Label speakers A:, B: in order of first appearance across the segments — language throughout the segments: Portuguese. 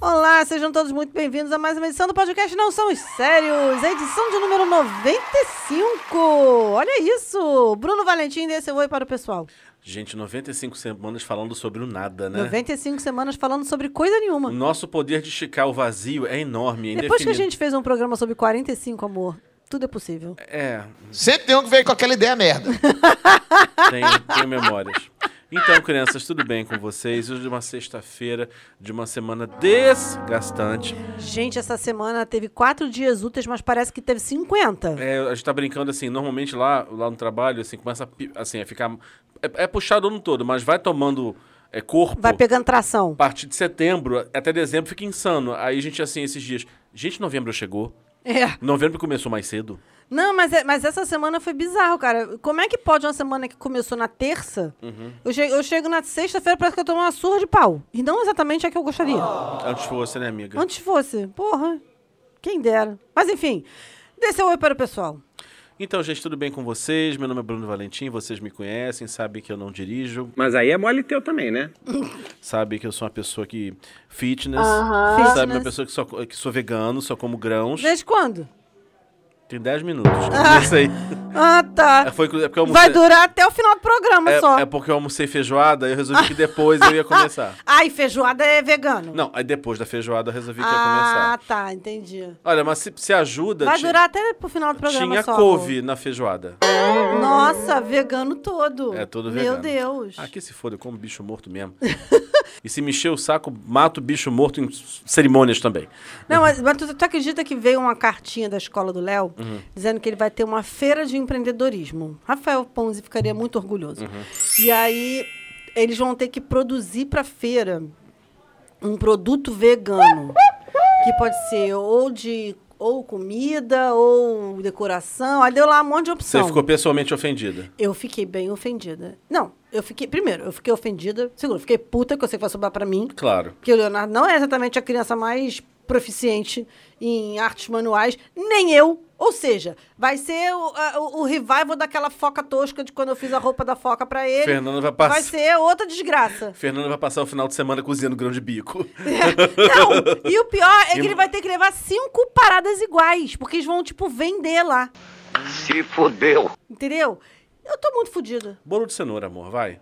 A: Olá, sejam todos muito bem-vindos a mais uma edição do podcast Não Somos Sérios, a edição de número 95. Olha isso! Bruno Valentim, desse eu vou para o pessoal.
B: Gente, 95 semanas falando sobre o nada, né?
A: 95 semanas falando sobre coisa
B: O
A: nenhuma.
B: nosso poder de esticar o vazio é enorme, é
A: Depois que a
B: indefinido.
A: gente fez um programa sobre 45, amor, tudo é possível.
B: É,
C: Sempre tem um que veio com aquela ideia merda.
B: tenho, tenho memórias. Então, crianças, tudo bem com vocês? Hoje é uma sexta-feira de uma semana desgastante.
A: Gente, essa semana teve quatro dias úteis, mas parece que teve 50.
B: É, a gente tá brincando assim, normalmente lá, lá no trabalho, assim, começa a, pi- assim, a ficar... É, é puxado o ano todo, mas vai tomando é, corpo...
A: Vai pegando tração.
B: A partir de setembro até dezembro fica insano. Aí a gente, assim, esses dias... Gente, novembro chegou.
A: É.
B: Novembro começou mais cedo.
A: Não, mas, é- mas essa semana foi bizarro, cara. Como é que pode uma semana que começou na terça?
B: Uhum.
A: Eu, chego, eu chego na sexta-feira, parece que eu tomo uma surra de pau. E não exatamente a que eu gostaria.
B: Antes fosse, né, amiga?
A: Antes fosse. Porra. Quem dera. Mas enfim, dê seu oi para o pessoal.
B: Então, gente, tudo bem com vocês? Meu nome é Bruno Valentim, vocês me conhecem, sabem que eu não dirijo,
D: Mas aí é mole teu também, né?
B: sabem que eu sou uma pessoa que fitness,
A: Fitness.
B: sabe, uma pessoa que, só, co- que sou vegano, só como grãos.
A: Desde quando?
B: Tem 10 minutos, não sei.
A: Ah,
B: É,
A: tá.
B: foi, é porque eu almocei,
A: Vai durar até o final do programa
B: é-
A: só. Ah,
B: é porque eu almocei feijoada, eu resolvi que depois eu ia começar.
A: Ai, feijoada é vegano.
B: Não, aí depois da feijoada eu resolvi que ia
A: ah,
B: começar.
A: tá, entendi.
B: Olha, mas se, se ajuda,
A: Vai
B: ti-
A: durar até pro final do programa
B: tinha
A: só.
B: couve na feijoada.
A: amor. Nossa, vegano todo.
B: É todo
A: Meu
B: vegano.
A: Deus.
B: Ah, que se foda, eu como bicho morto mesmo. e se mexer o saco, mato bicho morto em cerimônias também.
A: Não, mas, mas tu, tu acredita que veio uma cartinha da escola do Léo
B: Uhum.
A: dizendo que ele vai ter uma feira de empreendedorismo? Rafael Ponzi ficaria
B: Uhum.
A: muito orgulhoso. E aí eles vão ter que produzir para feira um produto vegano que pode ser ou de ou comida ou decoração. Aí deu lá um monte de
B: Você
A: opção.
B: ficou pessoalmente ofendida.
A: Eu fiquei bem ofendida. Não, eu fiquei primeiro, eu fiquei ofendida. Segundo, eu fiquei puta que eu sei que vai sobrar para mim.
B: Claro.
A: Porque o Leonardo não é exatamente a criança mais proficiente em artes manuais, nem eu. Ou seja, vai ser o, a- o- o revival daquela foca tosca de quando eu fiz a roupa da foca pra ele.
B: Fernando vai passar-
A: Vai ser outra desgraça.
B: Fernando vai passar o final de semana cozinhando grão de bico.
A: não, e o pior é que ele vai ter que levar cinco paradas iguais, porque eles vão, tipo, vender lá.
E: Se fudeu.
A: Entendeu? Eu tô muito fodida.
B: Bolo de cenoura, amor, vai.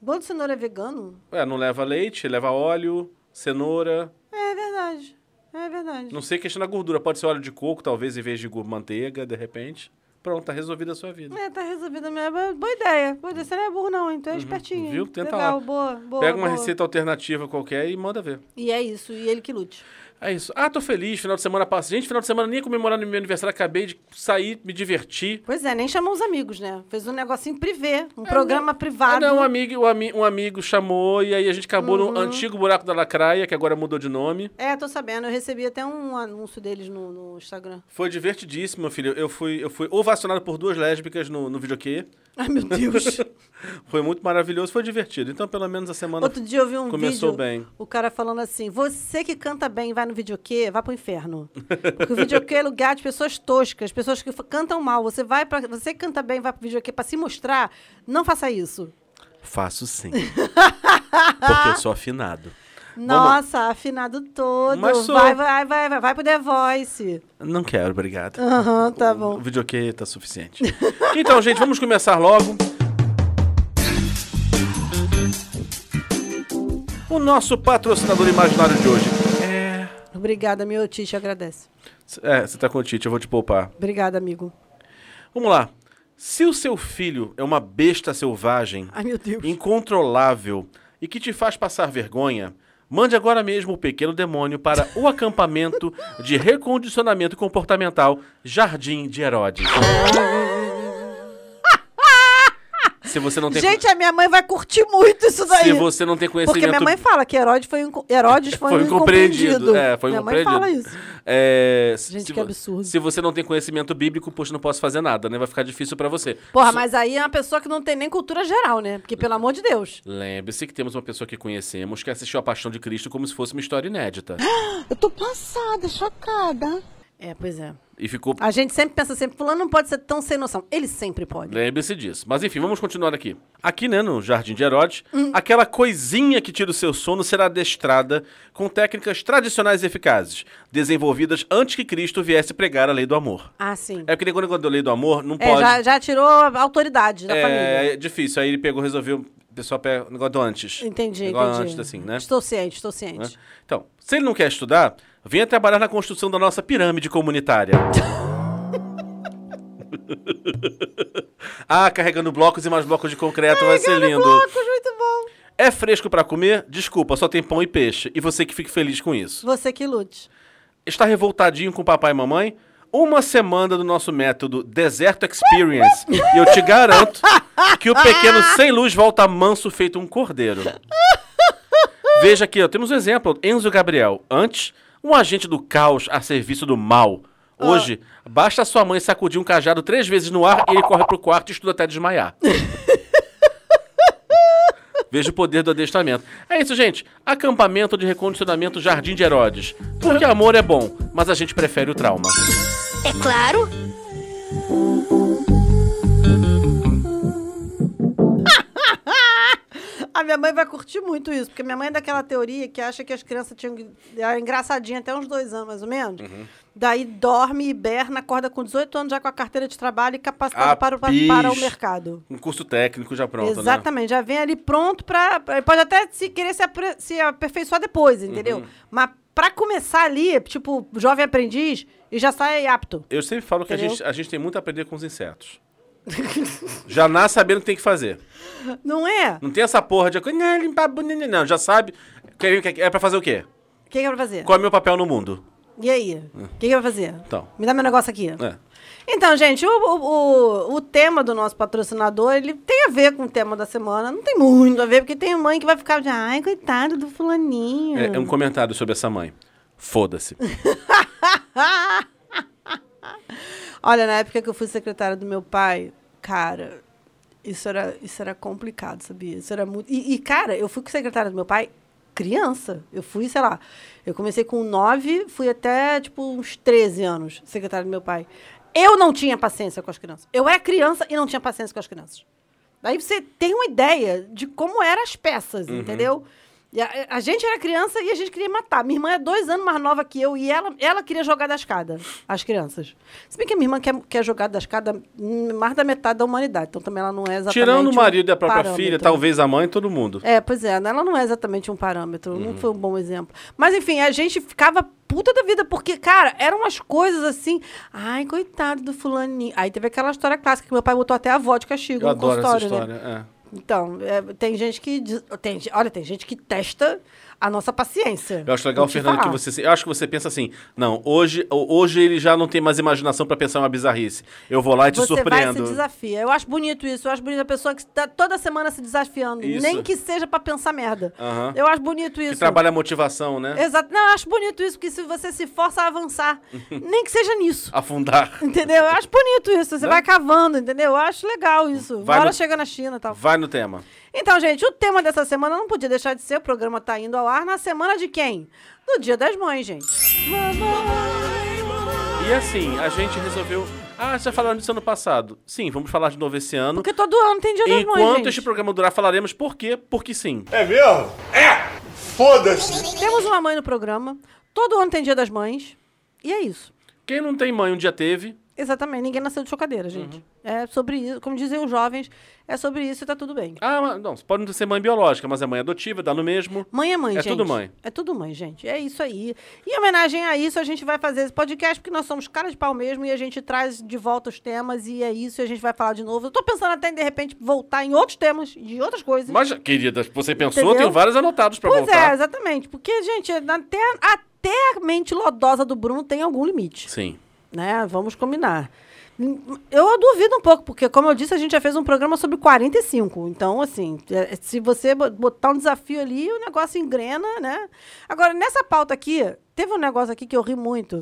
A: Bolo de cenoura é vegano?
B: Ué, não leva leite, leva óleo, cenoura.
A: É verdade. É verdade.
B: Não sei questão da gordura. Pode ser óleo de coco, talvez, em vez de gu- manteiga, de repente. Pronto, tá resolvida a sua vida.
A: É, tá resolvida mesmo. Boa ideia. Boa ideia. Você não é burro, não, hein? Tu é espertinho. hein?
B: Uhum. Viu? Tenta
A: Legal,
B: lá.
A: boa, boa.
B: Pega uma
A: boa.
B: receita alternativa qualquer e manda ver.
A: E é isso, e ele que lute.
B: É isso. Ah, tô feliz. Final de semana passa. Gente, final de semana nem ia comemorar no meu aniversário. Acabei de sair, me divertir.
A: Pois é, nem chamou os amigos, né? Fez um negocinho privê, um programa
B: Ah,
A: privado. Uhum.
B: não, um amigo, um, ami- um amigo chamou e aí a gente acabou no antigo buraco da Lacraia, que agora mudou de nome.
A: É, tô sabendo, eu recebi até um anúncio deles no, no Instagram.
B: Foi divertidíssimo, meu filho. Eu fui, eu fui ovacionado por duas lésbicas no, no videokê.
A: Ai, meu Deus.
B: Foi muito maravilhoso, foi divertido. Então, pelo menos a semana.
A: Outro dia eu vi um
B: Começou
A: vídeo,
B: bem.
A: o cara falando assim, você que canta bem e vai no videokê, vai pro inferno. Porque o videokê é lugar de pessoas toscas, pessoas que f- cantam mal. Você vai para você que canta bem e vai pro videokê pra se mostrar, não faça isso.
B: Faço sim. Porque eu sou afinado.
A: Nossa, afinado todo.
B: Mas sou.
A: Vai, vai, vai, vai, vai pro The Voice.
B: Não quero, obrigado.
A: Aham, tá bom.
B: O videokê tá suficiente. então, gente, vamos começar logo. O nosso patrocinador imaginário de hoje.
A: Obrigada, meu tio te agradece.
B: É, você tá com o Tite, eu vou te poupar.
A: Obrigada, amigo.
B: Vamos lá. Se o seu filho é uma besta selvagem,
A: Ai, meu Deus.
B: incontrolável e que te faz passar vergonha, mande agora mesmo o pequeno demônio para o acampamento de recondicionamento comportamental Jardim de Herodes. Se você não tem
A: Gente, a minha mãe vai curtir muito isso daí.
B: se você não tem conhecimento
A: Porque minha mãe fala que Herodes foi, um inco- Herodes foi,
B: foi
A: um incompreendido.
B: incompreendido. É, foi
A: minha
B: incompreendido.
A: mãe fala isso.
B: É, se-
A: Gente,
B: se
A: que
B: vo-
A: absurdo.
B: Se você não tem conhecimento bíblico, poxa, não posso fazer nada, né? Vai ficar difícil pra você.
A: Porra, mas aí é uma pessoa que não tem nem cultura geral, né? Porque, pelo amor de Deus.
B: Lembre-se que temos uma pessoa que conhecemos que assistiu A Paixão de Cristo como se fosse uma história inédita.
F: Eu tô passada, chocada.
A: É, pois é.
B: E ficou.
A: A gente sempre pensa sempre, fulano não pode ser tão sem noção. Ele sempre pode.
B: Lembre-se disso. Mas enfim, vamos continuar aqui. Aqui, né, no Jardim de Herodes, aquela coisinha que tira o seu sono será adestrada com técnicas tradicionais e eficazes, desenvolvidas antes que Cristo viesse pregar a lei do amor.
A: Ah, sim.
B: É porque quando eu lei do amor, não
A: É,
B: pode.
A: já, né? já tirou a autoridade da família.
B: É, é difícil. Aí ele pegou, resolveu. O pessoal pega o negócio do antes.
A: Entendi, entendi.
B: Negócio antes, assim, né?
A: Estou ciente, estou
B: né?
A: ciente.
B: Então, se ele não quer estudar, venha trabalhar na construção da nossa pirâmide comunitária. ah, carregando blocos e mais blocos de concreto vai ser lindo.
A: Blocos, muito bom.
B: É fresco pra comer? Desculpa, só tem pão e peixe. E você que fique feliz com isso.
A: Você que lute.
B: Está revoltadinho com papai e mamãe? Uma semana do nosso método Deserto Experience. e eu te garanto que o pequeno sem luz volta manso feito um cordeiro. Veja aqui, ó, temos um exemplo. Enzo Gabriel. Antes, um agente do caos a serviço do mal. Hoje, basta a sua mãe sacudir um cajado três vezes no ar e ele corre pro quarto e estuda até desmaiar. Veja o poder do adestramento. É isso, gente. Acampamento de recondicionamento Jardim de Herodes. Porque amor é bom, mas a gente prefere o trauma.
D: É claro.
A: A minha mãe vai curtir muito isso, porque minha mãe é daquela teoria que acha que as crianças tinham. que- Era engraçadinha até uns dois anos, mais ou menos.
B: Uhum.
A: Daí dorme, hiberna, acorda com 18 anos já com a carteira de trabalho e capacitado
B: Ah,
A: para, o- para o
B: bicho.
A: mercado.
B: Um curso técnico já pronto, né?
A: Exatamente, já vem ali pronto pra. pra- Pode até se querer se, apre- se aperfeiçoar depois, entendeu?
B: Uhum.
A: Mas pra começar ali, tipo, jovem aprendiz, e já sai apto.
B: Eu sempre falo que a
A: Entendeu?
B: gente, a gente tem muito a aprender com os insetos. já nasce sabendo o que tem que fazer.
A: Não é?
B: Não tem essa porra de... "Ah, limpar a bunda", Não, já sabe. Que- que- que- É pra fazer o quê?
A: O que, que vai fazer?
B: Qual é o meu papel no mundo?
A: E aí? O que, que vai fazer?
B: É. Então.
A: Me dá meu negócio aqui.
B: É.
A: Então, gente, o, o, o, o tema do nosso patrocinador, ele tem a ver com o tema da semana. Não tem muito a ver, porque tem mãe que vai ficar de, ai, coitado do fulaninho.
B: É, é um comentário sobre essa mãe. Foda-se.
A: Olha, na época que eu fui secretária do meu pai, cara, isso era, isso era complicado, sabia? Isso era muito. E, e, cara, eu fui secretária do meu pai criança. Eu fui, sei lá, eu comecei com 9, fui até, tipo, uns 13 anos secretária do meu pai. Eu não tinha paciência com as crianças. Eu era criança e não tinha paciência com as crianças. Daí você tem uma ideia de como eram as peças,
B: Uhum.
A: entendeu? E a, a gente era criança e a gente queria matar. Minha irmã é dois anos mais nova que eu e ela, ela queria jogar da escada, as crianças. Se bem que a minha irmã quer, quer jogar da escada hum, mais da metade da humanidade, então também ela não é exatamente.
B: Tirando o
A: um
B: marido e a própria
A: parâmetro.
B: filha, talvez a mãe, todo mundo.
A: É, pois é, ela não é exatamente um parâmetro,
B: Uhum.
A: não foi um bom exemplo. Mas enfim, a gente ficava puta da vida, porque, cara, eram umas coisas assim. Ai, coitado do fulaninho. Aí teve aquela história clássica que meu pai botou até a avó de castigo
B: Eu
A: no
B: adoro essa
A: consultório, né?
B: história. é.
A: Então, é, tem gente que. diz- Tem, ge- olha, tem gente que testa a nossa paciência.
B: Eu acho legal,
A: Vou te
B: Fernando, que
A: falar.
B: você. Eu acho que você pensa assim: não, hoje, hoje ele já não tem mais imaginação pra pensar uma bizarrice. Eu vou lá e te
A: Você vai se
B: surpreendo.
A: desafia. Eu acho bonito isso. Eu acho bonito a pessoa que tá toda semana se desafiando.
B: Isso.
A: Nem que seja pra pensar merda.
B: Aham.
A: Eu acho bonito isso.
B: que trabalha a motivação, né?
A: Exato. Não, eu acho bonito isso, porque se você se força a avançar, nem que seja nisso.
B: Afundar.
A: Entendeu? Eu acho bonito isso. Você vai cavando, entendeu? Eu acho legal isso.
B: Né? Vai
A: Vai Uma hora
B: no-
A: chega na China e tal.
B: Vai no tema.
A: Então, gente, o tema dessa semana não podia deixar de ser. O programa tá indo ao ar na semana de quem? No Dia das Mães, gente.
B: E assim, a gente resolveu. Ah, já falaram disso ano passado. Sim, vamos falar de novo esse ano.
A: Porque todo ano tem Dia das Mães,
B: Enquanto
A: gente.
B: este programa durar, falaremos por quê? Porque sim.
F: É mesmo? É! Foda-se!
A: Temos uma mãe no programa. Todo ano tem Dia das Mães. E é isso.
B: Quem não tem mãe um dia teve,
A: Exatamente. Ninguém nasceu de chocadeira,
B: Uhum.
A: gente. É sobre isso. Como dizem os jovens, é sobre isso e tá tudo bem.
B: Ah, mas- não, pode não ser mãe biológica, mas é mãe adotiva, dá no mesmo.
A: Mãe é mãe,
B: É
A: gente.
B: tudo mãe.
A: É tudo mãe, gente. É isso aí. Em homenagem a isso, a gente vai fazer esse podcast, porque nós somos cara de pau mesmo e a gente traz de volta os temas e é isso, e a gente vai falar de novo. Eu tô pensando até em, de repente, voltar em outros temas, de outras coisas.
B: Mas, querida, você pensou,
A: Entendeu?
B: tenho vários anotados pra
A: pois é,
B: voltar.
A: exatamente. Porque, gente, é até, até a mente lodosa do Bruno tem algum limite,
B: Sim.
A: né? Vamos combinar. Eu duvido um pouco, porque, como eu disse, a gente já fez um programa sobre 45. Então, assim, é- se você bo- botar um desafio ali, o negócio engrena, né? Agora, nessa pauta aqui, teve um negócio aqui que eu ri muito,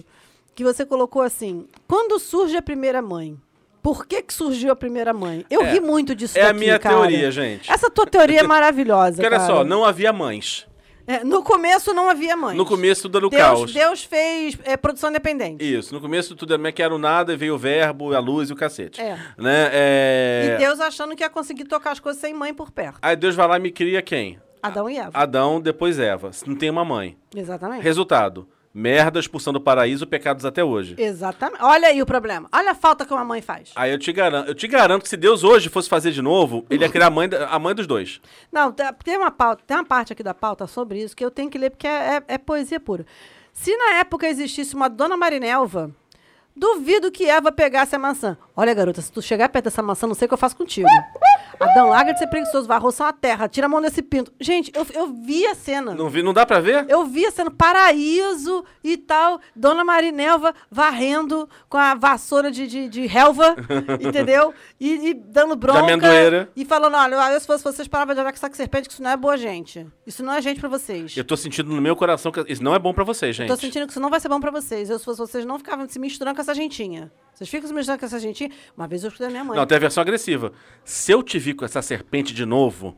A: que você colocou assim: quando surge a primeira mãe? Por que, que surgiu a primeira mãe? Eu
B: É.
A: ri muito disso
B: É a
A: daqui,
B: minha
A: cara.
B: teoria, gente.
A: Essa tua teoria é maravilhosa,
B: Porque olha
A: cara.
B: só, não havia mães.
A: É, no começo não havia mãe.
B: No começo tudo era o
A: Deus,
B: caos.
A: Deus fez é, produção independente.
B: Isso, no começo tudo era meio que era o nada e veio o verbo, a luz e o cacete.
A: É.
B: Né? É...
A: E Deus achando que ia conseguir tocar as coisas sem mãe por perto.
B: Aí Deus vai lá e me cria quem?
A: Adão e Eva.
B: Adão, depois Eva. Não tem uma mãe.
A: Exatamente.
B: Resultado: merda, expulsão do paraíso, pecados até hoje.
A: Exatamente. Olha aí o problema. Olha a falta que uma mãe faz.
B: Aí eu te garanto, eu te garanto que se Deus hoje fosse fazer de novo, ele ia criar a mãe, da- a mãe dos dois.
A: Não, tá- tem uma, pauta, tem uma parte aqui da pauta sobre isso que eu tenho que ler porque é, é- é poesia pura. Se na época existisse uma dona Marinelva, duvido que Eva pegasse a maçã. Olha, garota, se tu chegar perto dessa maçã, não sei o que eu faço contigo. Adão, larga de ser preguiçoso, vai roçar a terra, tira a mão desse pinto. Gente, eu, eu vi a cena.
B: Não, vi, não dá pra ver?
A: Eu via sendo paraíso e tal, Dona Marinelva varrendo com a vassoura de, de, de relva, entendeu? E, e dando bronca.
B: amendoeira.
A: E falando, olha, eu, se fosse vocês, parava de olhar com saco de serpente, que isso não é boa gente. Isso não é gente pra vocês.
B: Eu tô sentindo no meu coração que isso não é bom pra vocês, gente.
A: Tô sentindo que isso não vai ser bom pra vocês. Eu, se fosse vocês, não ficavam se misturando com essa gentinha. Vocês ficam se misturando com essa gentinha. Uma vez eu escutei a minha mãe.
B: Não, tem a versão agressiva. Se eu te vi com essa serpente de novo,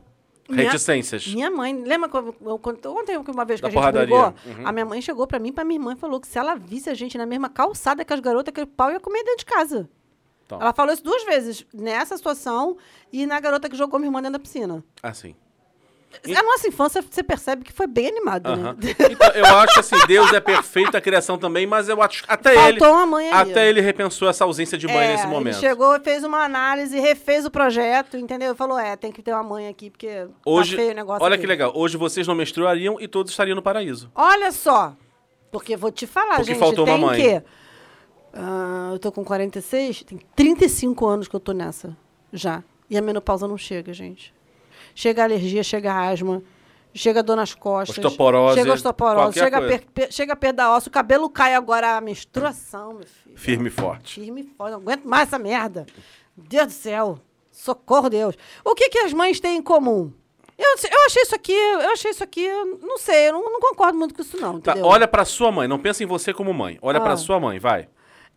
A: Minha-
B: reticências.
A: Minha mãe, lembra quando eu contei ontem que uma vez que
B: Da
A: a gente
B: porradaria. Uhum.
A: brigou? A minha mãe chegou pra mim, e pra minha irmã, e falou que se ela visse a gente na mesma calçada que as garotas, que o pau ia comer dentro de casa.
B: Então.
A: Ela falou isso duas vezes, nessa situação e na garota que jogou minha irmã dentro da piscina. É
B: Assim.
A: A nossa infância, você percebe que foi bem animado,
B: Aham.
A: né?
B: Então, eu acho assim, Deus é perfeito, a criação também, mas eu acho até
A: Faltou
B: ele.
A: uma mãe aí.
B: Até ele repensou essa ausência de mãe
A: É,
B: nesse
A: ele
B: momento.
A: chegou, fez uma análise, refez o projeto, entendeu? Falou, é, tem que ter uma mãe aqui, porque
B: Hoje,
A: tá feio o negócio
B: olha
A: aqui.
B: que legal. Hoje vocês não menstruariam e todos estariam no paraíso.
A: Olha só. Porque vou te falar,
B: Porque
A: gente.
B: faltou
A: tem
B: mamãe.
A: que- Ah, eu tô com 46, tem 35 anos que eu tô nessa já. E a menopausa não chega, gente. Chega alergia, chega asma, chega dor nas costas.
B: Osteoporose,
A: Chega osteoporose,
B: qualquer
A: chega,
B: coisa.
A: per, per- chega perda óssea, o cabelo cai agora a menstruação, meu filho.
B: Firme e forte.
A: Firme e forte, não aguento mais essa merda. Deus do céu. Socorro, Deus. O que, que as mães têm em comum? Eu, eu achei isso aqui, eu achei isso aqui, não sei, eu não, não concordo muito com isso, não.
B: Tá,
A: entendeu?
B: olha pra sua mãe, não pensa em você como mãe. Olha pra
A: Ah.
B: sua mãe, vai.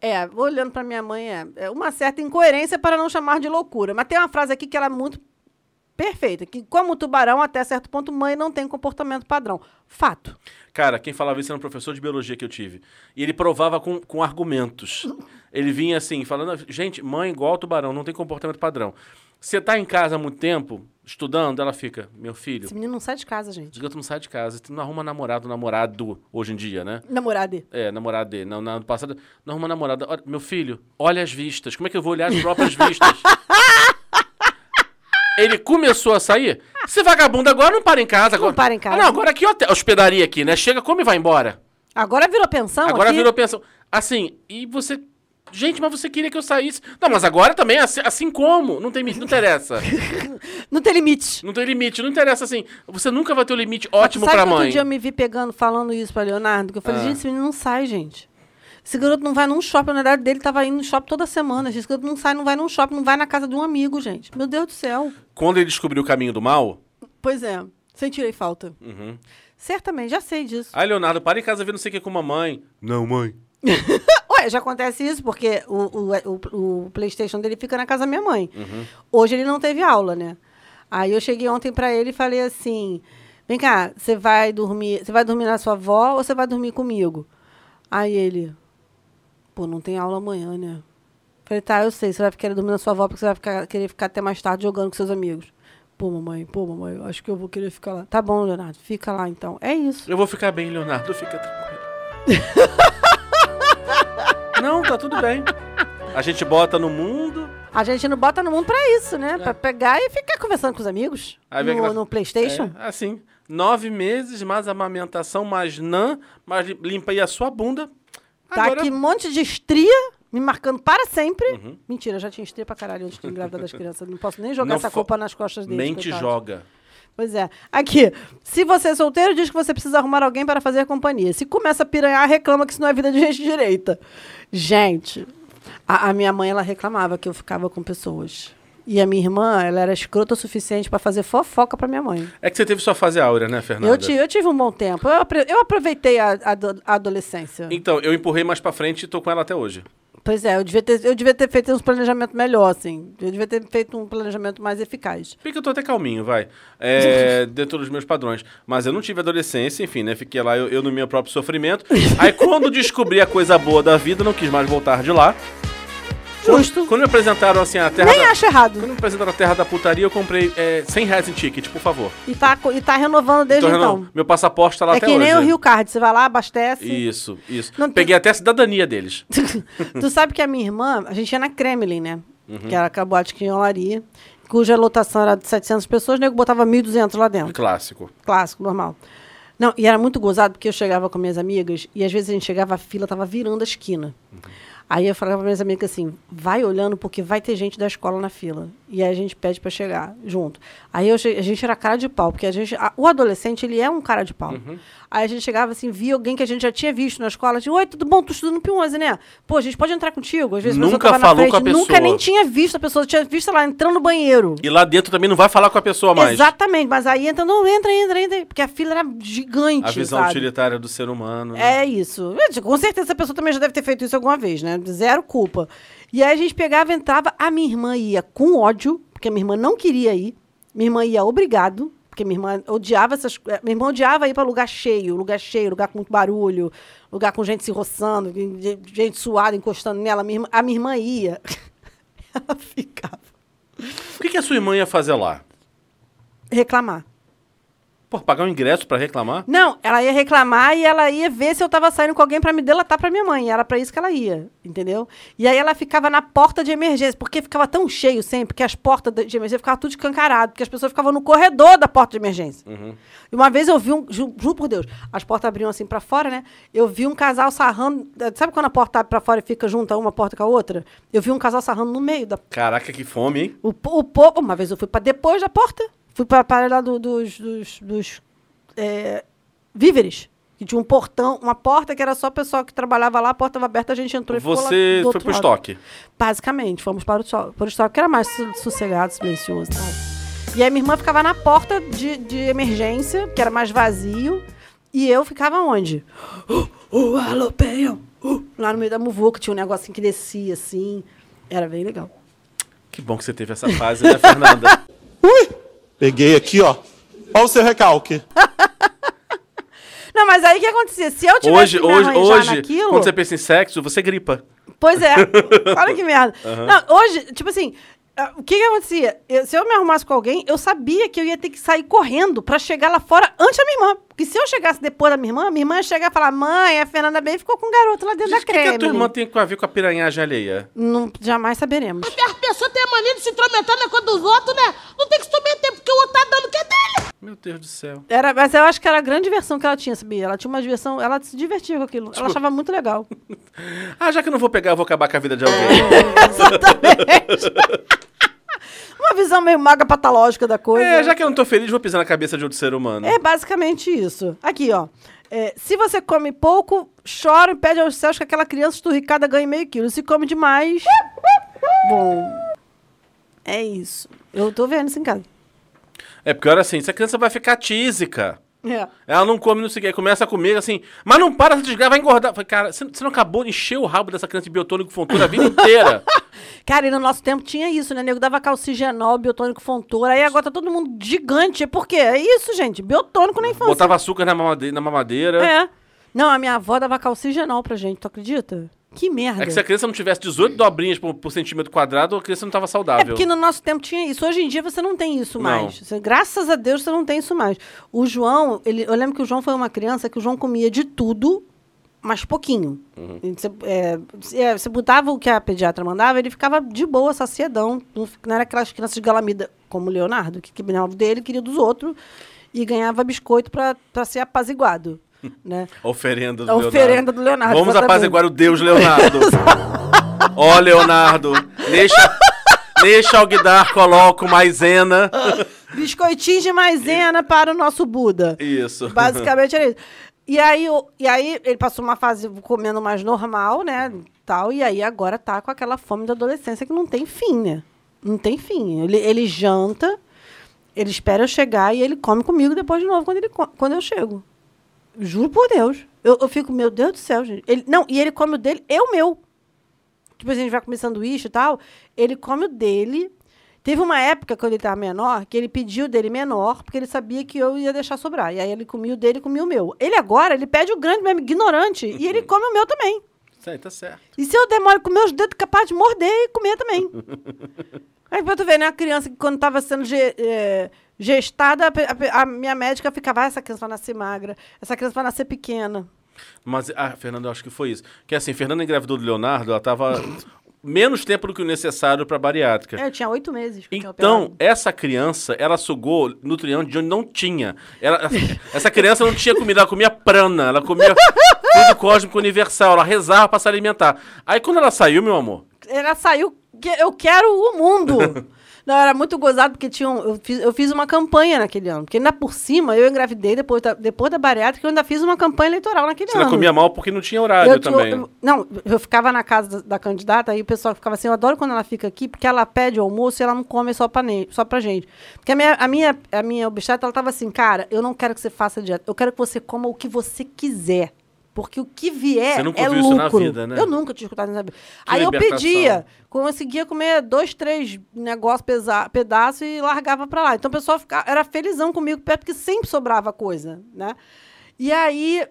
A: É, olhando pra minha mãe, é, é uma certa incoerência para não chamar de loucura. Mas tem uma frase aqui que ela é muito perfeita, que como tubarão, até certo ponto, mãe não tem comportamento padrão. Fato.
B: Cara, quem falava isso era um professor de biologia que eu tive. E ele provava com, com argumentos. Ele vinha assim, falando: gente, mãe igual ao tubarão, não tem comportamento padrão. Você tá em casa há muito tempo, estudando, ela fica: meu filho,
A: Esse menino não sai de casa, gente.
B: diga que tu não sai de casa, tu não arruma namorado, namorado hoje em dia, né?
A: Namorada.
B: É, namorado dele. Não, na- no passado. Não arruma namorada. Olha, meu filho, olha as vistas. Como é que eu vou olhar as próprias vistas? Ele começou a sair. Esse vagabundo agora não para em casa. Agora...
A: para em casa.
B: Ah, não, agora aqui hotel, hospedaria aqui, né? Chega, come e vai embora.
A: Agora virou pensão
B: agora
A: aqui.
B: virou pensão. Assim, e você. Gente, mas você queria que eu saísse. Não, mas agora também, assim, assim como? Não tem limite, não interessa.
A: Não tem limite.
B: não tem limite, não interessa assim. Você nunca vai ter o limite ótimo
A: Sabe
B: pra
A: que
B: mãe. Ah.
A: outro dia eu me vi pegando, falando isso pra Leonardo? Que eu falei, gente, esse menino não sai, gente. Esse garoto não vai num shopping. Na verdade, dele tava indo no shopping toda semana. gente. Esse garoto não sai, não vai num shopping, não vai na casa de um amigo, gente. Meu Deus do céu.
B: Quando ele descobriu o caminho do mal,
A: Pois é, sentirei falta.
B: Uhum.
A: Certamente, já sei disso.
B: aí Leonardo, para em casa ver não sei o que com mamãe. Não, mãe.
A: Ué, já acontece isso, porque o, o, o, o Playstation dele fica na casa da minha mãe. Hoje ele não teve aula, né? Aí eu cheguei ontem pra ele e falei assim: vem cá, você vai dormir, você vai dormir na sua avó ou você vai dormir comigo? Aí ele, pô, não tem aula amanhã, né? Falei, tá, eu sei, você vai querer dormir na sua avó porque você vai ficar- querer ficar até mais tarde jogando com seus amigos. Pô, mamãe, pô, mamãe, eu acho que eu vou querer ficar lá. Tá bom, Leonardo, fica lá então. É isso.
B: Eu vou ficar bem, Leonardo, fica tranquilo. Não, tá tudo bem. A gente bota no mundo.
A: A gente não bota no mundo pra isso, né? Pra pegar e ficar conversando com os amigos
B: É. Aí vem
A: no,
B: aquela-
A: no Playstation.
B: É, assim, nove meses, mais amamentação, mais nã, mais li- limpa aí a sua bunda.
A: Tá
B: É. Agora, Uhum.
A: aqui um monte de estria me marcando para sempre. Mentira, eu já tinha estria pra caralho antes de engravidar das crianças. Não posso nem jogar
B: Não
A: essa
B: fa-
A: culpa nas costas deles.
B: mente
A: coitados.
B: joga.
A: Pois é. Aqui, se você é solteiro, diz que você precisa arrumar alguém para fazer companhia. Se começa a piranhar, reclama que isso não é vida de gente direita. Gente, a, a minha mãe, ela reclamava que eu ficava com pessoas. E a minha irmã, ela era escrota o suficiente pra fazer fofoca pra minha mãe.
B: É que você teve sua fase áurea, né, Fernanda?
A: Eu, ti- eu tive um bom tempo. Eu, apre- eu aproveitei a, a do- a adolescência.
B: Então, eu empurrei mais pra frente e tô com ela até hoje.
A: Pois é, eu devia ter, eu devia ter feito um planejamento melhor, assim. Eu devia ter feito um planejamento mais eficaz.
B: Por que eu tô até calminho, vai. É, dentro dos meus padrões. Mas eu não tive adolescência, enfim, né? Fiquei lá eu, eu no meu próprio sofrimento. Aí quando descobri a coisa boa da vida, não quis mais voltar de lá.
A: Justo.
B: Quando me apresentaram assim a terra.
A: Nem
B: da-
A: acho errado.
B: Quando me apresentaram a terra da putaria, eu comprei é, 100 reais em ticket, por favor.
A: E tá, co- e tá renovando desde
B: Então,
A: então.
B: Renan, meu passaporte tá lá
A: É
B: até
A: que
B: hoje.
A: nem o Rio Card. Você vai lá, abastece.
B: Isso, isso.
A: Não tem-
B: Peguei até a cidadania deles.
A: tu sabe que a minha irmã, a gente ia na Kremlin, né?
B: Uhum.
A: Que era a boate que tinha em olaria, cuja lotação era de 700 pessoas, o nego botava 1.200 lá dentro.
B: um Clássico.
A: Clássico, normal. Não, e era muito gozado, porque eu chegava com minhas amigas, e às vezes a gente chegava, a fila tava virando a esquina.
B: Uhum.
A: Aí eu falava para minhas amigas assim, vai olhando, porque vai ter gente da escola na fila. E aí a gente pede para chegar junto. Aí eu che- a gente era cara de pau, porque a gente, a- o adolescente, ele é um cara de pau.
B: Uhum.
A: Aí a gente chegava assim, via alguém que a gente já tinha visto na escola, tipo, oi, tudo bom? Tu estudando no P11, né? Pô, a gente pode entrar contigo? Às vezes a pessoa
B: Nunca
A: tava na
B: falou com a
A: frente, Nunca
B: pessoa.
A: nem tinha visto a pessoa, tinha visto ela entrando no banheiro.
B: E lá dentro também não vai falar com a pessoa mais.
A: Exatamente, mas aí entra, não, entra, entra, entra, porque a fila era gigante.
B: A visão
A: sabe?
B: utilitária do ser humano. né?
A: É isso. Eu digo, Com certeza a pessoa também já deve ter feito isso alguma vez, né? Zero culpa. E aí a gente pegava, entrava, a minha irmã ia com ódio, porque a minha irmã não queria ir. Minha irmã ia obrigado, porque minha irmã odiava essas, eh, minha irmã odiava ir para lugar cheio, lugar cheio, lugar com muito barulho, lugar com gente se roçando, gente suada encostando nela. Minha irmã- a minha irmã ia. Ela ficava
B: O que, que a sua irmã ia fazer lá?
A: reclamar.
B: Pô, pagar um ingresso pra reclamar?
A: Não, ela ia reclamar e ela ia ver se eu tava saindo com alguém pra me delatar pra minha mãe. Era pra isso que ela ia, entendeu? E aí ela ficava na porta de emergência, porque ficava tão cheio sempre que as portas da- de emergência ficavam tudo escancarado, porque as pessoas ficavam no corredor da porta de emergência. E uma vez eu vi um, ju- juro por Deus, as portas abriam assim pra fora, né? Eu vi um casal sarrando, sabe quando a porta abre pra fora e fica junto uma porta com a outra? Eu vi um casal sarrando no meio da
B: Caraca, que fome, hein?
A: o, po- o povo. Uma vez eu fui para depois da porta. Fui para para lá do- dos, dos, dos é, víveres. Que tinha um portão, uma porta que era só o pessoal que trabalhava lá, a porta estava aberta, a gente entrou e ficou lá
B: Você
A: do outro
B: foi pro
A: lado.
B: estoque.
A: Basicamente, fomos para o, cho- para o estoque, que era mais su- sossegado, silencioso. sabe? E aí minha irmã ficava na porta de, de emergência, que era mais vazio, e eu ficava onde? Uh, uh, alô, peião, uh, lá no meio da muvuca, tinha um negocinho que descia assim. Era bem legal.
B: Que bom que você teve essa fase, né, Fernanda?
D: Peguei aqui, ó. Olha o seu recalque.
A: Não, mas aí o que acontecia? Se eu tivesse
B: hoje,
A: que me
B: hoje,
A: arranjar
B: hoje,
A: naquilo...
B: quando você pensa em sexo, você gripa.
A: Pois é. Olha que merda. Não, hoje, tipo assim, ah, o que que acontecia? Eu- se eu me arrumasse com alguém, eu sabia que eu ia ter que sair correndo pra chegar lá fora antes da minha irmã. Porque se eu chegasse depois da minha irmã, minha irmã ia chegar e falar, mãe, a Fernanda bem ficou com um garoto lá dentro
B: Gente,
A: da
B: o que, que
A: creme.
B: a tua irmã tem a ver com a piranhagem alheia?
A: Não, jamais saberemos.
G: As pessoas têm a mania de se intrometer na coisa dos outros, né? Não tem que se intrometer porque o outro tá dando o que é dele.
B: Meu Deus do céu.
A: Era, mas eu acho que era a grande diversão que ela tinha, sabia? Ela tinha uma diversão, ela se divertia com aquilo. Ela achava muito legal.
B: Ah, já que eu não vou pegar, eu vou acabar com a vida de
A: É,
B: alguém.
A: Exatamente. uma visão meio maga patológica da coisa.
B: é, já que eu não tô feliz, vou pisar na cabeça de outro ser humano.
A: É basicamente isso. Aqui, ó. É, se você come pouco, chora e pede aos céus que aquela criança esturricada ganhe meio quilo. Se come demais. Bom. É isso. Eu tô vendo isso em casa.
B: É porque olha assim, essa criança vai ficar tísica.
A: É.
B: Ela não come, não sei o que, começa a comer assim, mas não para, se desgraça, vai engordar. Falei, cara, você você não acabou de encher o rabo dessa criança de biotônico fontura a vida inteira.
A: Cara, e no nosso tempo tinha isso, né? Nego dava calcigenol, biotônico fontoura. Aí agora tá todo mundo gigante. Por quê? É isso, gente. Biotônico na infância.
B: Botava açúcar na mamadeira. Na mamadeira. É.
A: É. Não, a minha avó dava calcigenol pra gente, tu acredita? Que merda.
B: É que se a criança não tivesse 18 dobrinhas por, por centímetro quadrado, a criança não tava
A: É
B: saudável.
A: porque no nosso tempo tinha isso. Hoje em dia você não tem isso
B: Não.
A: mais. Você- graças a Deus você não tem isso mais. O João, ele, eu lembro que o João foi uma criança que o João comia de tudo, mas pouquinho. E Você, é, se- é, você botava o que a pediatra mandava, ele ficava de boa, saciedão. Não, fi- não era aquelas crianças de galamida como o Leonardo, que quebrava o dele, queria dos outros e ganhava biscoito para ser apaziguado. né?
B: A Oferenda do
A: A
B: Leonardo.
A: oferenda do Leonardo,
B: Vamos
A: exatamente.
B: apaziguar o Deus Leonardo. Ó, Leonardo, deixa, deixa Alguidar, coloca o maisena.
A: Biscoitinho de maisena para o nosso Buda.
B: Isso.
A: Basicamente era isso. E aí, eu- e aí ele passou uma fase comendo mais normal, né? Tal, e aí agora tá com aquela fome da adolescência que não tem fim, né? Não tem fim. Ele, ele janta, ele espera eu chegar e ele come comigo depois de novo quando, ele, co- quando eu chego. Juro por Deus. Eu, eu fico, meu Deus do céu, gente. Ele, não, e ele come o dele, eu meu. Depois Tipo, a gente vai comer sanduíche e tal. Ele come o dele. Teve uma época, quando ele estava menor, que ele pediu o dele menor, porque ele sabia que eu ia deixar sobrar. E aí ele comia o dele e comia o meu. Ele agora, ele pede o grande mesmo, ignorante, e ele come o meu também.
B: Isso aí tá certo.
A: E se eu demoro com meus dedos, capaz de morder e comer também. Aí pra tu ver, né? A criança que quando estava sendo ge- eh, gestada, a pe- a, pe- a minha médica ficava, ah, essa criança vai nascer magra, essa criança vai nascer pequena.
B: Mas, ah, Fernando, eu acho que foi isso. Que assim, Fernanda engravidou do Leonardo, ela tava menos tempo do que o necessário pra bariátrica.
A: É, Eu tinha oito meses. que eu tinha
B: Então,
A: operado.
B: essa criança, ela sugou nutriente de onde não tinha. Ela- essa criança não tinha comida, ela comia prana, ela comia tudo cósmico universal, ela rezava pra se alimentar. Aí quando ela saiu, meu amor,
A: ela saiu, que eu quero o mundo. Não, era muito gozado, porque tinha um- eu, fiz, eu fiz uma campanha naquele ano. Porque ainda por cima, eu engravidei depois da, depois da bariátrica, eu ainda fiz uma campanha eleitoral naquele
B: você
A: ano.
B: ela comia mal porque não tinha horário
A: Ah. Eu tinha-
B: também.
A: eu- não, eu ficava na casa da, da candidata e o pessoal ficava assim, eu adoro quando ela fica aqui, porque ela pede o almoço e ela não come só pra, ne- só pra gente. Porque a minha, a, minha, a minha obstetra, ela tava assim, cara, eu não quero que você faça dieta, eu quero que você coma o que você quiser. Porque o que vier
B: Você nunca
A: é
B: ouviu
A: lucro.
B: isso na vida, né?
A: Eu nunca tinha escutado isso na vida. Aí eu
B: libertação.
A: pedia, conseguia comer dois, três negócios, pesa- pedaço e largava pra lá. Então o pessoal ficava, era felizão comigo, porque sempre sobrava coisa, né? E aí,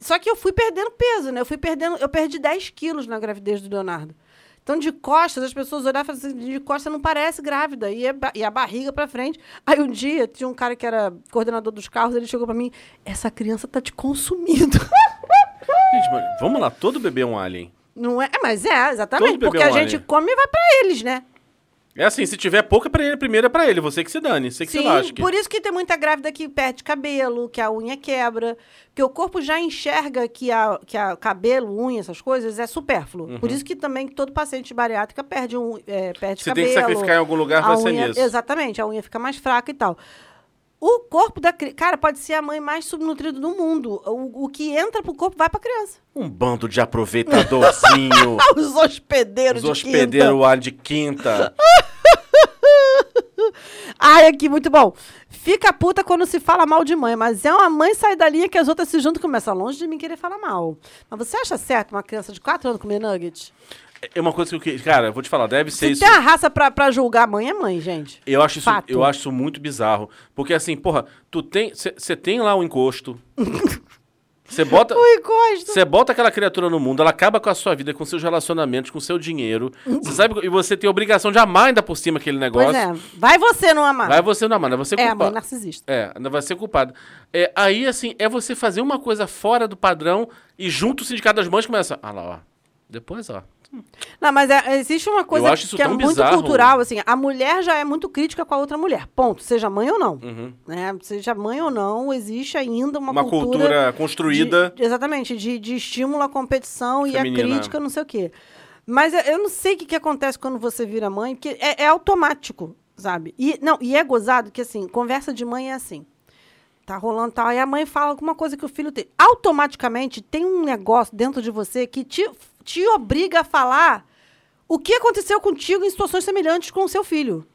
A: só que eu fui perdendo peso, né? Eu fui perdendo, eu perdi 10 quilos na gravidez do Leonardo. Então, de costas, as pessoas olhavam e falavam assim, de costas não parece grávida. E, é ba- e a barriga pra frente. Aí um dia, tinha um cara que era coordenador dos carros, ele chegou pra mim, essa criança tá te consumindo.
B: Gente, mas vamos lá, todo bebê é um alien.
A: Não é? Mas é, exatamente.
B: Todo bebê
A: Porque
B: é
A: a
B: um
A: gente
B: alien.
A: come e vai pra eles, né?
B: É assim, se tiver pouca pra ele, primeiro é pra ele, você que se dane, você que se lasque.
A: por isso que tem muita grávida que perde cabelo, que a unha quebra, que o corpo já enxerga que a, que a cabelo, unha, essas coisas é supérfluo. Por
B: Uhum.
A: isso que também todo paciente de bariátrica perde, um, é, perde
B: Se tem
A: cabelo.
B: que sacrificar em algum lugar,
A: a
B: vai ser
A: unha-
B: nisso.
A: Exatamente, a unha fica mais fraca e tal. O corpo da criança. Cara, pode ser a mãe mais subnutrida do mundo. O, o que entra pro corpo vai pra criança.
B: Um bando de aproveitadorzinho.
A: Os hospedeiros
B: os
A: de
B: hospedeiros alien de quinta.
A: Ai, aqui, muito bom. Fica puta quando se fala mal de mãe, mas é uma mãe sair da linha que as outras se juntam e começam longe de mim querer falar mal. Mas você acha certo uma criança de 4 anos comer nugget?
B: É uma coisa que eu que. Cara, eu vou te falar, deve ser
A: Se
B: isso.
A: tem a raça pra, pra julgar mãe, é mãe, gente.
B: Eu acho, isso,
A: Fato.
B: eu acho isso muito bizarro. Porque assim, porra, tu tem. Você tem lá um encosto. Você bota.
A: Ui, gosto.
B: Você bota aquela criatura no mundo, ela acaba com a sua vida, com seus relacionamentos, com seu dinheiro. Você sabe, e você tem a obrigação de amar ainda por cima aquele negócio.
A: Pois é, vai você não amar.
B: Vai você não amar, não vai ser
A: é, a mãe
B: culpado.
A: narcisista.
B: É, não vai ser culpado. É, aí, assim, é você fazer uma coisa fora do padrão e junto o sindicato das mães começa. Ah lá, ó. Depois, ó.
A: Não, mas é- existe uma coisa
B: Eu acho isso
A: que é
B: tão
A: muito
B: bizarro.
A: cultural, assim, a mulher já é muito crítica com a outra mulher, ponto, seja mãe ou não, né? seja mãe ou não, existe ainda uma,
B: Uhum. Uma cultura construída.
A: de- exatamente, de, de estímulo à competição e
B: Feminina.
A: à crítica, não sei o quê. Mas é- eu não sei o que, que acontece quando você vira mãe, porque é, é automático, sabe? E, não, e é gozado que, assim, conversa de mãe é assim. Tá rolando tal. Aí a mãe fala alguma coisa que o filho tem. Automaticamente tem um negócio dentro de você que te, te obriga a falar o que aconteceu contigo em situações semelhantes com o seu filho.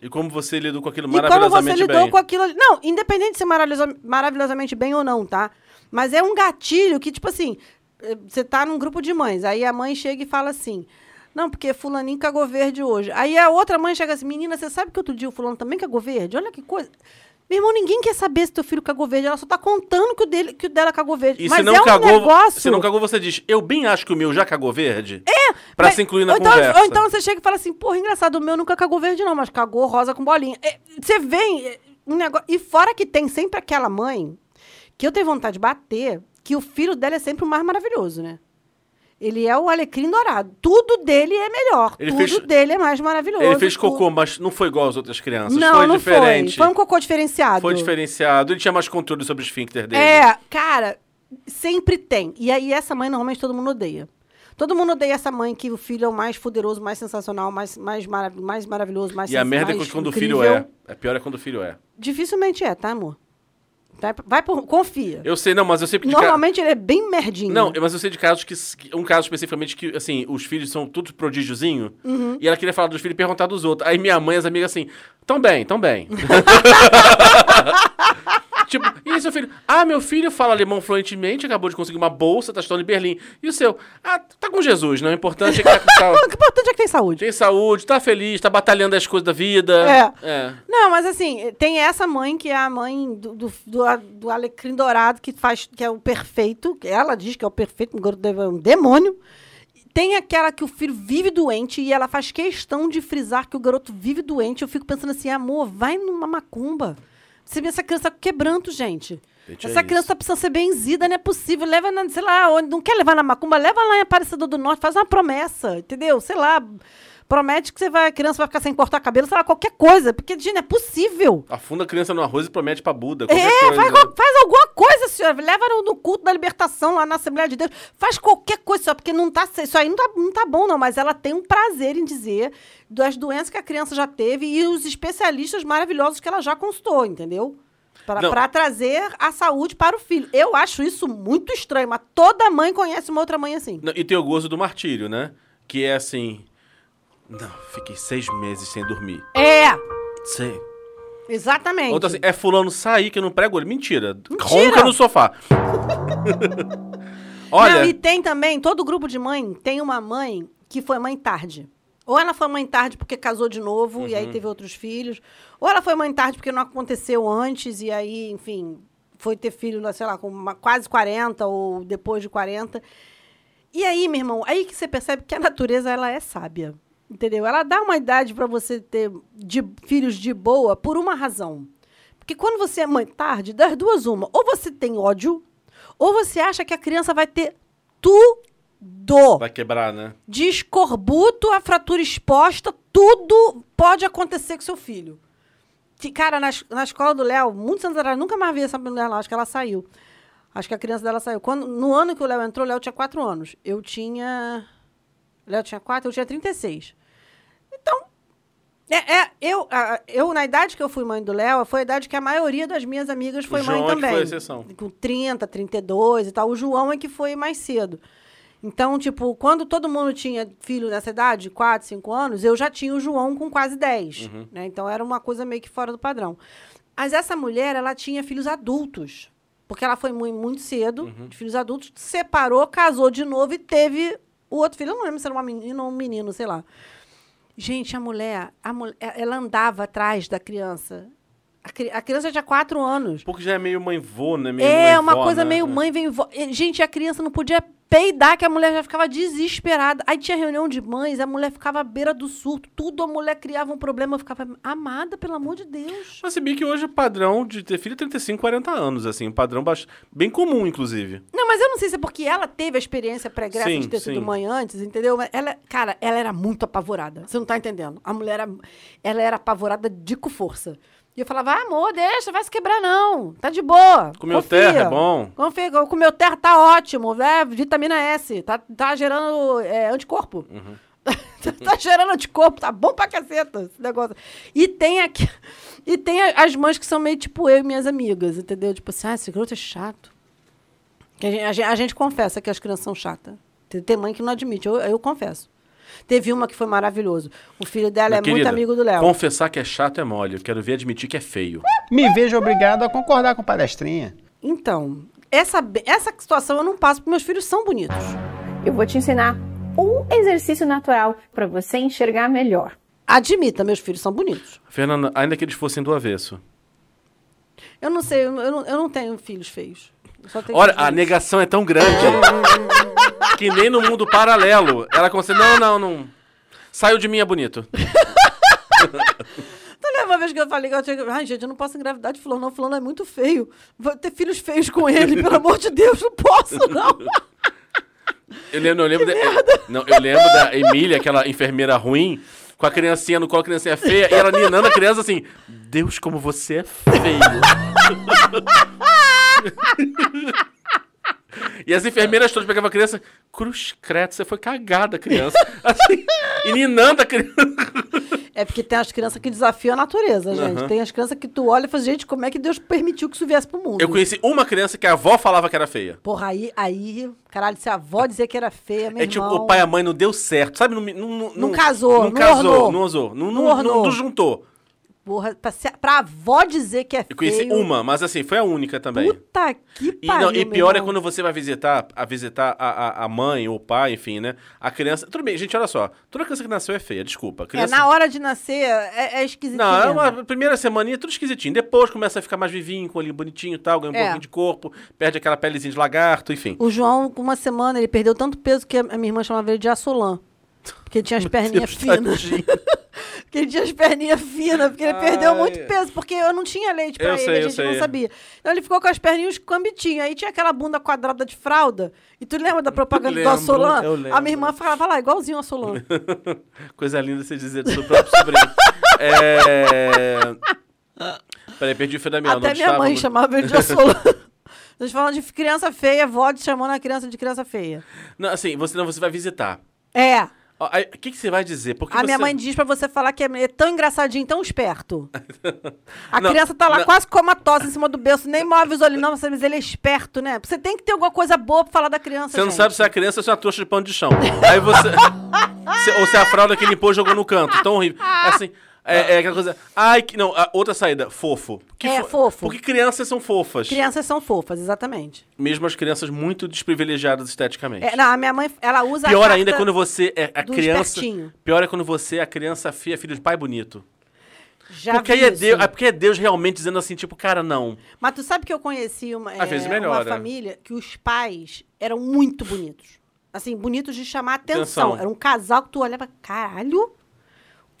B: E como você lidou com aquilo
A: E como você
B: maravilhosamente
A: lidou
B: bem.
A: com aquilo ali. Não, independente de ser maravilhosa- maravilhosamente bem ou não, tá? Mas é um gatilho que, tipo assim, eh, você tá num grupo de mães, aí a mãe chega e fala assim. Não, porque fulaninho cagou verde hoje. Aí a outra mãe chega assim, menina, você sabe que outro dia o fulano também cagou verde? Olha que coisa. Meu irmão, ninguém quer saber se teu filho cagou verde. Ela só tá contando que o, dele, que o dela cagou verde.
B: E
A: Mas
B: se não
A: é um
B: cagou,
A: negócio...
B: se não cagou, você diz, eu bem acho que o meu já cagou verde. É. Pra
A: Mas-
B: se incluir na
A: ou então,
B: conversa.
A: Ou então você chega e fala assim, porra, engraçado, o meu nunca cagou verde não, mas cagou rosa com bolinha. É, Você vem é, um negócio... E fora que tem sempre aquela mãe que eu tenho vontade de bater, que o filho dela é sempre o mais maravilhoso, né? Ele é o alecrim dourado. Tudo dele é melhor.
B: Ele
A: tudo
B: fez-
A: dele é mais maravilhoso.
B: Ele fez
A: tudo-
B: cocô, mas não foi igual às outras crianças.
A: Não,
B: foi
A: não
B: diferente.
A: foi. Foi um cocô diferenciado.
B: Foi diferenciado. Ele tinha mais controle sobre o esfíncter dele.
A: É, cara, sempre tem. E aí essa mãe normalmente todo mundo odeia. Todo mundo odeia essa mãe que o filho é o mais poderoso, mais sensacional, mais, mais, mara- mais maravilhoso, mais
B: E a
A: sens-
B: merda é
A: mais
B: quando o filho
A: incrível.
B: é. É pior é quando o filho é.
A: Dificilmente é, tá, amor? Vai- Vai por. Confia.
B: Eu sei, não, mas eu sei porque. de ca-
A: Normalmente ele é bem merdinho.
B: Não, mas eu sei de casos que. que- Um caso especificamente que, assim, os filhos são todos prodígiozinho.
A: Uhum.
B: E ela queria falar dos filhos e perguntar dos outros. Aí minha mãe e as amigas assim, tão bem, tão bem. tipo, e aí seu filho? Ah, meu filho fala alemão fluentemente, acabou de conseguir uma bolsa, tá estudando em Berlim. E o seu? Ah, tá com Jesus, não. O importante é que tá,
A: O
B: tá-
A: importante é que tem saúde.
B: tem saúde, tá feliz, tá batalhando as coisas da vida.
A: É. Não, mas assim, tem essa mãe que é a mãe do, do, do, a- do Alecrim Dourado, que faz, que é o perfeito, que ela diz que é o perfeito, um garoto é um demônio. Tem aquela que o filho vive doente e ela faz questão de frisar que o garoto vive doente. Eu fico pensando assim, amor, vai numa macumba. Você vê essa criança com quebranto, gente.
B: Gente, é
A: essa criança precisa ser benzida, não é possível. Leva, na, sei lá, onde, não quer levar na macumba, leva lá em Aparecida do Norte, faz uma promessa, entendeu? Sei lá, promete que você vai, a criança vai ficar sem cortar cabelo, sei lá, qualquer coisa. Porque, gente, não é possível.
B: Afunda a criança no arroz e promete pra Buda. qualquer
A: É,
B: coisa.
A: faz, qual- faz alguma coisa, senhora. Leva no, no culto da libertação lá na Assembleia de Deus. Faz qualquer coisa, senhora, porque não tá, isso aí não tá, não tá bom, não. Mas ela tem um prazer em dizer das doenças que a criança já teve e os especialistas maravilhosos que ela já consultou, entendeu?
B: Não.
A: Para trazer a saúde para o filho. Eu acho isso muito estranho, mas toda mãe conhece uma outra mãe assim.
B: Não, E tem o gozo do martírio, né? Que é assim. Não, fiquei seis meses sem dormir.
A: É,
B: Sei.
A: exatamente.
B: Outra assim, é fulano sair que eu não prego o olho. Mentira.
A: Mentira.
B: Ronca no sofá. Olha.
A: Não, então. e tem também, todo grupo de mãe tem uma mãe que foi mãe tarde. Ou ela foi mãe tarde porque casou de novo e aí teve outros filhos. Ou ela foi mãe tarde porque não aconteceu antes e aí, enfim, foi ter filho, sei lá, com uma- quase 40 ou depois de 40. E aí, meu irmão, aí que você percebe que a natureza ela é sábia. Entendeu? Ela dá uma idade para você ter de- filhos de boa por uma razão. Porque quando você é mãe tarde, das duas uma, ou você tem ódio, ou você acha que a criança vai ter tudo.
B: Vai quebrar, né?
A: De escorbuto a fratura exposta, tudo pode acontecer com seu filho. Que, cara, na, es- na escola do Léo, muitos anos atrás, nunca mais vi essa mulher lá, acho que ela saiu. Acho que a criança dela saiu. Quando, no ano que o Léo entrou, o Léo tinha 4 anos. Eu tinha. o Léo tinha 4, eu tinha 36. Então, é, é, eu, a- eu, na idade que eu fui mãe do Léo, foi a idade que a maioria das minhas amigas foi
B: O João
A: mãe
B: é que
A: também.
B: foi a exceção.
A: Com 30, 32 e tal. O João é que foi mais cedo. Então, tipo, quando todo mundo tinha filho nessa idade, 4, 5 anos, eu já tinha o João com quase 10.
B: Uhum.
A: né? Então era uma coisa meio que fora do padrão. Mas essa mulher, ela tinha filhos adultos. Porque ela foi muito, muito cedo,
B: Uhum.
A: de filhos adultos, separou, casou de novo e teve o outro filho. Eu não lembro se era uma menina ou um menino, sei lá. Gente, a mulher, a mulher ela andava atrás da criança. A, cri- a criança tinha quatro anos.
B: Porque já é meio mãe-vô, né? Meio
A: É,
B: mãe-vó,
A: uma coisa
B: né?
A: meio mãe, vem. vó. E, Gente, a criança não podia peidar, que a mulher já ficava desesperada. Aí tinha reunião de mães, a mulher ficava à beira do surto. Tudo a mulher criava um problema, eu ficava amada, pelo amor de Deus.
B: Mas se bem que hoje o padrão de ter filho é 35, 40 anos, assim. Um padrão baixo, bem comum, inclusive.
A: Não, mas eu não sei se é porque ela teve a experiência pregressa
B: Sim,
A: de ter sido
B: sim.
A: mãe antes, entendeu? Mas Ela, cara, ela era muito apavorada. Você não tá entendendo. A mulher era, ela era apavorada de com força. E eu falava, ah, amor, deixa, vai se quebrar não. Tá de boa.
B: Comeu terra, é bom.
A: Confia, com meu terra tá ótimo. É, vitamina S. Tá, tá gerando é, anticorpo.
B: Uhum.
A: tá gerando anticorpo, tá bom pra caceta esse negócio. E tem aqui. E tem a- as mães que são meio tipo eu e minhas amigas, entendeu? Tipo assim, ah, esse garoto é chato. Que a, gen- a gen- a gente, confessa que as crianças são chatas. Tem, tem mãe que não admite, eu, eu confesso. Teve uma que foi maravilhoso. O filho dela
B: Minha
A: é muito
B: querida,
A: amigo do Léo.
B: Confessar que é chato é mole. Eu quero ver admitir que é feio.
H: Me vejo obrigado a concordar com palestrinha.
A: Então, essa, be- essa situação eu não passo porque meus filhos são bonitos.
I: Eu vou te ensinar um exercício natural para você enxergar melhor.
A: Admita, meus filhos são bonitos.
B: Fernanda, ainda que eles fossem do avesso.
A: Eu não sei, eu, eu não, eu não tenho filhos feios. Eu só tenho
B: Olha,
A: filhos
B: a
A: bonitos.
B: negação é tão grande que nem no mundo paralelo. Ela consegue. Não, não, não. Saiu de mim é bonito.
A: Tu lembra Então, uma vez que eu falei que eu tinha. Ai, gente, eu não posso engravidar de fulano, não. Fulano é muito feio. Vou ter filhos feios com ele, pelo amor de Deus, não posso, não.
B: Eu lembro, eu lembro da, eu- não, eu lembro da Emília, aquela enfermeira ruim, com a criancinha no colo, a criancinha feia, e ela ninando a criança assim: Deus, como você é feio. E as enfermeiras todas pegavam a criança, cruz credo, você foi cagada, criança. Assim, e ninando a criança.
A: É porque tem as crianças que desafiam a natureza, gente. Tem as crianças que tu olha e fala, gente, como é que Deus permitiu que isso viesse pro mundo?
B: Eu conheci uma criança que a avó falava que era feia.
A: Porra, aí, aí, caralho, se a avó dizer que era feia, meu
B: É tipo,
A: irmão...
B: o pai e a mãe não deu certo, sabe? Não, me-
A: Não casou,
B: não
A: não
B: casou,
A: ornou.
B: não usou, não,
A: Não
B: não, não,
A: ornou.
B: não juntou.
A: porra, pra, ser- pra avó dizer que é
B: Eu conheci
A: feio.
B: uma, mas assim, foi a única também.
A: Puta que
B: E,
A: pariu.
B: não, e
A: meu
B: pior é
A: irmão.
B: quando você vai visitar a, visitar a, a, a mãe ou o pai, enfim, né? A criança. Tudo bem, gente, olha só. Toda criança que nasceu é feia, desculpa. A
A: É,
B: Criança...
A: na hora de nascer é, é esquisitinho.
B: Não, é
A: mesmo.
B: uma primeira semaninha é tudo esquisitinho. Depois começa a ficar mais vivinho, com o olhinho bonitinho e tal, ganha um
A: É.
B: pouquinho de corpo, perde aquela pelezinha de lagarto, enfim.
A: O João, com uma semana, ele perdeu tanto peso que a a minha irmã chamava ele de Assolan. Porque ele tinha as perninhas
B: Deus,
A: finas.
B: tadinho.
A: porque ele tinha as perninhas finas, porque ele perdeu muito peso, porque eu não tinha leite pra
B: Eu
A: ele,
B: sei,
A: a
B: eu
A: gente não
B: sei.
A: sabia. Então ele ficou com as perninhas cambitinhas. Aí tinha aquela bunda quadrada de fralda. E tu lembra da propaganda
B: Lembro,
A: do Assolan?
B: eu
A: A
B: lembro.
A: minha irmã falava lá, igualzinho o Assolan.
B: Coisa linda você dizer do seu próprio sobrinho. é... Peraí, perdi o fio da minha
A: Até minha mãe chamava ele de Assolan. Nós falamos de criança feia, vó chamando a criança de criança feia.
B: Não, assim, você, não, você vai visitar.
A: É.
B: Ó, aí, O que, que você vai dizer? Porque
A: A
B: você...
A: minha mãe diz pra você falar que é tão engraçadinho, tão esperto. A
B: Não,
A: criança tá lá
B: não.
A: quase comatosa em cima do berço, nem move os olhos, não, mas ele é esperto, né? Você tem que ter alguma coisa boa pra falar da criança.
B: Você não
A: gente.
B: sabe se é a criança ou se é uma trouxa de pano de chão. Aí você. se- ou se é a fralda que limpou e jogou no canto. Tão horrível. É assim. É, é aquela coisa. Ai, que. Não, a outra saída. Fofo. Que
A: É, fofo.
B: Porque crianças são fofas.
A: Crianças são fofas, exatamente.
B: Mesmo as crianças muito desprivilegiadas esteticamente.
A: É, não, a minha mãe, ela usa. a
B: Pior
A: carta
B: ainda é quando você é a
A: do
B: criança.
A: espertinho.
B: Pior é quando você é a criança feia, filho de pai bonito.
A: Já
B: porque aí
A: vi
B: é
A: isso.
B: Deus, é porque é Deus realmente dizendo assim, tipo, cara, não.
A: Mas tu sabe que eu conheci uma, é,
B: Às vezes
A: uma
B: melhora.
A: família que os pais eram muito bonitos. Assim, bonitos de chamar atenção.
B: Atenção.
A: Era um casal que tu olhava, caralho, o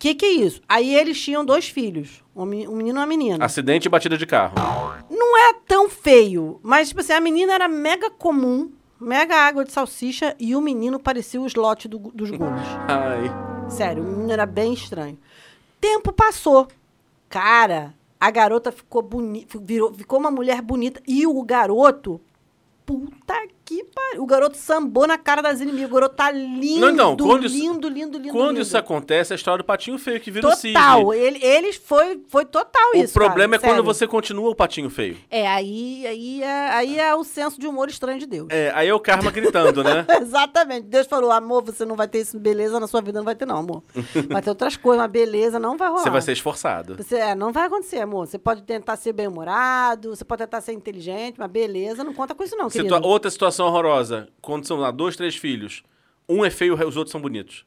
A: que que é isso? Aí eles tinham dois filhos, um meni- um menino e uma menina.
B: Acidente e batida de carro.
A: Não é tão feio, mas, tipo assim, a menina era mega comum, mega água de salsicha, e o menino parecia o slot do- dos gumes.
B: Ai.
A: Sério, o menino era bem estranho. Tempo passou. Cara, a garota ficou bonita, virou, ficou uma mulher bonita. E o garoto, puta que pariu. O garoto sambou na cara das inimigas. O garoto tá lindo,
B: Não, então, quando isso-
A: lindo, lindo, lindo.
B: Quando
A: lindo.
B: isso acontece, é a história do patinho feio que vira o Cid.
A: Total, ele, eles foi, foi total
B: O
A: isso.
B: problema é
A: cara,
B: quando
A: sério.
B: você continua o patinho feio.
A: É, aí, aí, é,
B: Ah.
A: aí é o senso de humor estranho de Deus.
B: É, aí é o karma gritando, né?
A: Exatamente. Deus falou, amor, você não vai ter isso, beleza na sua vida, não vai ter não, amor. Vai ter outras coisas, mas beleza não vai rolar.
B: Você vai ser esforçado.
A: Você, é, não vai acontecer, amor. Você pode tentar ser bem-humorado, você pode tentar ser inteligente, mas beleza, não conta com isso não, querido.
B: Situa- outra situação horrorosa. Quando são lá dois, três filhos. Um é feio, os outros são bonitos.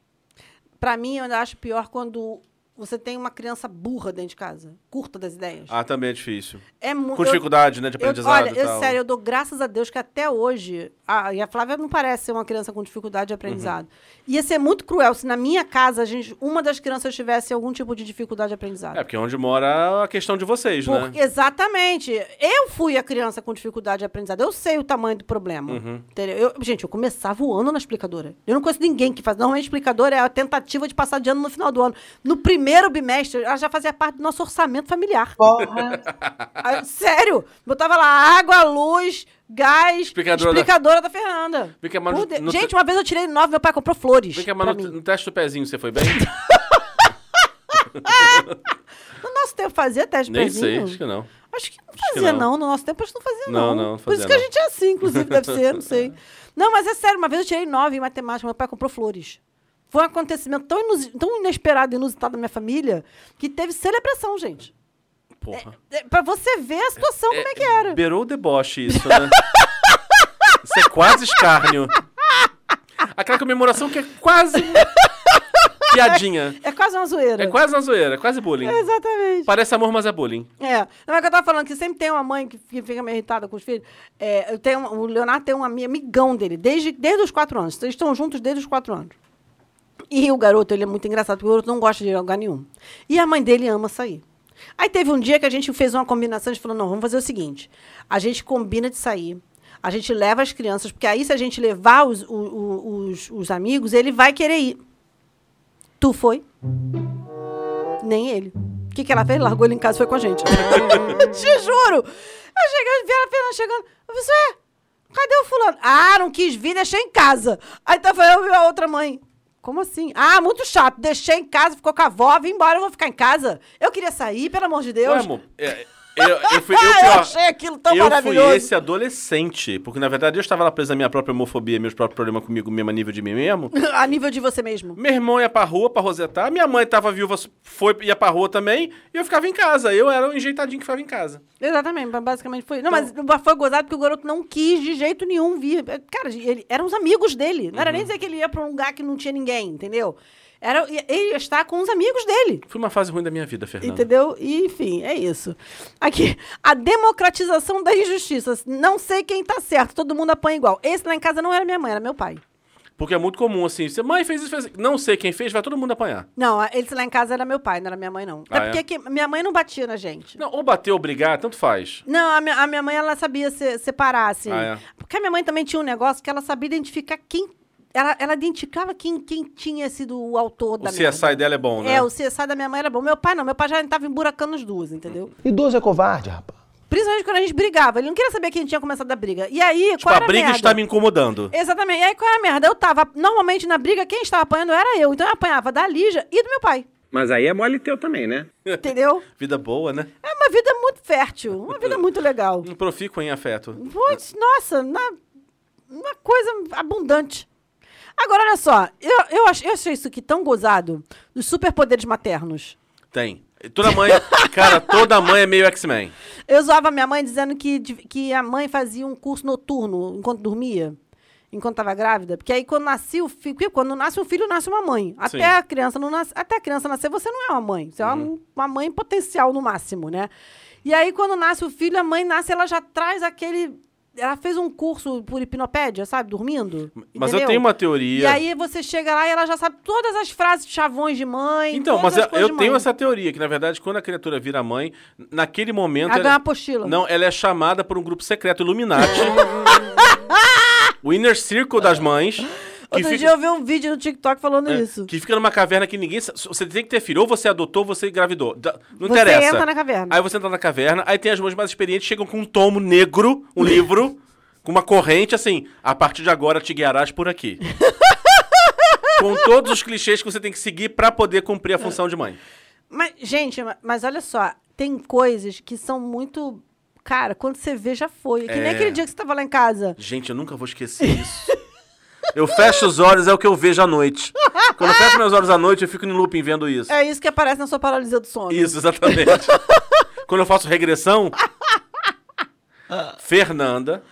A: Pra mim, eu ainda acho pior quando você tem uma criança burra dentro de casa, curta das ideias.
B: Ah, também é difícil.
A: É mu-
B: Com
A: eu-
B: dificuldade, né, de
A: eu-
B: aprendizado
A: olha,
B: e tal.
A: eu, sério, eu dou graças a Deus que até hoje. A, e a Flávia não parece ser uma criança com dificuldade de aprendizado.
B: Uhum.
A: Ia ser muito cruel se na minha casa a gente, uma das crianças tivesse algum tipo de dificuldade de aprendizado.
B: É, porque é onde mora a questão de vocês,
A: Porque-
B: né?
A: Exatamente. Eu fui a criança com dificuldade de aprendizado. Eu sei o tamanho do problema.
B: Uhum.
A: Entendeu? Eu- gente, eu começava o ano na explicadora. Eu não conheço ninguém que faz. Normalmente, explicadora é a tentativa de passar de ano no final do ano. No primeiro bimestre, ela já fazia parte do nosso orçamento familiar. Ah, Sério. Botava lá água, luz, gás,
B: Explicadora
A: explicadora,
B: da-
A: da... Fernanda.
B: Fica mais
A: Pude-
B: no- no-
A: Gente, uma vez eu tirei nove, meu pai comprou flores.
B: Vem cá,
A: pra
B: mas no,
A: mim.
B: no teste do pezinho você foi bem?
A: No nosso tempo fazia teste
B: Nem sei,
A: pezinho?
B: acho que não.
A: Acho que não
B: que
A: fazia,
B: não.
A: não. No nosso tempo, acho que não fazia,
B: Não,
A: não.
B: não, não
A: Por
B: fazia,
A: isso que a
B: não.
A: gente é assim, inclusive, deve ser, não sei. Não, mas é sério, uma vez eu tirei nove em matemática, meu pai comprou flores. Foi um acontecimento tão, inusi- tão inesperado e inusitado na minha família que teve celebração, gente.
B: Porra.
A: É, pra você ver a situação como é que era.
B: Beirou o deboche isso, né? isso é quase escárnio. Aquela comemoração que é quase... Piadinha.
A: É quase uma zoeira.
B: É quase uma zoeira, é quase bullying.
A: Exatamente.
B: Parece amor, mas é bullying.
A: É, não é que eu tava falando que sempre tem uma mãe que fi- que fica meio irritada com os filhos. É, eu tenho, um- o Leonardo tem um ami- amigão dele, desde, desde os quatro anos. Eles estão juntos desde os quatro anos. E o garoto, ele é muito engraçado, porque o garoto não gosta de lugar nenhum. E a mãe dele ama sair. Aí teve um dia que a gente fez uma combinação, a gente falou, não, vamos fazer o seguinte, a gente combina de sair, a gente leva as crianças, porque aí se a gente levar os, o- o- os, os amigos, ele vai querer ir. Tu foi? Nem ele. O que, que ela fez? Largou ele em casa e foi com a gente. Te juro! Eu cheguei, vi ela Fernanda chegando. Eu falei, ué, cadê o fulano? Ah, não quis vir, deixei em casa. Aí tava eu e a outra mãe. Como assim? Ah, muito chato. Deixei em casa, ficou com a avó, vim embora, eu vou ficar em casa. Eu queria sair, pelo amor de
B: Ué,
A: Deus.
B: amor, é, Eu, eu fui,
A: Ah,
B: eu, fui,
A: eu
B: ó,
A: achei aquilo tão
B: eu
A: maravilhoso.
B: fui esse adolescente, porque na verdade eu estava lá preso à minha própria homofobia, meus próprios problemas comigo mesmo, a nível de mim mesmo.
A: A nível de você mesmo.
B: Meu irmão ia pra rua pra rosetar, minha mãe tava viúva, foi, ia pra rua também, e eu ficava em casa. Eu era o enjeitadinho que ficava em casa.
A: Exatamente, ba- basicamente foi. Não, mas
B: Então
A: mas foi gozado porque o garoto não quis de jeito nenhum vir. Cara, ele, eram os amigos dele. Não
B: Uhum.
A: era nem dizer que ele ia pra um lugar que não tinha ninguém, entendeu? Era, ele ia estar com os amigos dele.
B: Foi uma fase ruim da minha vida, Fernando.
A: Entendeu? E, enfim, é isso. Aqui, a democratização da injustiça. Não sei quem tá certo, todo mundo apanha igual. Esse lá em casa não era minha mãe, era meu pai.
B: Porque é muito comum, assim, você, mãe fez isso, fez isso. Não sei quem fez, vai todo mundo apanhar.
A: Não, a- esse lá em casa era meu pai, não era minha mãe, não. Até
B: Ah, é?
A: porque que- minha mãe não batia na gente.
B: Não, ou bater ou brigar, tanto faz.
A: Não, a minha, a minha mãe, ela sabia se- separar, assim.
B: Ah, é?
A: Porque a minha mãe também tinha um negócio que ela sabia identificar quem... Ela, ela identificava quem, quem tinha sido o autor
B: O
A: da
B: CSI
A: merda.
B: dela é bom, né?
A: É, o CSI da minha mãe era bom. Meu pai não, meu pai já tava emburacando os duas, entendeu?
H: Idoso é covarde, rapaz.
A: Principalmente quando a gente brigava. Ele não queria saber quem tinha começado a briga. E aí,
B: Tipo,
A: qual
B: a
A: era a
B: briga
A: merda?
B: está me incomodando.
A: Exatamente. E aí, qual era a merda? Eu tava... Normalmente, na briga, quem estava apanhando era eu. Então, eu apanhava da Lígia e do meu pai.
J: Mas aí é mole teu também, né?
A: Entendeu?
B: Vida boa, né?
A: É uma vida muito fértil. Uma vida muito legal.
B: Não profico em afeto.
A: Putz, nossa, na- uma coisa abundante. Agora, olha só, eu, eu, achei, eu achei isso aqui tão gozado, dos superpoderes maternos.
B: Tem. Toda mãe, cara, toda mãe é meio X-Men.
A: Eu zoava minha mãe dizendo que, de- que a mãe fazia um curso noturno enquanto dormia, enquanto estava grávida. Porque aí quando nasce o filho. Quando nasce um filho, nasce uma mãe. Até
B: Sim. Uhum.
A: a criança não nasce, até a criança nascer, você não é uma mãe. Você é uma, uma mãe potencial no máximo, né? E aí, quando nasce o filho, a mãe nasce, ela já traz aquele. Ela fez um curso por hipnopédia, sabe? Dormindo.
B: Mas eu
A: entendeu?
B: tenho uma teoria.
A: E aí você chega lá e ela já sabe todas as frases chavões de mãe.
B: Então,
A: todas
B: mas
A: as
B: eu,
A: coisas
B: eu
A: de
B: tenho
A: mãe.
B: essa teoria, que na verdade, quando a criatura vira mãe, naquele momento.
A: Ela ganha uma apostila.
B: Não, ela é chamada por um grupo secreto Illuminati. o Inner Circle das mães. Que
A: Outro
B: fica,
A: dia eu vi um vídeo no TikTok falando
B: é,
A: isso.
B: que fica numa caverna que ninguém. sa- Você tem que ter filho. Ou você adotou, ou você engravidou. Da- Não
A: Você
B: interessa.
A: entra na caverna.
B: Aí você entra na caverna, aí tem as mães mais experientes, chegam com um tomo negro, um livro, com uma corrente assim. A partir de agora te guiarás por aqui. com todos os clichês que você tem que seguir pra poder cumprir a função de mãe.
A: Mas, gente, ma- mas olha só, tem coisas que são muito. Cara, quando você vê, já foi. Que nem
B: É.
A: aquele dia que você tava lá em casa.
B: Gente, eu nunca vou esquecer isso. Eu fecho os olhos, é o que eu vejo à noite. Quando eu fecho meus olhos à noite, eu fico em looping vendo isso.
A: É isso que aparece na sua paralisia do sono.
B: Isso, exatamente. Quando eu faço regressão. Fernanda.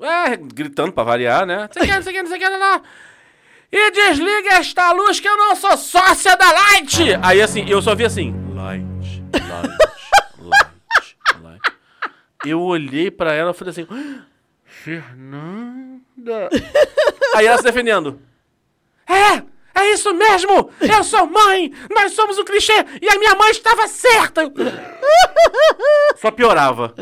B: É, gritando pra variar, né? Você quer, você quer, você quer, lá. E desliga esta luz que eu não sou sócia da Light! Aí assim, eu só vi assim. Light, light, light, light. Eu olhei pra ela e falei assim. "Ah, Fernanda. Aí ela se defendendo. É! É isso mesmo! Eu sou mãe! Nós somos um clichê! E a minha mãe estava certa! Eu- Só piorava.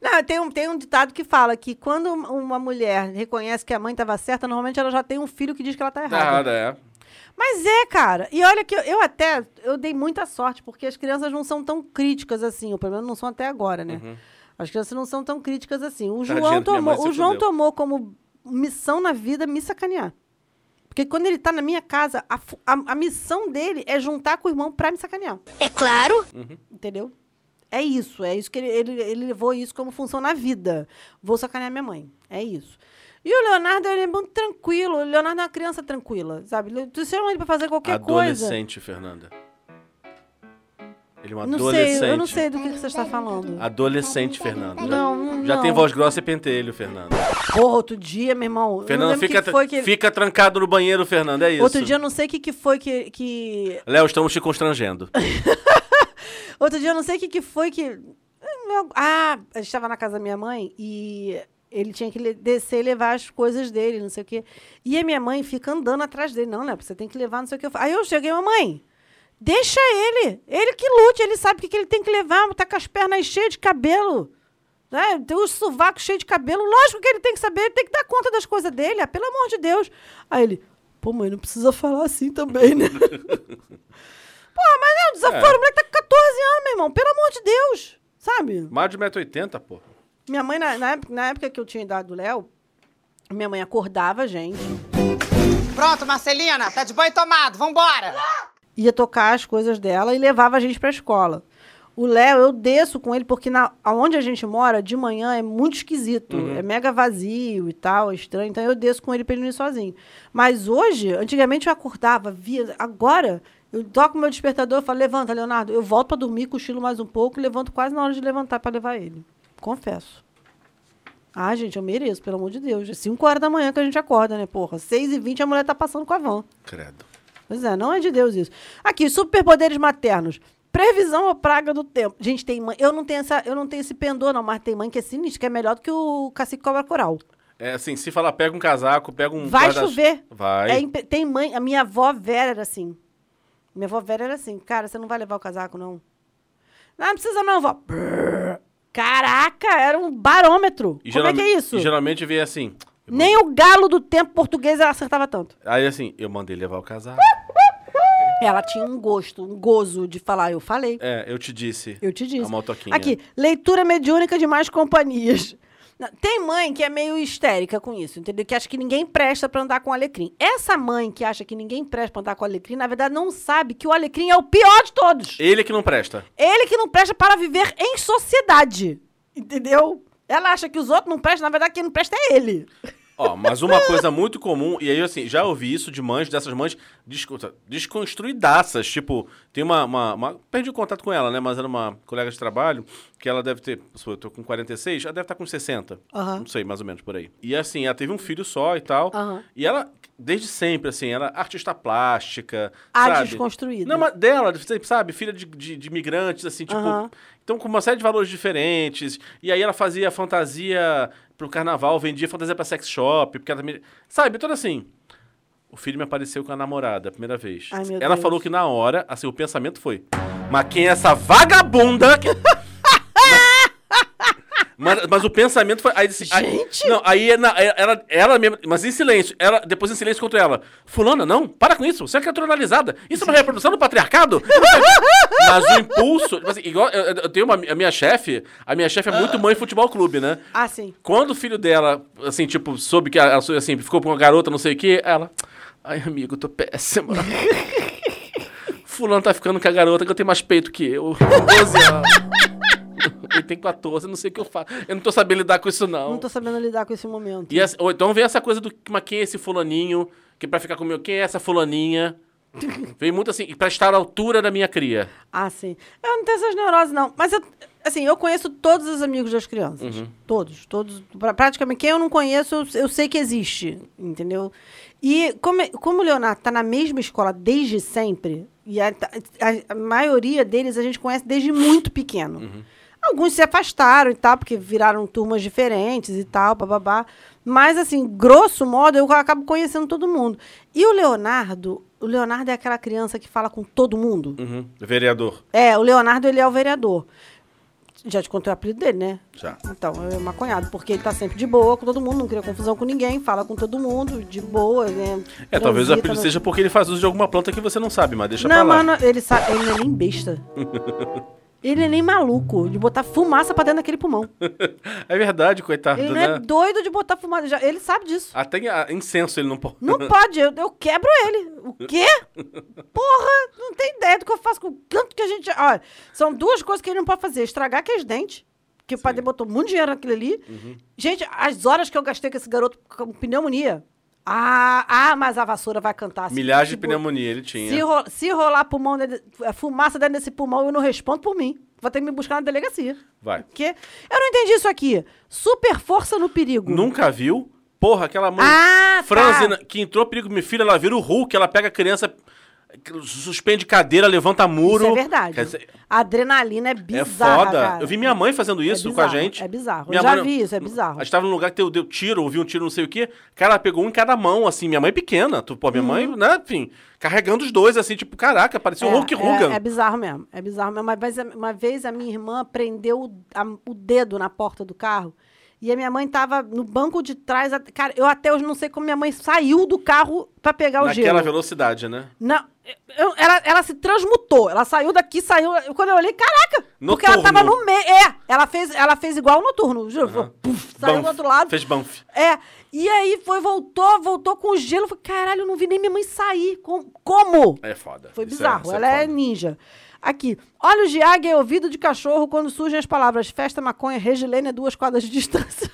A: Não, tem um, tem um ditado que fala que quando um- uma mulher reconhece que a mãe tava certa, normalmente ela já tem um filho que diz que ela tá errada.
B: Nada, é.
A: Mas é, cara. E olha que eu, eu até eu dei muita sorte, porque as crianças não são tão críticas assim, ou pelo menos não são até agora, né? As crianças não são tão críticas assim. O
B: Uhum. Tadinha
A: João
B: da minha mãe,
A: tomou, o
B: se
A: João
B: fudeu.
A: tomou como missão na vida me sacanear. Porque quando ele tá na minha casa, a, fu- a- a missão dele é juntar com o irmão pra me sacanear.
G: É claro.
A: Entendeu? É isso, é isso que ele, ele, ele levou isso como função na vida. Vou sacanear minha mãe. É isso. E o Leonardo, ele é muito tranquilo. O Leonardo é uma criança tranquila, sabe? Ele- Tu chama ele pra fazer qualquer coisa.
B: Adolescente, Fernanda. Ele é um
A: Não
B: adolescente.
A: sei, eu não sei do que, que você está falando.
B: Adolescente, Fernanda.
A: Não, não,
B: Já
A: não.
B: tem voz grossa e pentelho, Fernanda.
A: Porra, outro dia, meu irmão. eu não
B: Fernanda,
A: lembro o
B: fica,
A: que foi que. ele-
B: fica trancado no banheiro, Fernanda. É isso.
A: Outro dia eu não sei o que, que foi que, que.
B: Léo, estamos te constrangendo.
A: Outro dia eu não sei o que, que foi que. Ah, a gente estava na casa da minha mãe e ele tinha que le- descer e levar as coisas dele, não sei o quê. E a minha mãe fica andando atrás dele. Não, né? Você tem que levar, não sei o que. Aí eu cheguei, mamãe. Deixa ele. Ele que lute, ele sabe o que, que ele tem que levar. Tá com as pernas cheias de cabelo. Né? Tem o sovaco cheio de cabelo. Lógico que ele tem que saber, ele tem que dar conta das coisas dele. Ah, pelo amor de Deus. Aí ele, pô, mãe, não precisa falar assim também, né? Porra, mas não, desaforo, o moleque tá com 14 anos, meu irmão. Pelo amor de Deus. Sabe?
B: Mais de 1,80m, pô.
A: Minha mãe, na, na época, na época que eu tinha idade do Léo, minha mãe acordava a gente,
K: Pronto, Marcelina, tá de banho tomado, vambora!
A: ia tocar as coisas dela e levava a gente pra escola. O Léo, eu desço com ele, porque na, aonde a gente mora, de manhã é muito esquisito. É mega vazio e tal, é estranho. Então eu desço com ele pra ele não ir sozinho. Mas hoje, antigamente eu acordava, via. Agora, eu toco meu despertador eu falo, levanta, Leonardo. Eu volto pra dormir, cochilo mais um pouco, levanto quase na hora de levantar pra levar ele. Confesso. Ah, gente, eu mereço, pelo amor de Deus. É 5 horas da manhã que a gente acorda, né, porra? 6h20 a mulher tá passando com a van.
B: Credo.
A: Pois é, não é de Deus isso. Aqui, superpoderes maternos. Previsão ou praga do tempo? Gente, tem mãe. Eu não tenho, essa, eu não tenho esse pendor, não, mas tem mãe que é sinistra, que é melhor do que o cacique cobra coral.
B: É assim, se falar, pega um casaco, pega um.
A: Vai
B: guarda-
A: chover. É
B: Vai.
A: impre- tem mãe. A minha avó Vera era assim. Minha avó Vera era assim. Cara, você não vai levar o casaco, não? Não, não precisa, não, vó. Brrr. Caraca, era um barômetro.
B: E
A: Como é
B: geralme-
A: que é isso?
B: E geralmente vem assim. eu
A: Nem o galo do tempo português ela acertava tanto.
B: mandei- Aí assim, eu mandei levar o casaco.
A: Ela tinha um gosto, um gozo de falar, eu falei.
B: É, eu te disse.
A: Eu te disse.
B: A motoquinha.
A: Aqui, leitura mediúnica de mais companhias. Não, Tem mãe que é meio histérica com isso, entendeu? Que acha que ninguém presta pra andar com alecrim. Essa mãe que acha que ninguém presta pra andar com alecrim, na verdade, não sabe que o alecrim é o pior de todos.
B: Ele é que não presta.
A: Ele que não presta para viver em sociedade, entendeu? Ela acha que os outros não prestam, na verdade, quem não presta é ele.
B: Ó, mas uma coisa muito comum, e aí assim, já ouvi isso de mães, dessas mães desco- desconstruidaças. Tipo, tem uma, uma, uma- Perdi o contato com ela, né? Mas era uma colega de trabalho que ela deve ter. sou Eu tô com 46, ela deve estar com 60.
A: Aham.
B: Não sei, mais ou menos por aí. E assim, ela teve um filho só e tal.
A: Aham.
B: E ela, desde sempre, assim, era artista plástica.
A: A
B: sabe?
A: Ah, desconstruída.
B: Não, mas dela, sabe? Filha de, de, de imigrantes, assim, tipo.
A: Aham.
B: Então, com uma série de valores diferentes. E aí ela fazia fantasia pro carnaval, vendia fantasia pra sex shop, porque ela também. Sabe, tudo assim. O filho me apareceu com a namorada a primeira vez.
A: Ai, meu
B: ela
A: Deus.
B: falou que na hora, assim, o pensamento foi. Mas quem é essa vagabunda? que-" mas, mas o pensamento foi. Aí, disse, aí-
A: Gente!
B: não, aí é na- ela, ela mesma. Mas em silêncio. Ela, depois em silêncio contra ela. Fulana, não, para com isso. Você é criaturalizada. Isso é uma reprodução do patriarcado? Mas o impulso. tipo assim, igual, eu, eu- eu tenho uma. A minha chefe. A minha chefe é muito mãe futebol clube, né?
A: Ah, sim.
B: Quando o filho dela, assim, tipo, soube que ela, assim, ficou com uma garota, não sei o quê, ela. Ai, amigo, eu tô péssima. Fulano tá ficando com a garota que eu tenho mais peito que eu. 12 anos. Ele tem 14, não sei o que eu faço. Eu não tô sabendo lidar com isso, não.
A: Não tô sabendo lidar com esse momento.
B: E essa- ou então vem essa coisa do mas quem é esse fulaninho? Que pra ficar comigo, quem é essa fulaninha? vem muito assim, e pra estar à altura da minha cria.
A: Ah, sim. Eu não tenho essas neuroses, não. Mas, eu, assim, eu conheço todos os amigos das crianças. Todos, todos. Pra- Praticamente, quem eu não conheço, eu, eu sei que existe, entendeu? E como, como o Leonardo tá na mesma escola desde sempre, e a, a- a maioria deles a gente conhece desde muito pequeno. Alguns se afastaram e tal, porque viraram turmas diferentes e tal, bababá. Mas, assim, grosso modo, eu acabo conhecendo todo mundo. E o Leonardo, o Leonardo é aquela criança que fala com todo mundo.
B: Uhum. Vereador.
A: É, o Leonardo, ele é o vereador. Já te contei o apelido dele, né?
B: Já.
A: Então, é maconhado, porque ele tá sempre de boa com todo mundo, não cria confusão com ninguém, fala com todo mundo, de boa, né?
B: É, talvez o
A: Transita
B: apelido
A: no-
B: seja porque ele faz uso de alguma planta que você não sabe, mas deixa pra
A: Não,
B: lá.
A: mano, ele, sabe, ele não é nem besta. ele é nem maluco de botar fumaça pra dentro daquele pulmão.
B: É verdade, coitado,
A: Ele não
B: né?
A: é doido de botar fumaça, já- ele sabe disso.
B: Até em- ah, incenso ele não pode.
A: Não pode, eu, eu quebro ele. O quê? Porra, não tem ideia do que eu faço com o tanto que a gente. Olha, são duas coisas que ele não pode fazer: estragar aqueles dentes, que o padre botou muito dinheiro naquilo ali.
B: Uhum.
A: Gente, as horas que eu gastei com esse garoto com pneumonia. Ah, ah, mas a vassoura vai cantar. Se-
B: Milhares de
A: se bo-
B: pneumonia ele tinha.
A: Se, ro- se rolar pulmão, dele- a fumaça dentro desse pulmão, eu não respondo por mim. Vou ter que me buscar na delegacia.
B: Vai.
A: Porque eu não entendi isso aqui. Super força no perigo.
B: Nunca viu? Porra, aquela mãe.
A: Ah, tá.
B: Franzina, que entrou perigo, minha filha, ela vira o Hulk, ela pega a criança, suspende cadeira, levanta muro.
A: Isso é verdade.
B: Quer dizer,
A: A adrenalina é
B: É
A: bizarra.
B: foda.
A: cara.
B: Eu vi minha mãe fazendo isso
A: É
B: com a
A: bizarro,
B: gente.
A: é bizarro. Eu
B: Minha
A: já
B: não-
A: vi isso, é bizarro.
B: A gente tava num lugar que deu, deu tiro, ouviu um tiro, não sei o quê. Cara, ela pegou um em cada mão, assim. Minha mãe pequena. Tu, pô, minha mãe, né, enfim, carregando os dois, assim, tipo, caraca, parecia um Hulk Hogan.
A: Uhum. É, é bizarro mesmo. É bizarro mesmo. Uma vez, uma vez a minha irmã prendeu o, a- o dedo na porta do carro. E a minha mãe tava no banco de trás. a- Cara, eu até hoje não sei como minha mãe saiu do carro pra pegar o
B: Naquela
A: gelo.
B: velocidade, né?
A: Não, eu- ela, ela se transmutou. Ela saiu daqui, saiu. eu- Quando eu olhei, caraca! Porque ela tava
B: Noturno.
A: no meio. É, ela fez, ela fez igual o noturno. Juro, foi puf, saiu
B: Banff.
A: do outro lado.
B: Fez banff.
A: É, e aí foi, voltou, voltou com gelo. Eu Falei, caralho, eu não vi nem minha mãe sair. Com- como?
B: É foda.
A: Foi
B: Isso é-
A: bizarro.
B: isso
A: Ela é
B: foda.
A: ninja. Aqui. Olhos de águia e ouvido de cachorro quando surgem as palavras festa, maconha, regilene a duas quadras de distância.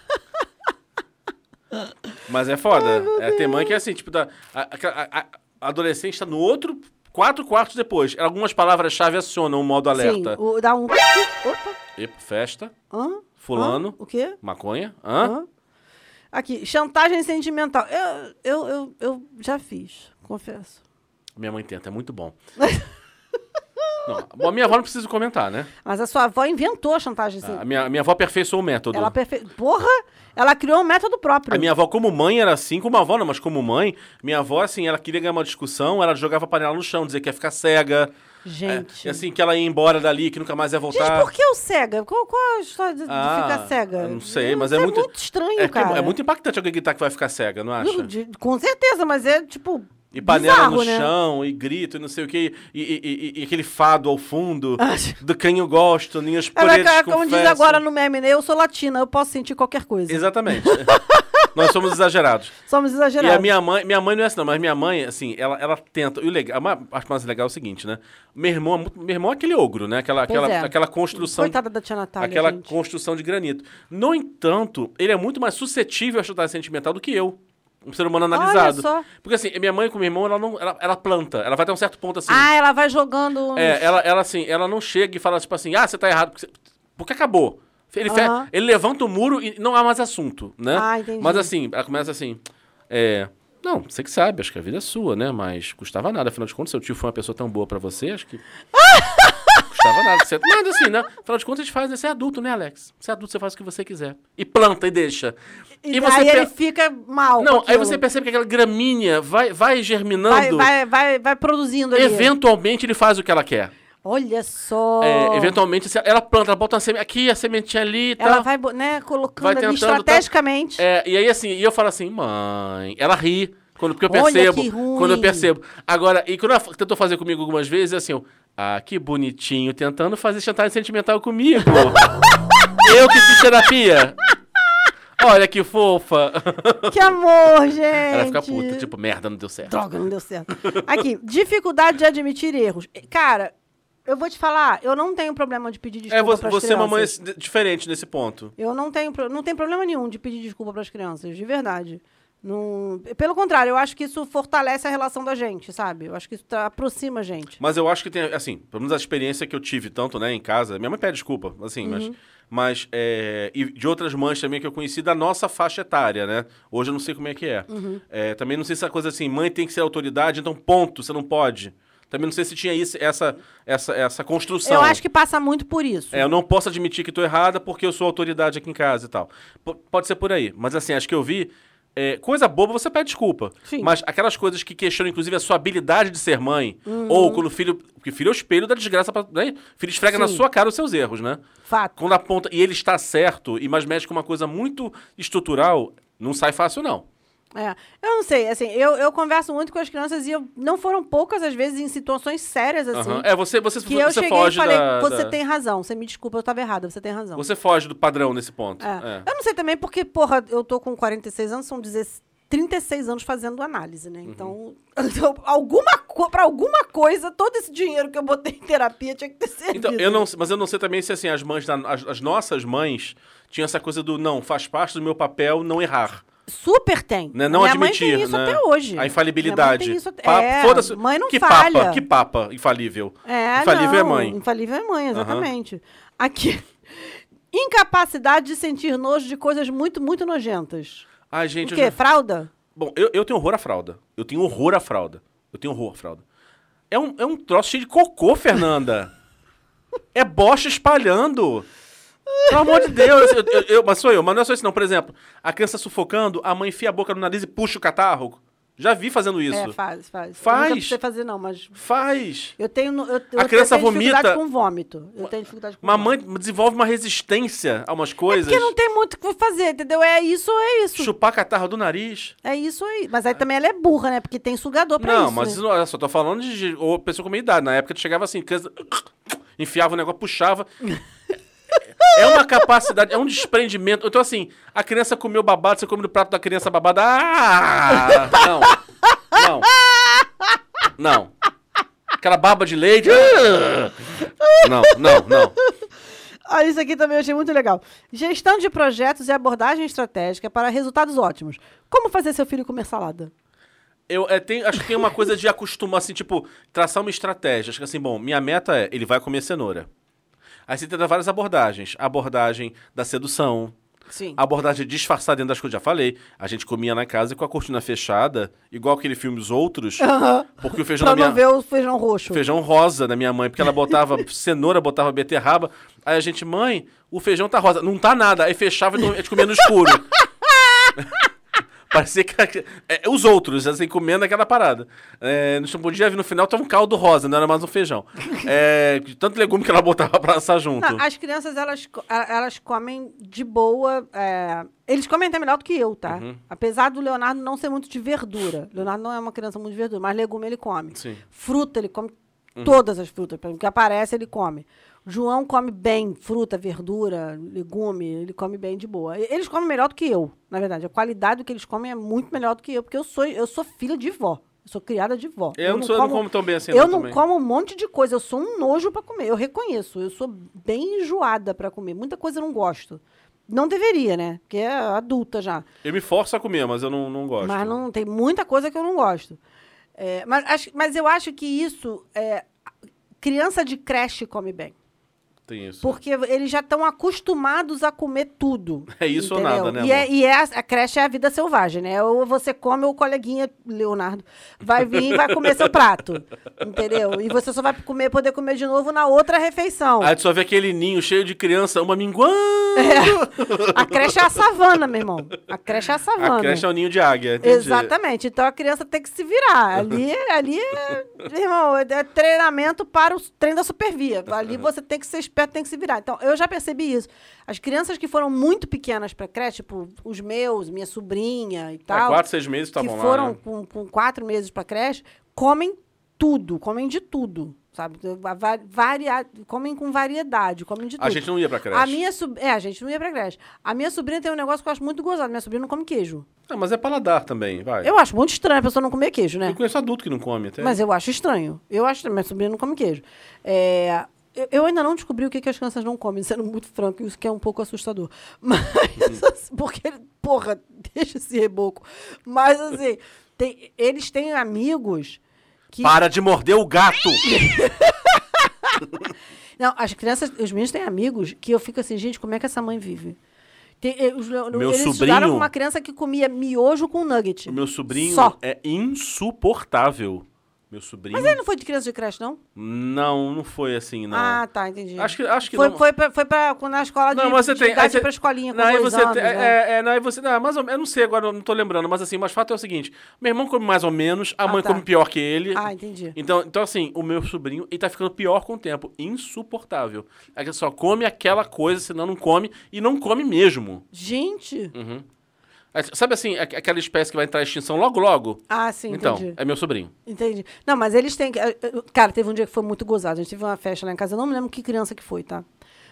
B: Mas é foda. é, tem mãe que é assim, tipo, da, a, a- a- a adolescente tá no outro, quatro quartos depois. Algumas palavras-chave acionam o modo alerta.
A: Sim, o, dá um. Opa!
B: Epa, festa,
A: Hã?
B: fulano,
A: Hã? O quê?
B: maconha, hã?
A: Hã? Aqui, chantagem sentimental. Eu, eu, eu, eu já fiz, confesso.
B: Minha mãe tenta, é muito bom. não, bom, a minha avó não precisa comentar, né?
A: Mas a sua avó inventou a chantagem
B: A
A: sentimental.
B: minha, a minha avó aperfeiçoou o método.
A: Ela perfe... Porra! Ela criou um método próprio.
B: A minha avó, como mãe, era assim, como avó não, mas como mãe, minha avó, assim, ela queria ganhar uma discussão, ela jogava a panela no chão, dizia que ia ficar cega.
A: Gente.
B: É, assim, que ela ia embora dali, que nunca mais ia
A: Gente,
B: voltar.
A: por que o cega? Qual, qual a história de, de
B: Ah,
A: ficar cega?
B: eu Não sei,
A: Isso
B: mas é muito.
A: estranho,
B: é que é-
A: cara.
B: É muito impactante alguém gritar que vai ficar cega, não acha?
A: Não, de- com certeza, mas é tipo.
B: E panela
A: bizarro,
B: no
A: né?
B: chão, e grito, e não sei o que, e, e- e- e aquele fado ao fundo
A: Ah.
B: do quem eu gosto, ninhas
A: Ela,
B: poletas
A: cara, É, como diz
B: confessam.
A: agora no meme, né? Eu sou latina, eu posso sentir qualquer coisa.
B: Exatamente. Nós somos exagerados.
A: Somos
B: E a
A: exagerados.
B: minha mãe, minha mãe não é assim, não, mas minha mãe, assim, ela, ela tenta. E o legal, a ma- a parte mais legal é o seguinte, né? Meu irmão, é muito- meu irmão é aquele ogro, né? Aquela,
A: Pois
B: aquela,
A: é.
B: aquela construção.
A: Coitada da tia Natália.
B: aquela
A: gente.
B: construção de granito. No entanto, ele é muito mais suscetível à chantagem sentimental do que eu. Um ser humano analisado.
A: só.
B: Porque assim, minha mãe com meu irmão, ela não. Ela, ela planta. Ela vai até um certo ponto assim.
A: Ah, ela vai jogando. uns-
B: É, ela, ela assim, ela não chega e fala tipo assim, ah, você tá errado porque, você- porque acabou. Ele, fe-
A: Aham.
B: ele levanta o muro e não há mais assunto, né?
A: Ah, entendi.
B: Mas assim, ela começa assim, é, não, você que sabe, acho que a vida é sua, né? Mas custava nada, afinal de contas, seu tio foi uma pessoa tão boa pra você, acho que... custava nada. Você... Nada assim, né? Afinal de contas, a gente faz, né? Você é adulto, né, Alex? Você é adulto, você faz o que você quiser. E planta e deixa.
A: E, aí
B: pe-
A: ele fica mal.
B: Não,
A: com
B: aí
A: aquilo.
B: você percebe que aquela gramínea vai, vai
A: vai,
B: germinando.
A: vai, vai, vai produzindo ali.
B: Eventualmente ele faz o que ela quer.
A: Olha só.
B: É, eventualmente, se ela planta, ela bota uma semente aqui, a sementinha ali e tal.
A: Ela vai, bo- né, colocando
B: Vai
A: ali
B: tentando, tá?
A: estrategicamente.
B: É, e aí, assim, e eu falo assim, mãe... Ela ri, quando, porque eu
A: Olha
B: percebo.
A: que ruim.
B: Quando eu percebo. Agora, e quando ela fa- tentou fazer comigo algumas vezes, é assim, eu, ah, que bonitinho, tentando fazer chantagem sentimental comigo. eu que fiz terapia. Olha que fofa.
A: Que amor, gente.
B: É. Ela fica puta, tipo, merda, não deu certo.
A: Droga, não deu certo. Aqui, dificuldade de admitir erros. Cara, eu vou te falar, eu não tenho problema de pedir desculpa
B: É, você,
A: pras
B: você é uma mãe
A: crianças.
B: d- diferente nesse ponto.
A: Eu não tenho, pro- não tem problema nenhum de pedir desculpa pras crianças, de verdade. Não, pelo contrário, eu acho que isso fortalece a relação da gente, sabe? Eu acho que isso tra- aproxima a gente.
B: Mas eu acho que tem, assim, pelo menos a experiência que eu tive tanto, né, em casa. Minha mãe pede desculpa, assim,
A: Uhum.
B: mas. Mas, é, e de outras mães também que eu conheci da nossa faixa etária, né? Hoje eu não sei como é que é.
A: Uhum.
B: É, também não sei se essa coisa assim, mãe tem que ser autoridade, então ponto, você não pode. Também não sei se tinha isso, essa, essa, essa construção.
A: Eu acho que passa muito por isso.
B: É, eu não posso admitir que tô errada porque eu sou autoridade aqui em casa e tal. P- pode ser por aí. Mas assim, acho que eu vi. é, coisa boba, você pede desculpa.
A: Sim.
B: Mas aquelas coisas que questionam, inclusive, a sua habilidade de ser mãe,
A: Uhum.
B: ou quando o filho. Porque filho é o espelho da desgraça. Pra, né? Filho esfrega na
A: Sim.
B: sua cara os seus erros, né?
A: Fato.
B: Quando aponta. E ele está certo, e mas mexe com uma coisa muito estrutural, não sai fácil, não.
A: É. Eu não sei, assim, eu, eu converso muito com as crianças e eu, não foram poucas as vezes em situações sérias, assim.
B: Aham. É, você, você,
A: Que eu
B: você
A: cheguei e
B: foge
A: falei,
B: da.
A: você
B: da-
A: tem razão, você me desculpa, eu tava errada, você tem razão.
B: Você foge do padrão nesse ponto.
A: É.
B: É.
A: Eu não sei também porque, porra, eu tô com 46 anos, são 16 36 anos fazendo análise,
B: Uhum.
A: né? Então, então, alguma co- pra alguma coisa, todo esse dinheiro que eu botei em terapia tinha que ter servido.
B: Então, eu não, mas eu não sei também se assim, as mães, da- as, as nossas mães, tinham essa coisa do não, faz parte do meu papel não errar.
A: Super tem.
B: Né? Não
A: Minha
B: admitir.
A: mãe tem isso
B: né?
A: até hoje.
B: A infalibilidade.
A: Minha mãe tem isso até...
B: Pa-
A: é,
B: foda-se-
A: mãe não
B: que
A: falha.
B: papa, que papa infalível.
A: É,
B: infalível é
A: não,
B: mãe.
A: Infalível é mãe,
B: Aham.
A: exatamente. Aqui. Incapacidade de sentir nojo de coisas muito, muito nojentas.
B: Ai, gente,
A: o
B: eu
A: quê?
B: já-
A: Fralda?
B: Bom, eu, eu tenho horror à fralda. Eu tenho horror à fralda. Eu tenho horror à fralda. É um, é um troço cheio de cocô, Fernanda. é bosta espalhando. Pelo amor de Deus. Eu, eu- eu- mas sou eu. Mas não é só isso, não. Por exemplo, a criança sufocando, a mãe enfia a boca no nariz e puxa o catarro. Já vi fazendo isso.
A: É, faz, faz. Eu
B: Faz.
A: nunca precisei fazer, não, mas
B: Faz.
A: Eu tenho, no- eu, eu
B: A criança
A: tenho dificuldade
B: vomita.
A: com vômito. Eu tenho dificuldade com
B: Mamãe
A: vômito.
B: desenvolve uma resistência a umas
A: É
B: coisas.
A: porque não tem muito o que fazer, entendeu? É isso ou é isso.
B: Chupar catarro do nariz.
A: É isso aí. Mas aí também ela é burra, né? Porque tem sugador pra
B: não,
A: isso.
B: mas
A: né?
B: isso não, olha só, tô falando de de- ou pessoa com minha idade. Na época tu chegava assim, criança, enfiava o negócio, puxava. é uma capacidade, é um desprendimento. Então, assim, a criança comeu babado, você come no prato da criança babada. Ah! Não. Não. Não. Aquela barba de leite. Não, não, não.
A: Ah, isso aqui também eu achei muito legal. Gestão de projetos e abordagem estratégica para resultados ótimos. Como fazer seu filho comer salada?
B: Eu é, tem- acho que tem uma coisa de acostumar, assim, tipo, traçar uma estratégia. Acho que assim, bom, minha meta é, ele vai comer cenoura. Aí você tenta várias abordagens. A abordagem da sedução.
A: Sim.
B: A abordagem de disfarçar dentro das coisas, já falei. A gente comia na casa com a cortina fechada, igual aquele filme Os Outros, porque o feijão
A: Pra
B: da minha...
A: não ver o feijão roxo.
B: feijão rosa da minha mãe, porque ela botava cenoura, botava beterraba. Aí a gente, mãe, o feijão tá rosa. Não tá nada. Aí fechava e dormia- a gente comia no escuro. Parecia que é, os outros, assim, comendo aquela parada. É, não podia vir no final, tava um caldo rosa, não era mais um feijão. É, de tanto legume que ela botava pra assar junto.
A: Não, as crianças, elas, co- a- elas comem de boa. é, Eles comem até melhor do que eu, tá?
B: Uhum.
A: Apesar do Leonardo não ser muito de verdura. Leonardo não é uma criança muito de verdura, mas legume ele come.
B: Sim. Uhum.
A: Fruta, ele come todas as frutas. O que aparece, ele come. João come bem fruta, verdura, legume, ele come bem de boa. E- Eles comem melhor do que eu, na verdade. A qualidade do que eles comem é muito melhor do que eu, porque eu sou, eu sou filha de vó. Eu sou criada de vó.
B: Eu não sou- eu não como tão bem assim,
A: Eu
B: não,
A: não
B: também.
A: como um monte de coisa. Eu sou um nojo pra comer. Eu reconheço. Eu sou bem enjoada pra comer. Muita coisa eu não gosto. Não deveria, né? Porque é adulta já.
B: Eu me forço a comer, mas eu não, não gosto.
A: Mas não tem muita coisa que eu não gosto. É, mas, acho- mas eu acho que isso. é, criança de creche come bem.
B: Tem isso.
A: Porque eles já estão acostumados a comer tudo.
B: É isso ou nada, né,
A: E, é,
B: amor?
A: e é a, a creche é a vida selvagem, né? Ou você come ou o coleguinha, Leonardo, vai vir e vai comer seu prato. Entendeu? E você só vai comer, poder comer de novo na outra refeição.
B: Aí tu só vê aquele ninho cheio de criança, uma minguando.
A: A creche é a savana, meu irmão. A creche é a savana.
B: A creche é o ninho de águia. entendi.
A: Exatamente. Então a criança tem que se virar. Ali, ali é, irmão, é treinamento para o trem da supervia. Ali você tem que ser esperto, tem que se virar. Então, eu já percebi isso. As crianças que foram muito pequenas para creche, tipo os meus, minha sobrinha e tal.
B: Ah, quatro, seis meses estavam
A: Que
B: lá,
A: foram
B: né?
A: com, com quatro meses para creche, comem tudo, comem de tudo. Sabe? Va- Varia, comem com variedade, comem de
B: A
A: tudo.
B: gente não ia pra creche.
A: A minha sob- É, a gente não ia pra creche. A minha sobrinha tem um negócio que eu acho muito gozado. Minha sobrinha não come queijo.
B: Ah, mas é paladar também, vai.
A: Eu acho muito estranho a pessoa não comer queijo, né?
B: Eu conheço adulto que não come até.
A: Mas eu acho estranho. Eu acho estranho. Minha sobrinha não come queijo. É, eu, eu ainda não descobri o que, que as crianças não comem, sendo muito franco, isso que é um pouco assustador. Mas, assim, porque, porra, deixa esse reboco. Mas, assim, tem- eles têm amigos que.
B: Para de morder o gato!
A: Não, as crianças, os meninos têm amigos que eu fico assim, gente, como é que essa mãe vive? Tem, eh, os-
B: Meu
A: eles estudaram
B: sobrinho-
A: com uma criança que comia miojo com nugget.
B: o meu sobrinho
A: Só.
B: é insuportável. Meu sobrinho.
A: Mas ele não foi de criança de creche, não?
B: Não, não foi assim, não.
A: Ah, tá, entendi.
B: Acho que- acho que
A: foi,
B: não.
A: Foi pra, foi pra quando na escola de,
B: Não, mas você
A: de
B: tem.
A: idade
B: aí você-
A: pra escolinha com
B: não, aí
A: dois
B: você
A: anos,
B: tem-
A: né?
B: é, é, não, aí você. Não, mais ou menos. Eu não sei agora, eu não tô lembrando, mas assim, mas o fato é o seguinte: meu irmão come mais ou menos, a
A: Ah,
B: mãe
A: tá.
B: come pior que ele.
A: Ah, entendi.
B: Então, então, assim, o meu sobrinho, ele tá ficando pior com o tempo. Insuportável. É que só come aquela coisa, senão não come, e não come mesmo.
A: Gente!
B: Hum. É, Sabe assim, aqu- aquela espécie que vai entrar em extinção logo, logo?
A: Ah, sim,
B: Então,
A: entendi.
B: é meu sobrinho.
A: Entendi. Não, mas eles têm que. eh, eh, Cara, teve um dia que foi muito gozado. A gente teve uma festa lá em casa, eu não me lembro que criança que foi, tá?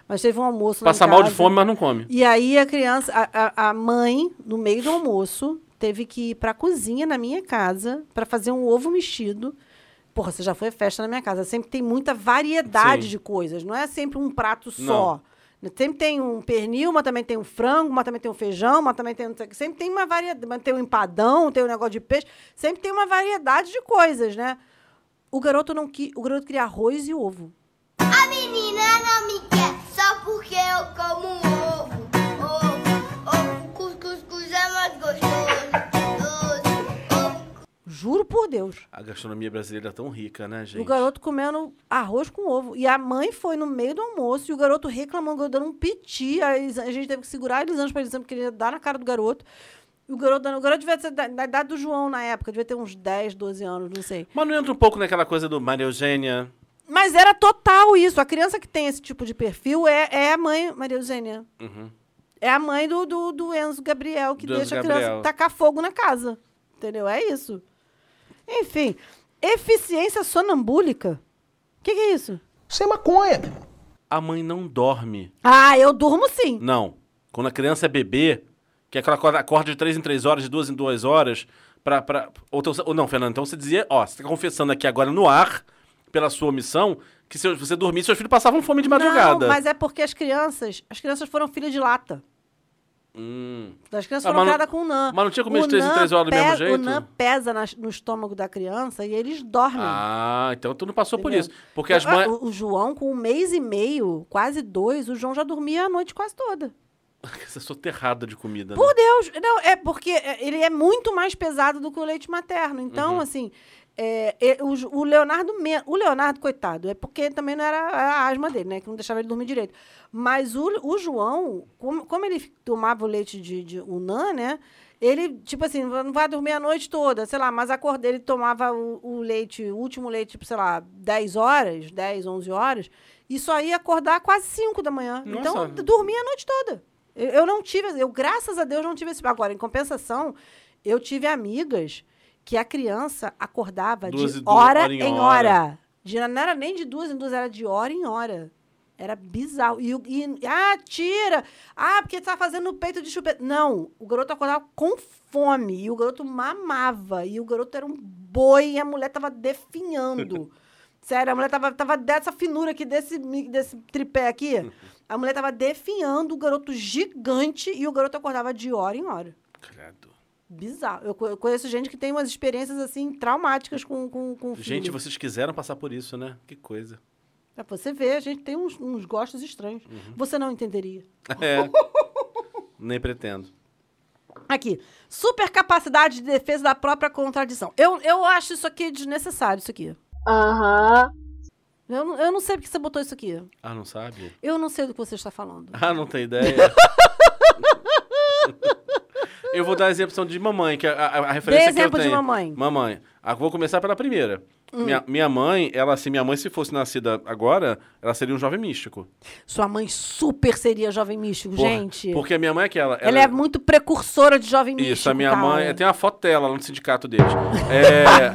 A: Mas teve um almoço lá em
B: Passa mal de
A: casa.
B: fome, mas não come.
A: E aí a criança, a, a- a mãe, no meio do almoço, teve que ir pra cozinha na minha casa pra fazer um ovo mexido. Porra, você já foi à festa na minha casa. Sempre tem muita variedade
B: Sim.
A: de coisas. Não é sempre um prato só.
B: Não.
A: Sempre tem um pernil, mas também tem um frango, mas também tem um feijão, mas também tem. não sei o quê. Sempre tem uma variedade. Mas tem um empadão, tem um negócio de peixe. Sempre tem uma variedade de coisas, né? O garoto não qui... O garoto queria arroz e ovo.
G: A menina não me quer só porque eu como um ovo. Ovo, ovo, cuscuz, cuscuz é mais gostoso.
A: Juro por Deus.
B: A gastronomia brasileira é tão rica, né, gente?
A: O garoto comendo arroz com ovo. E a mãe foi no meio do almoço e o garoto reclamando, dando um piti. A, Elisa- a gente teve que segurar a Elisângela pra Elisângela, porque ele ia dar na cara do garoto. E o garoto, dando- o garoto devia ser da, da idade do João na época, devia ter uns 10, 12 anos, não sei.
B: Mas não entra um pouco naquela coisa do Maria Eugênia?
A: Mas era total isso. A criança que tem esse tipo de perfil é, é a mãe, Maria Eugênia. É a mãe do, do, do Enzo Gabriel, que
B: Uhum. Do Enzo
A: deixa a
B: Gabriel.
A: criança tacar fogo na casa. Entendeu? É isso. Enfim, eficiência sonambúlica. O que é isso?
H: Isso é maconha, meu irmão.
B: A mãe não dorme.
A: Ah, eu durmo sim.
B: Não. Quando a criança é bebê, que é aquela acorda, acorda de 3 em 3 horas, de 2 em 2 horas, pra... pra ou, então- ou não, Fernando, então você dizia... Ó, você tá confessando aqui agora no ar, pra pela sua omissão que se você dormisse, seus filhos passavam fome de madrugada.
A: Não, mas é porque as crianças, as crianças foram filhas de lata. As crianças
B: Ah,
A: foram
B: mas não-
A: criadas com o NAN.
B: mas não tinha
A: O
B: comido de três em
A: NAN
B: três horas do mesmo
A: pe- O
B: jeito?
A: NAN pesa nas- no estômago da criança e eles dormem.
B: Ah, então tu não passou por
A: entendeu?
B: isso. Porque as
A: Ah,
B: mães.
A: O, o João, com um mês e meio, quase dois, o João já dormia a noite quase toda.
B: Essa soterrada de comida. né?
A: Por Deus! Não, é porque é, ele é muito mais pesado do que o leite materno. Então, assim, é, é, o, Ju- o Leonardo... me- O Leonardo, coitado, é porque também não era a asma dele, né? Que não deixava ele dormir direito. Mas o, o João, como, como ele fi- tomava o leite de, de Unã, né? Ele, tipo assim, não vai dormir a noite toda, sei lá, mas acordei, ele tomava o, o leite, o último leite, tipo, sei lá, 10 horas, 10, 11 horas, e só ia acordar quase 5 da manhã. Então,
B: Nossa.
A: d- dormia a noite toda. Eu, eu não tive, eu graças a Deus não tive esse. Agora, em compensação, eu tive amigas que a criança acordava
B: Duas
A: de
B: e duas,
A: hora,
B: hora em
A: em hora.
B: hora.
A: De- não era nem de duas em duas, era de hora em hora. Era bizarro. E, o- e- ah, tira! Ah, porque tá fazendo peito de chupeta. Não, o garoto acordava com fome. E o garoto mamava. E o garoto era um boi e a mulher tava definhando. Sério, a mulher tava, tava dessa finura aqui, desse, mi- desse tripé aqui. A mulher tava definhando o garoto gigante e o garoto acordava de hora em hora.
B: Credo.
A: Bizarro. Eu, co- eu conheço gente que tem umas experiências, assim, traumáticas com, com, com o filho.
B: Gente, vocês quiseram passar por isso, né? Que coisa.
A: Pra você ver, a gente tem uns, uns gostos estranhos. Você não entenderia.
B: É. Nem pretendo.
A: Aqui. Super capacidade de defesa da própria contradição. Eu, eu acho isso aqui desnecessário, isso aqui.
I: Aham.
A: Eu, não- eu não sei porque você botou isso aqui.
B: Ah, não sabe?
A: Eu não sei do que você está falando.
B: Ah, não tem ideia. eu vou dar exemplo de mamãe, que a, a, a referência que eu
A: exemplo de
B: tenho.
A: mamãe. Hum.
B: Mamãe. Ah, vou começar pela primeira. Minha, minha mãe, ela, se minha mãe se fosse nascida agora, ela seria um jovem místico.
A: Sua mãe super seria jovem místico,
B: Por-
A: gente.
B: Porque a minha mãe é aquela.
A: Ela é muito precursora de jovem místico.
B: Isso, a minha
A: cara.
B: mãe. é, Tem uma foto dela lá no sindicato deles. É,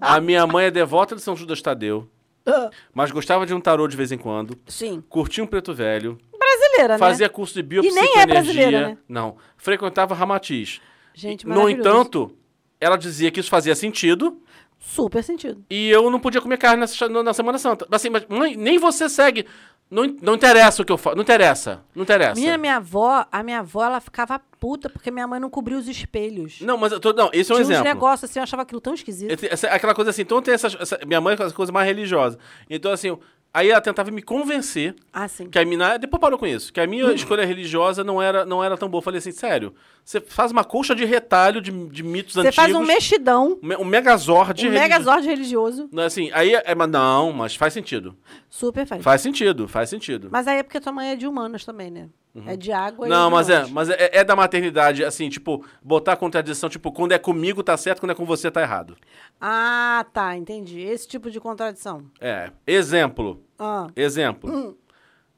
B: a minha mãe é devota de São Judas Tadeu,
A: Ah,
B: mas gostava de um tarô de vez em quando.
A: Sim.
B: Curtia um preto velho.
A: Brasileira, né?
B: Fazia curso de
A: nem é
B: biopsicoenergia.
A: brasileira, né?
B: Não. Frequentava Ramatiz.
A: Gente,
B: no
A: maravilhoso.
B: entanto, ela dizia que isso fazia sentido
A: Super sentido.
B: e eu não podia comer carne nessa- na, Semana Santa. Assim, mas mãe, nem você segue. Não, in- não interessa o que eu falo. Não interessa. Não interessa.
A: Menina, minha avó, a minha avó, ela ficava puta porque minha mãe não cobria os espelhos.
B: Não, mas eu tô, não, esse é um
A: Tinha uns
B: exemplo.
A: negócios assim, eu achava aquilo tão esquisito.
B: Eu te- essa- aquela coisa assim, então tem essas, essa. Minha mãe é essa coisa mais religiosa. Então, assim, eu- aí ela tentava me convencer
A: Ah, sim.
B: que a minha. Depois parou com isso, que a minha escolha religiosa não era, não era tão boa. Eu falei assim, sério, você faz uma colcha de retalho de, de mitos
A: Você
B: antigos.
A: faz um mexidão,
B: um me- um megazord
A: um
B: religi-
A: megazord religioso,
B: Não, Assim, aí é, mas não, mas faz sentido.
A: super faz.
B: Faz sentido, faz sentido.
A: Mas aí é porque tua mãe é de humanas também, né? É de água e
B: Uhum. não,
A: de
B: mas é,
A: humanas.
B: mas é, é da maternidade, assim, tipo, botar a contradição, tipo, quando é comigo tá certo, quando é com você tá errado.
A: Ah, tá, entendi. Esse tipo de contradição.
B: É. Exemplo.
A: Ah,
B: Exemplo.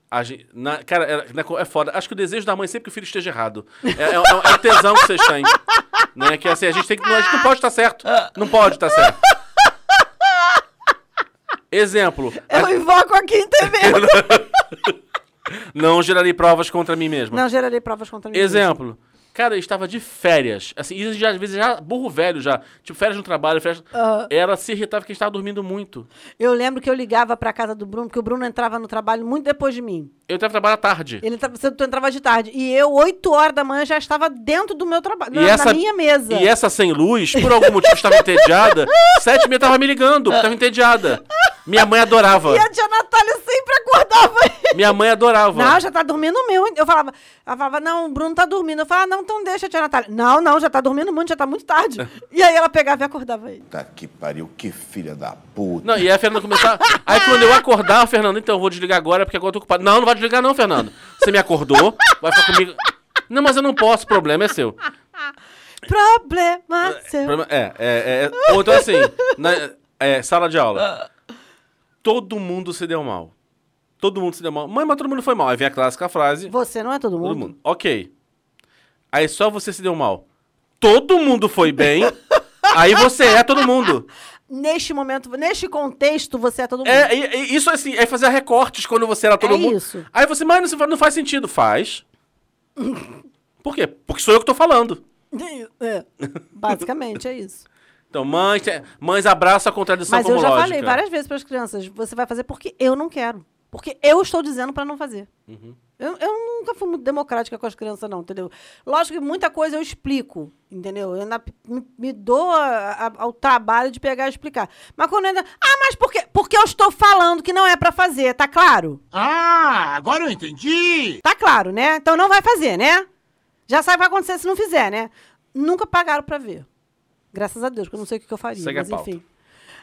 B: A gente, na- cara, é, na co- é foda. Acho que o desejo da mãe é sempre que o filho esteja errado. É, é, é o tesão que vocês têm. né? Que assim, a gente, tem que, a gente não pode estar certo. Não pode estar certo. Exemplo.
A: eu invoco aqui em TV.
B: Não gerarei provas contra mim mesma.
A: não gerarei provas contra mim.
B: Exemplo. Cara, eu estava de férias. Assim, isso já, às vezes já burro velho já. Tipo, férias no trabalho, férias. Ela se irritava porque estava dormindo muito.
A: Eu lembro que eu ligava pra casa do Bruno, porque o Bruno entrava no trabalho muito depois de mim.
B: Eu estava trabalhar à tarde.
A: Ele entra- você- tu entrava de tarde. E eu, 8 horas da manhã, já estava dentro do meu trabalho, na, na minha mesa.
B: E essa sem luz, por algum motivo, estava entediada. Sete e meia tava me ligando, porque estava entediada. Minha mãe adorava.
A: E a tia Natália sempre acordava.
B: Minha mãe adorava.
A: Não, já tá dormindo o meu. Eu falava, ela falava, não, o Bruno tá dormindo. Eu falava, não, então deixa, tia Natália. Não, não, já tá dormindo muito, já tá muito tarde. e aí ela pegava e acordava ele.
B: Tá.
F: Puta que pariu, que filha da puta.
B: Não, e aí a Fernanda começava. Aí quando eu acordar, Fernando, então eu vou desligar agora, porque agora eu tô ocupado. Não, não vai desligar, não, Fernando. Você me acordou, vai ficar comigo. Não, mas eu não posso, o problema é seu.
A: Problema seu.
B: Problema- É, é, é. Ou então assim, na- é, sala de aula. Todo mundo se deu mal. Todo mundo se deu mal. Mãe, mas todo mundo foi mal. Aí vem a clássica frase.
A: Você não é todo mundo?
B: Todo mundo. Ok. Aí só você se deu mal. Todo mundo foi bem. aí você é todo mundo.
A: Neste momento, neste contexto, você é todo mundo.
B: É, é, é, isso assim, é fazer recortes quando você era todo
A: É
B: mundo.
A: isso.
B: Aí você, mas não, não faz sentido. Faz. Por quê? Porque sou eu que tô falando.
A: É, Basicamente, é isso.
B: Então, mães, te- mães abraçam a contradição
A: Mas
B: como
A: eu já
B: lógica.
A: falei várias vezes para as crianças: você vai fazer porque eu não quero. Porque eu estou dizendo para não fazer. Eu, eu nunca fui muito democrática com as crianças, não, entendeu? Lógico que muita coisa eu explico, entendeu? Eu ainda me, me dou a- a- ao trabalho de pegar e explicar. Mas quando ainda. Ah, mas por quê? Porque eu estou falando que não é para fazer, tá claro?
D: Ah, agora eu entendi!
A: Tá claro, né? Então não vai fazer, né? Já sabe o que vai acontecer se não fizer, né? Nunca pagaram pra ver. Graças a Deus, porque eu não sei o que que eu faria,
B: Segue a
A: mas
B: pauta.
A: enfim.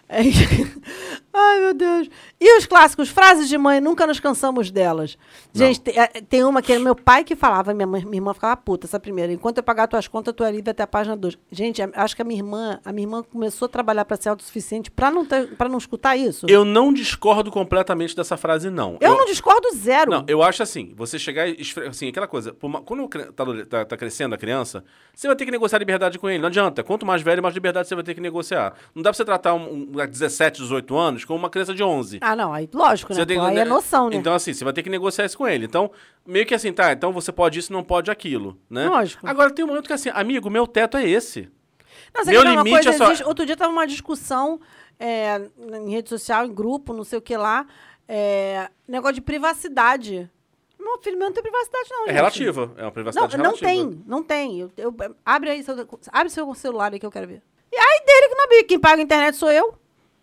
A: É isso. Ai, meu Deus. E os clássicos, frases de mãe, nunca nos cansamos delas. Gente, te- eh, tem uma que era meu pai que falava, minha, mãe- minha irmã ficava puta, essa primeira. Enquanto eu pagar tuas contas, tu é livre até a página 2. Gente, a- acho que a minha irmã, a minha irmã começou a trabalhar pra ser autossuficiente pra não, ter- pra não escutar isso.
B: Eu não discordo completamente dessa frase, não.
A: Eu não discordo zero.
B: Não, eu acho assim, você chegar e esfre- assim, aquela coisa, por ma- quando o cre- tá, adole- tá- tá crescendo a criança, você vai ter que negociar liberdade com ele, não adianta. Quanto mais velho, mais liberdade você vai ter que negociar. Não dá pra você tratar um, um moleque de 17, 18 anos com uma criança de 11.
A: Ah, não, aí lógico, né?
B: Você tem
A: Pô,
B: que-
A: aí é noção, né?
B: Então, assim, você vai ter que negociar isso com ele. Então, meio que assim, tá, então você pode isso, não pode aquilo, né?
A: Lógico.
B: Agora, tem um momento que assim, amigo, meu teto é esse.
A: Não, você
B: Meu
A: quer ver uma
B: limite
A: coisa?
B: é só-
A: Existe- Outro dia tava uma discussão é, em rede social, em grupo, não sei o que lá. é, negócio de privacidade. Meu filho meu não tem privacidade, não.
B: É
A: gente.
B: relativa, é uma
A: Não,
B: privacidade
A: não
B: relativa.
A: tem, não tem. Eu- eu- abre aí seu, abre seu celular aí que eu quero ver. E aí dele que não abre. Quem paga a internet sou eu.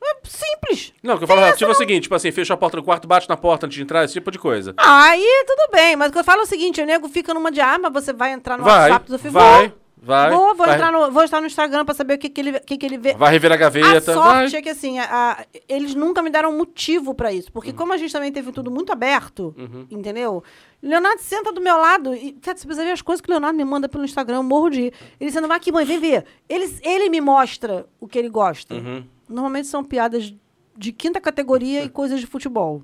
A: É simples.
B: Não, o que eu falo relativo é o seguinte, tipo assim, fecha a porta do quarto, bate na porta antes de entrar, esse tipo de coisa.
A: Aí tudo bem, mas o que eu falo é o seguinte: o nego fica numa de arma, você vai entrar no
B: Vai,
A: WhatsApp do filho.
B: vai,
A: vou,
B: vai,
A: Vou, vou
B: vai.
A: entrar no, vou estar no Instagram pra saber o que, que, ele, o que, que ele vê.
B: Vai rever a
A: A
B: gaveta, vai.
A: sorte é que, assim, a- a- eles nunca me deram motivo pra isso. Porque como a gente também teve tudo muito aberto, entendeu? Leonardo senta do meu lado e, cara, você precisa ver as coisas que o Leonardo me manda pelo Instagram, eu morro de rir. Ele senta, vai aqui, mãe, vem ver. Ele, ele me mostra o que ele gosta. Normalmente são piadas de quinta categoria e coisas de futebol.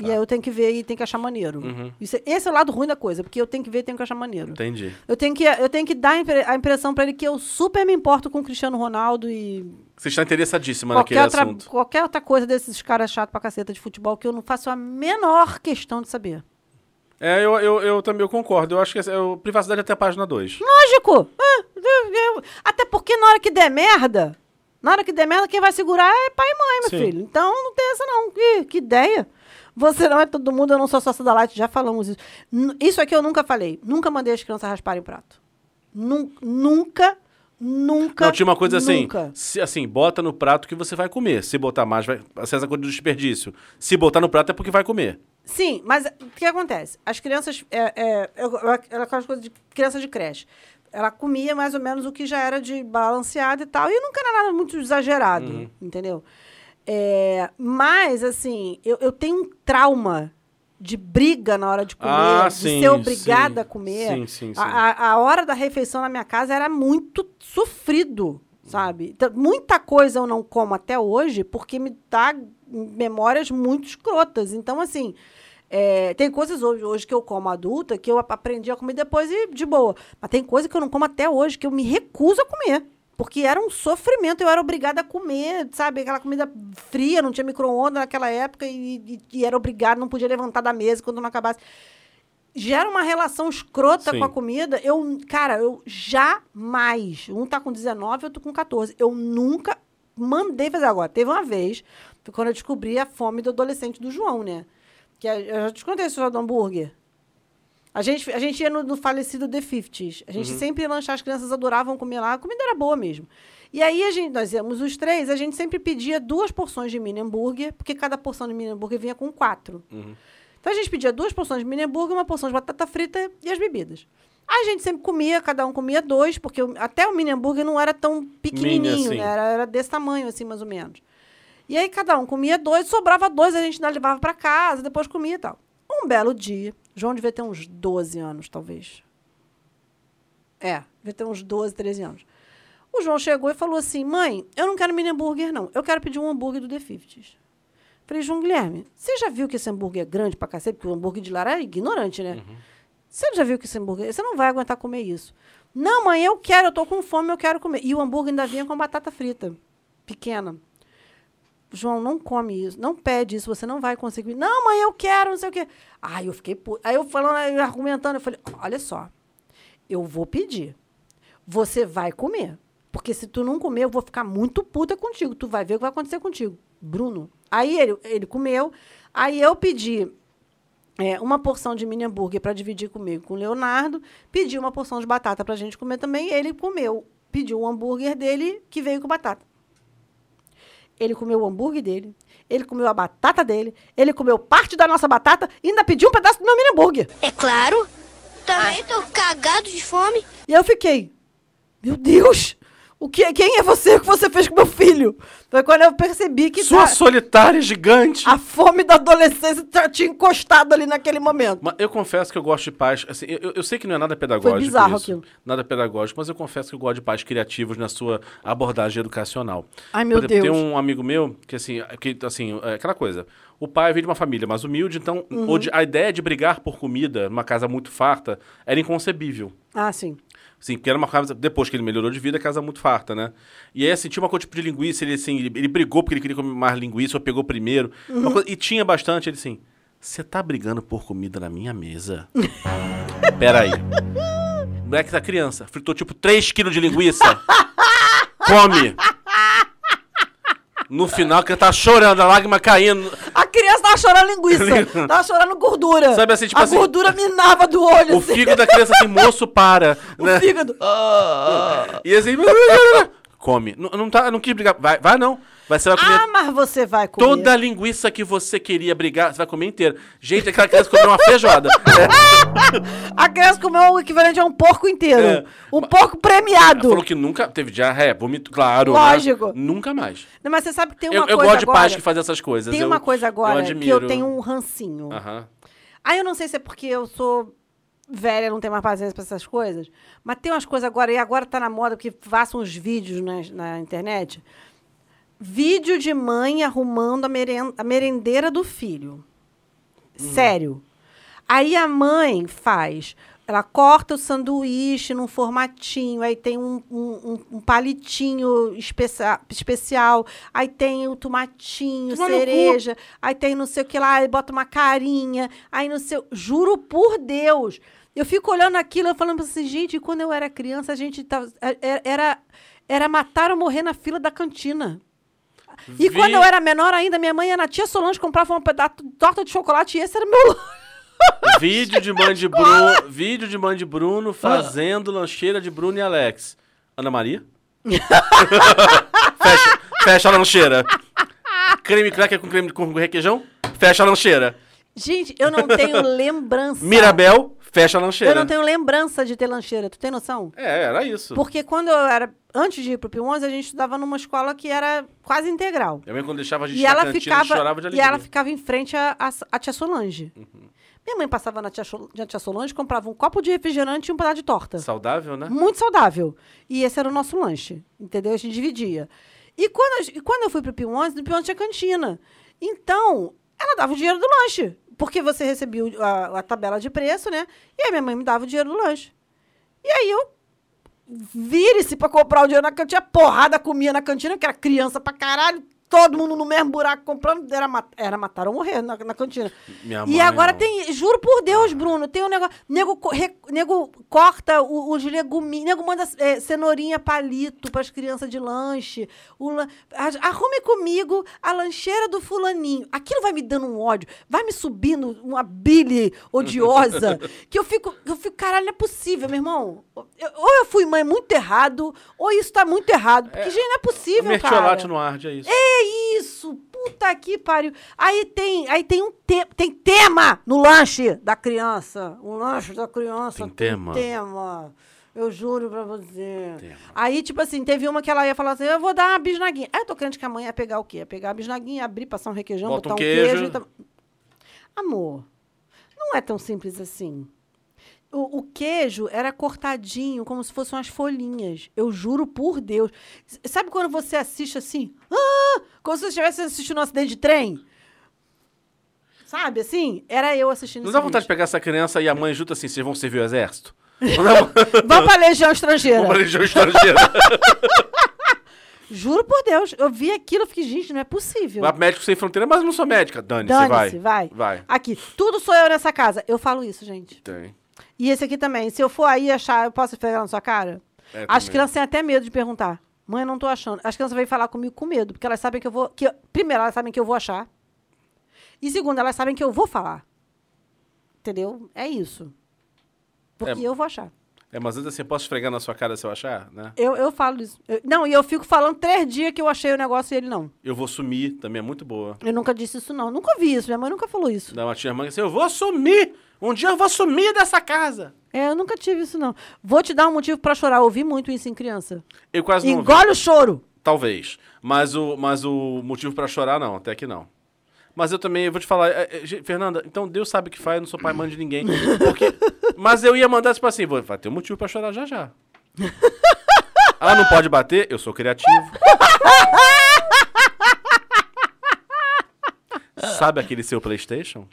A: E aí eu tenho que ver e tenho que achar maneiro. Isso é- esse é o lado ruim da coisa, porque eu tenho que ver e tenho que achar maneiro.
B: Entendi.
A: Eu tenho, que, eu tenho que dar a impre- a impressão pra ele que eu super me importo com o Cristiano Ronaldo e
B: Você está interessadíssima naquele
A: qualquer outra,
B: assunto.
A: qualquer outra coisa desses caras chato pra caceta de futebol que eu não faço a menor questão de saber.
B: É, eu, eu, eu também eu concordo. Eu acho que essa- eu, privacidade é até a página 2.
A: Lógico! Ah, eu- eu- Até porque na hora que der merda, na hora que der merda, quem vai segurar é pai e mãe, meu
B: Sim.
A: filho. Então não tem essa não. Que, que ideia. Você não é todo mundo, eu não sou sócia da Light, já falamos isso. N- isso aqui eu nunca falei. Nunca mandei as crianças rasparem prato. Nun- nunca, nunca.
B: Não, tinha uma coisa assim,
A: nunca.
B: se, assim, bota no prato que você vai comer. Se botar mais, vai. Essa é a coisa do desperdício. Se botar no prato é porque vai comer.
A: Sim, mas o que acontece? As crianças. É, é, eu- eu- era aquelas coisas de criança de creche. Ela comia mais ou menos o que já era de balanceado e tal. E nunca era nada muito exagerado,
B: Uhum.
A: entendeu? É, mas, assim, eu, eu tenho um trauma de briga na hora de comer,
B: Ah,
A: de
B: sim,
A: ser obrigada
B: sim.
A: a comer.
B: Sim, sim, sim.
A: A, a- a hora da refeição na minha casa era muito sofrido, sabe? Então, muita coisa eu não como até hoje porque me dá memórias muito escrotas. Então, assim, é, tem coisas hoje, hoje que eu como adulta que eu ap- aprendi a comer depois e de boa. Mas tem coisa que eu não como até hoje que eu me recuso a comer. Porque era um sofrimento, eu era obrigada a comer, sabe? Aquela comida fria, não tinha micro-ondas naquela época e, e- e era obrigada, não podia levantar da mesa quando não acabasse gera uma relação escrota
B: Sim.
A: com a comida. Eu, cara, eu jamais. Um tá com 19, eu tô com 14. Eu nunca mandei fazer agora. Teve uma vez, foi quando eu descobri a fome do adolescente do João, né? Que a- eu já te contei isso do hambúrguer. A gente, a gente ia no, no falecido The 50s. A gente sempre ia lanchar, as crianças adoravam comer lá. A comida era boa mesmo. E aí a gente, nós íamos os três, a gente sempre pedia duas porções de mini hambúrguer, porque cada porção de mini hambúrguer vinha com quatro. Então a gente pedia duas porções de mini hambúrguer, uma porção de batata frita e as bebidas. A gente sempre comia, cada um comia dois, porque o- até o mini hambúrguer não era tão pequenininho, né?
B: assim.
A: Era, era desse tamanho, assim, mais ou menos. E aí cada um comia dois, sobrava dois, a gente ainda levava para casa, depois comia e tal. Um belo dia, João devia ter uns 12 anos, talvez. É, devia ter uns 12, 13 anos. O João chegou e falou assim: mãe, eu não quero mini hambúrguer, não. Eu quero pedir um hambúrguer do The 50s. Falei, João Guilherme, você já viu que esse hambúrguer é grande pra cacete? Porque o hambúrguer de lá é ignorante, né? Você já viu que esse hambúrguer. Você não vai aguentar comer isso. Não, mãe, eu quero, eu tô com fome, eu quero comer. E o hambúrguer ainda vinha com batata frita, pequena. João, não come isso, não pede isso, você não vai conseguir. Não, mãe, eu quero, não sei o quê. Aí eu fiquei. pu- Aí eu falando, aí eu argumentando, eu falei: olha só, eu vou pedir. Você vai comer. Porque se tu não comer, eu vou ficar muito puta contigo. Tu vai ver o que vai acontecer contigo. Bruno. Aí ele, ele comeu. Aí eu pedi é, uma porção de mini hambúrguer para dividir comigo com o Leonardo. Pedi uma porção de batata pra gente comer também. Ele comeu. Pediu o hambúrguer dele, que veio com batata. Ele comeu o hambúrguer dele. Ele comeu a batata dele. Ele comeu parte da nossa batata e ainda pediu um pedaço do meu mini hambúrguer.
G: É claro. Também tô cagado de fome.
A: E eu fiquei, meu Deus, o que, quem é você? O que você fez com meu filho? Foi quando eu percebi que
B: Sua
A: tá-
B: solitária gigante.
A: a fome da adolescência tá- tinha encostado ali naquele momento.
B: Mas eu confesso que eu gosto de pais. Assim, eu, eu sei que não é nada pedagógico.
A: Foi bizarro
B: isso,
A: aquilo.
B: Nada pedagógico, mas eu confesso que eu gosto de pais criativos na sua abordagem educacional.
A: Ai, meu
B: Por exemplo,
A: Deus.
B: Tem um amigo meu que, assim, que, assim é aquela coisa. O pai veio de uma família mais humilde, então
A: Uhum.
B: odi- a ideia de brigar por comida numa casa muito farta era inconcebível.
A: Ah, sim.
B: Sim, porque era uma casa, depois que ele melhorou de vida, casa muito farta, né? E aí, assim, tinha uma coisa tipo de linguiça, ele assim, ele, ele brigou porque ele queria comer mais linguiça, ou pegou primeiro. uma coisa- e tinha bastante, ele assim, você tá brigando por comida na minha mesa? Peraí. Moleque da criança, fritou tipo 3 quilos de linguiça. Come! No final, que ele tá chorando, a lágrima caindo.
A: A criança tava chorando linguiça, tava chorando gordura.
B: Sabe assim, tipo
A: a
B: assim,
A: gordura minava do olho.
B: O
A: assim.
B: fígado da criança assim, moço, para.
A: O
B: né?
A: fígado.
B: E assim, come. Não, não, tá, não quis brigar. Vai, vai não. Vai, você vai comer
A: Ah, mas você vai comer.
B: toda a linguiça que você queria brigar, você vai comer inteira. Gente, aquela criança comeu uma feijoada. É,
A: A criança comeu o equivalente a um porco inteiro.
B: É.
A: Um porco
B: ela
A: premiado.
B: falou que nunca teve diarreia, vômito, claro. né?
A: Lógico.
B: Nunca mais.
A: Não, Mas você sabe que tem uma
B: Eu, eu
A: coisa
B: gosto de
A: agora...
B: pais que fazem essas coisas.
A: Tem
B: eu-
A: uma coisa agora
B: eu
A: que eu
B: admiro. Ah.
A: tenho um rancinho.
B: Aham.
A: Aí eu não sei se é porque eu sou velha, não tenho mais paciência pra essas coisas, mas tem umas coisas agora, e agora tá na moda, porque façam uns vídeos nas- na, internet. Vídeo de mãe arrumando a, meren- a merendeira do filho. Sério. Aí a mãe faz. Ela corta o sanduíche num formatinho, aí tem um, um- um- um palitinho especia- especial, aí tem o tomatinho, cereja, aí tem não sei o que lá, aí bota uma carinha, aí não sei. o- Juro por Deus. Eu fico olhando aquilo e falando assim, gente, quando eu era criança, a gente tava, era- era, era matar ou morrer na fila da cantina. E
B: Vi-
A: quando eu era menor ainda, minha mãe e a Ana Tia Solange compravam um pedaço de torta de chocolate e esse era meu lanche.
B: Vídeo de mãe de Bruno. Vídeo de mãe de Bruno
A: Ah.
B: fazendo lancheira de Bruno e Alex. Ana Maria? fecha, fecha a lancheira. Creme cracker com creme com requeijão? Fecha a lancheira.
A: Gente, eu não tenho lembrança.
B: Mirabel, fecha a lancheira.
A: Eu não tenho lembrança de ter lancheira, tu tem noção?
B: É, era isso.
A: Porque quando eu era. Antes de ir pro Pio 11, a gente estudava numa escola que era quase integral.
B: Minha mãe, quando deixava a gente
A: E
B: na
A: ela,
B: cantina,
A: ficava,
B: chorava de
A: e
B: alegria. Uhum.
A: ela ficava em frente à à- à tia Solange. Minha mãe passava na tia, Sol- na tia Solange, comprava um copo de refrigerante e um pedaço de torta.
B: Saudável, né?
A: Muito saudável. E esse era o nosso lanche, entendeu? A gente dividia. E quando, a gen- e quando eu fui pro Pio 11, no Pio 11 tinha cantina. Então, ela dava o dinheiro do lanche. Porque você recebia o- a, a tabela de preço, né? E aí minha mãe me dava o dinheiro do lanche. E aí eu vire-se pra comprar o dinheiro na cantina, porrada comia na cantina, que era criança pra caralho, todo mundo no mesmo buraco comprando, era, ma- era matar ou morrer na, na cantina.
B: Minha
A: e
B: mãe,
A: agora
B: não.
A: tem, juro por Deus,
B: Ah.
A: Bruno, tem um negócio, nego, co- re- nego corta o- os leguminhos, nego manda eh, cenourinha palito pras crianças de lanche, o lan- a- arrume comigo a lancheira do fulaninho. Aquilo vai me dando um ódio, vai me subindo uma bile odiosa, que eu fico, eu fico, caralho, não é possível, meu irmão. Eu- ou eu fui mãe muito errado, ou isso tá muito errado, porque, gente, não é possível, cara.
B: Mertiolate no arde, é isso.
A: É isso! Puta que pariu! Aí tem, aí tem um te tem tema no lanche da criança. O lanche da criança
B: Tem tema?
A: tema. Eu juro pra você. Aí, tipo assim, teve uma que ela ia falar assim: eu vou dar uma bisnaguinha. Aí eu tô crente que a mãe ia pegar o quê? Ia pegar a bisnaguinha, abrir, passar um requeijão,
B: Bota
A: botar
B: um
A: um
B: queijo.
A: queijo. e tal. Amor, não é tão simples assim. O, o queijo era cortadinho, como se fossem umas folhinhas. Eu juro por Deus. S- Sabe quando você assiste assim? Ah! Como se você estivesse assistindo um acidente de trem? Sabe assim? Era eu assistindo
B: Não
A: esse
B: dá vontade de
A: vídeo.
B: pegar essa criança e a mãe junto assim, vocês vão servir o exército? Não dá vontade
A: Vamos pra Legião Estrangeira.
B: de religião estrangeira.
A: Juro por Deus. Eu vi aquilo, eu fiquei, gente, não é possível.
B: Vai pro médico sem fronteira, mas eu não sou médica. Dane, você vai.
A: Dane-se, vai.
B: Vai.
A: Aqui, tudo sou eu nessa casa. Eu falo isso, gente.
B: Tem.
A: E esse aqui também. Se eu for aí achar, eu posso pegar na sua cara?
B: É,
A: As
B: também.
A: crianças têm até medo de perguntar. Mãe, não tô achando. As crianças vêm falar comigo com medo, porque elas sabem que eu vou. Que, primeiro, elas sabem que eu vou achar. E segundo, elas sabem que eu vou falar. Entendeu? É isso. Porque
B: É.
A: eu vou achar.
B: É, mas antes assim, eu posso esfregar na sua cara se eu achar, né?
A: Eu, eu falo isso. Eu- não, e eu fico falando três dias que eu achei o negócio e ele não.
B: Eu vou sumir, também é muito boa.
A: Eu nunca disse isso, não. Nunca ouvi isso. Minha mãe nunca falou isso.
B: Da uma tia irmã que assim, eu vou sumir! Um dia eu vou sumir dessa casa!
A: É, eu nunca tive isso, não. Vou te dar um motivo pra chorar. Eu ouvi muito isso em criança.
B: Eu quase não ouvi.
A: Engole o choro.
B: Talvez. Mas o, mas o motivo pra chorar, não, até que não. Mas eu também, eu vou te falar, é, é, gente, Fernanda, então Deus sabe o que faz, eu não sou pai e mãe de ninguém. Porque, mas eu ia mandar, tipo assim, vou, vai ter um motivo pra chorar já já. Ela não pode bater, eu sou criativo. sabe aquele seu Playstation?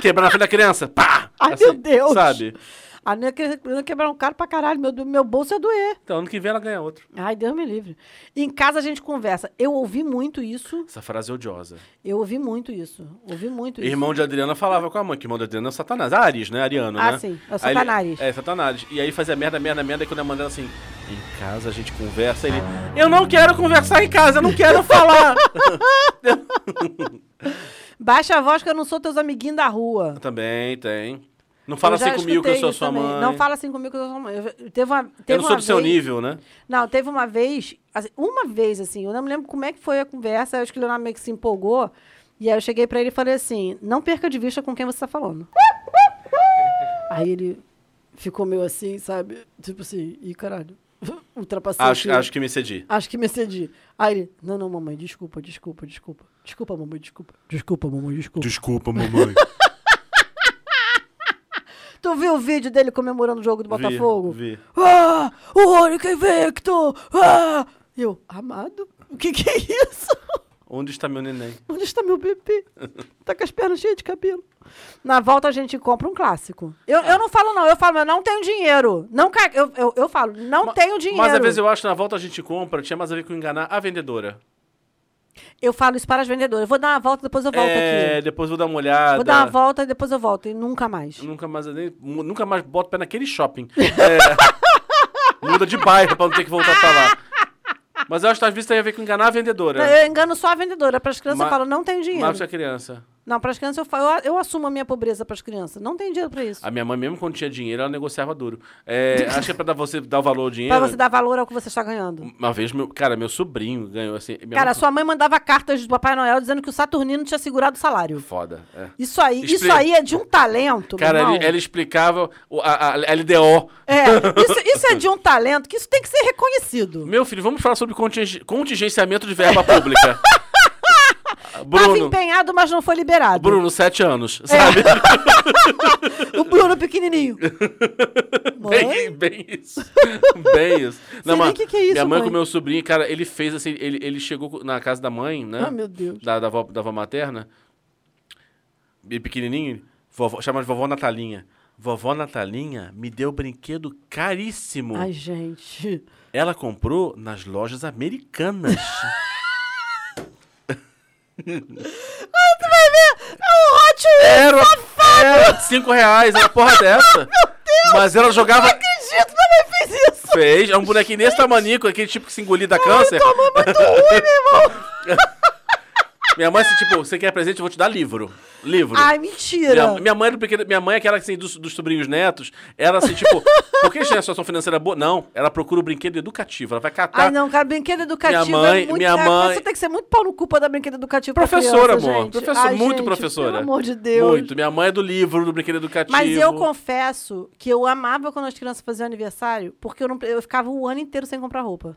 B: Quebrar na frente da criança, pá!
A: Ai,
B: Assim,
A: meu Deus.
B: Sabe?
A: A minha criança criança quebrar um cara pra caralho. Meu, do- meu bolso ia doer.
B: Então, ano que vem ela ganha outro.
A: Ai, Deus me livre. Em casa a gente conversa. Eu ouvi muito isso.
B: Essa frase é odiosa.
A: Eu ouvi muito isso. Ouvi muito isso.
B: Irmão de Adriana falava com a mãe, que o irmão de Adriana é o Satanás. Ah, Aris, né? Ariano,
A: Ah,
B: né?
A: sim, é o
B: Aí ele-
A: Satanás.
B: é, Satanás. E aí fazia merda, merda, merda, e quando a mãe dela assim, em casa a gente conversa, ele, eu não quero conversar em casa, eu não quero falar.
A: Baixa a voz que eu não sou teus amiguinhos da rua.
B: Também, tem. Não fala
A: Eu já
B: assim comigo que eu
A: escutei
B: sou
A: isso
B: sua
A: também.
B: mãe.
A: Não fala assim comigo que eu sou sua mãe. Eu, já- teve uma, teve
B: eu não sou
A: uma
B: do seu
A: vez-
B: nível, né?
A: Não, teve uma vez, assim, uma vez assim, eu não me lembro como é que foi a conversa, eu acho que o Leonardo meio que se empolgou, e aí eu cheguei pra ele e falei assim: não perca de vista com quem você tá falando. Aí ele ficou meio assim, sabe? Tipo assim, ih, caralho, ultrapassei.
B: Acho,
A: aqui.
B: acho que me cedi.
A: Acho que me excedi. Aí ele, não, não, mamãe, desculpa, desculpa, desculpa. Desculpa, mamãe, desculpa. Desculpa, mamãe, desculpa.
B: Desculpa, mamãe.
A: Tu viu o vídeo dele comemorando o jogo do Botafogo?
B: vi.
A: Ah, o Rônica invicto! Ah! E eu, amado? O que que é isso?
B: Onde está meu neném?
A: Onde está meu bebê? Tá com as pernas cheias de cabelo. Na volta a gente compra um clássico. Eu, eu não falo não, eu falo, eu não tenho dinheiro. Não, ca- eu, eu, eu falo, não
B: Ma-
A: tenho dinheiro.
B: Mas às vezes eu acho que na volta a gente compra, tinha mais a ver com enganar a vendedora.
A: Eu falo isso para as vendedoras. Eu vou dar uma volta, depois eu volto
B: é,
A: aqui.
B: depois vou dar uma olhada.
A: Vou dar uma volta e depois eu volto. E nunca mais.
B: Nunca mais, eu nem- mu- nunca mais boto pé naquele shopping. É, muda de bairro pra não ter que voltar pra lá. Mas eu acho que às vezes tem a ver com enganar a vendedora.
A: Eu engano só a vendedora. Para as crianças
B: Ma-
A: eu falo, não tenho É, dinheiro.
B: Mais que a criança.
A: Não, para as crianças eu falo, eu, eu assumo a minha pobreza para as crianças. Não tem dinheiro para isso.
B: A minha mãe, mesmo quando tinha dinheiro, ela negociava duro. É, acho que é pra dar você dar o valor ao dinheiro.
A: Para você dar valor ao que você está ganhando.
B: Uma vez, meu, cara, meu sobrinho ganhou assim. minha
A: Cara,
B: mãe-
A: sua mãe mandava cartas do Papai Noel dizendo que o Saturnino tinha segurado o salário.
B: Foda. é.
A: Isso aí,
B: Explica.
A: isso aí é de um talento,
B: Cara,
A: meu irmão.
B: ele, ela explicava o- a, a LDO.
A: É, isso, isso é de um talento que isso tem que ser reconhecido.
B: Meu filho, vamos falar sobre contingi- contingenciamento de verba pública.
A: Estava
B: Bruno,
A: empenhado, mas não foi liberado.
B: Bruno, sete anos,
A: É.
B: sabe?
A: O Bruno pequenininho. Mãe?
B: Bem, bem isso. Bem isso.
A: nem
B: mas
A: que que é isso,
B: minha mãe,
A: mãe.
B: com meu sobrinho, cara, ele fez assim, ele, ele chegou na casa da mãe, né?
A: Ah, meu Deus.
B: Da, da, avó, da avó materna. E pequenininho, vovó, chama de vovó Natalinha. Vovó Natalinha me deu brinquedo caríssimo.
A: Ai, gente.
B: Ela comprou nas lojas americanas.
A: É Hot Wheels!
B: era, era cinco reais, era uma porra dessa. meu Deus! Mas ela jogava...
A: Acredito, minha mãe fez isso!
B: Fez, é um bonequinho desse tamanico, aquele tipo que se engolir da câncer.
A: Tua mãe é muito ruim, meu irmão!
B: Minha mãe, assim, tipo, você quer presente, eu vou te dar livro. Livro.
A: Ai, mentira!
B: Minha, minha mãe era pequena, minha mãe, aquela assim, dos, dos sobrinhos netos, era assim, tipo, por que eles têm a situação financeira é boa? Não, ela procura o brinquedo educativo, ela vai catar.
A: Ai, não, cara, brinquedo educativo
B: Minha mãe-
A: é muito...
B: minha
A: é,
B: mãe-
A: Você tem que ser muito pau no cu pra dar brinquedo educativo pra
B: Professora,
A: criança,
B: amor.
A: gente.
B: Professor,
A: Ai,
B: muito
A: gente,
B: professora.
A: Pelo amor de Deus.
B: Muito. Minha mãe é do livro, do brinquedo educativo.
A: Mas eu confesso que eu amava quando as crianças faziam aniversário, porque eu, não, eu ficava o ano inteiro sem comprar roupa.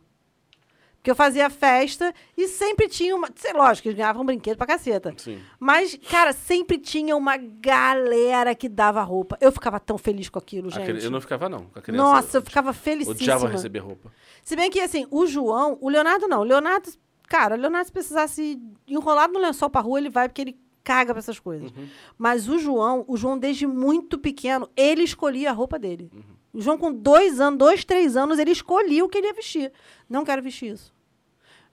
A: Porque eu fazia festa e sempre tinha uma. Sei, lógico, eles ganhavam brinquedo pra caceta.
B: Sim.
A: Mas, cara, sempre tinha uma galera que dava roupa. Eu ficava tão feliz com aquilo, gente.
B: Aquele- eu não ficava, não, com a criança.
A: Nossa, eu ficava felicíssima.
B: Odiava receber roupa.
A: Se bem que, assim, o João, o Leonardo não. O Leonardo, cara, o Leonardo se precisasse enrolado no lençol pra rua, ele vai porque ele caga pra essas coisas. Mas o João, o João desde muito pequeno, ele escolhia a roupa dele. O João com dois anos, dois, três anos, ele escolhia o que ele ia vestir. Não quero vestir isso.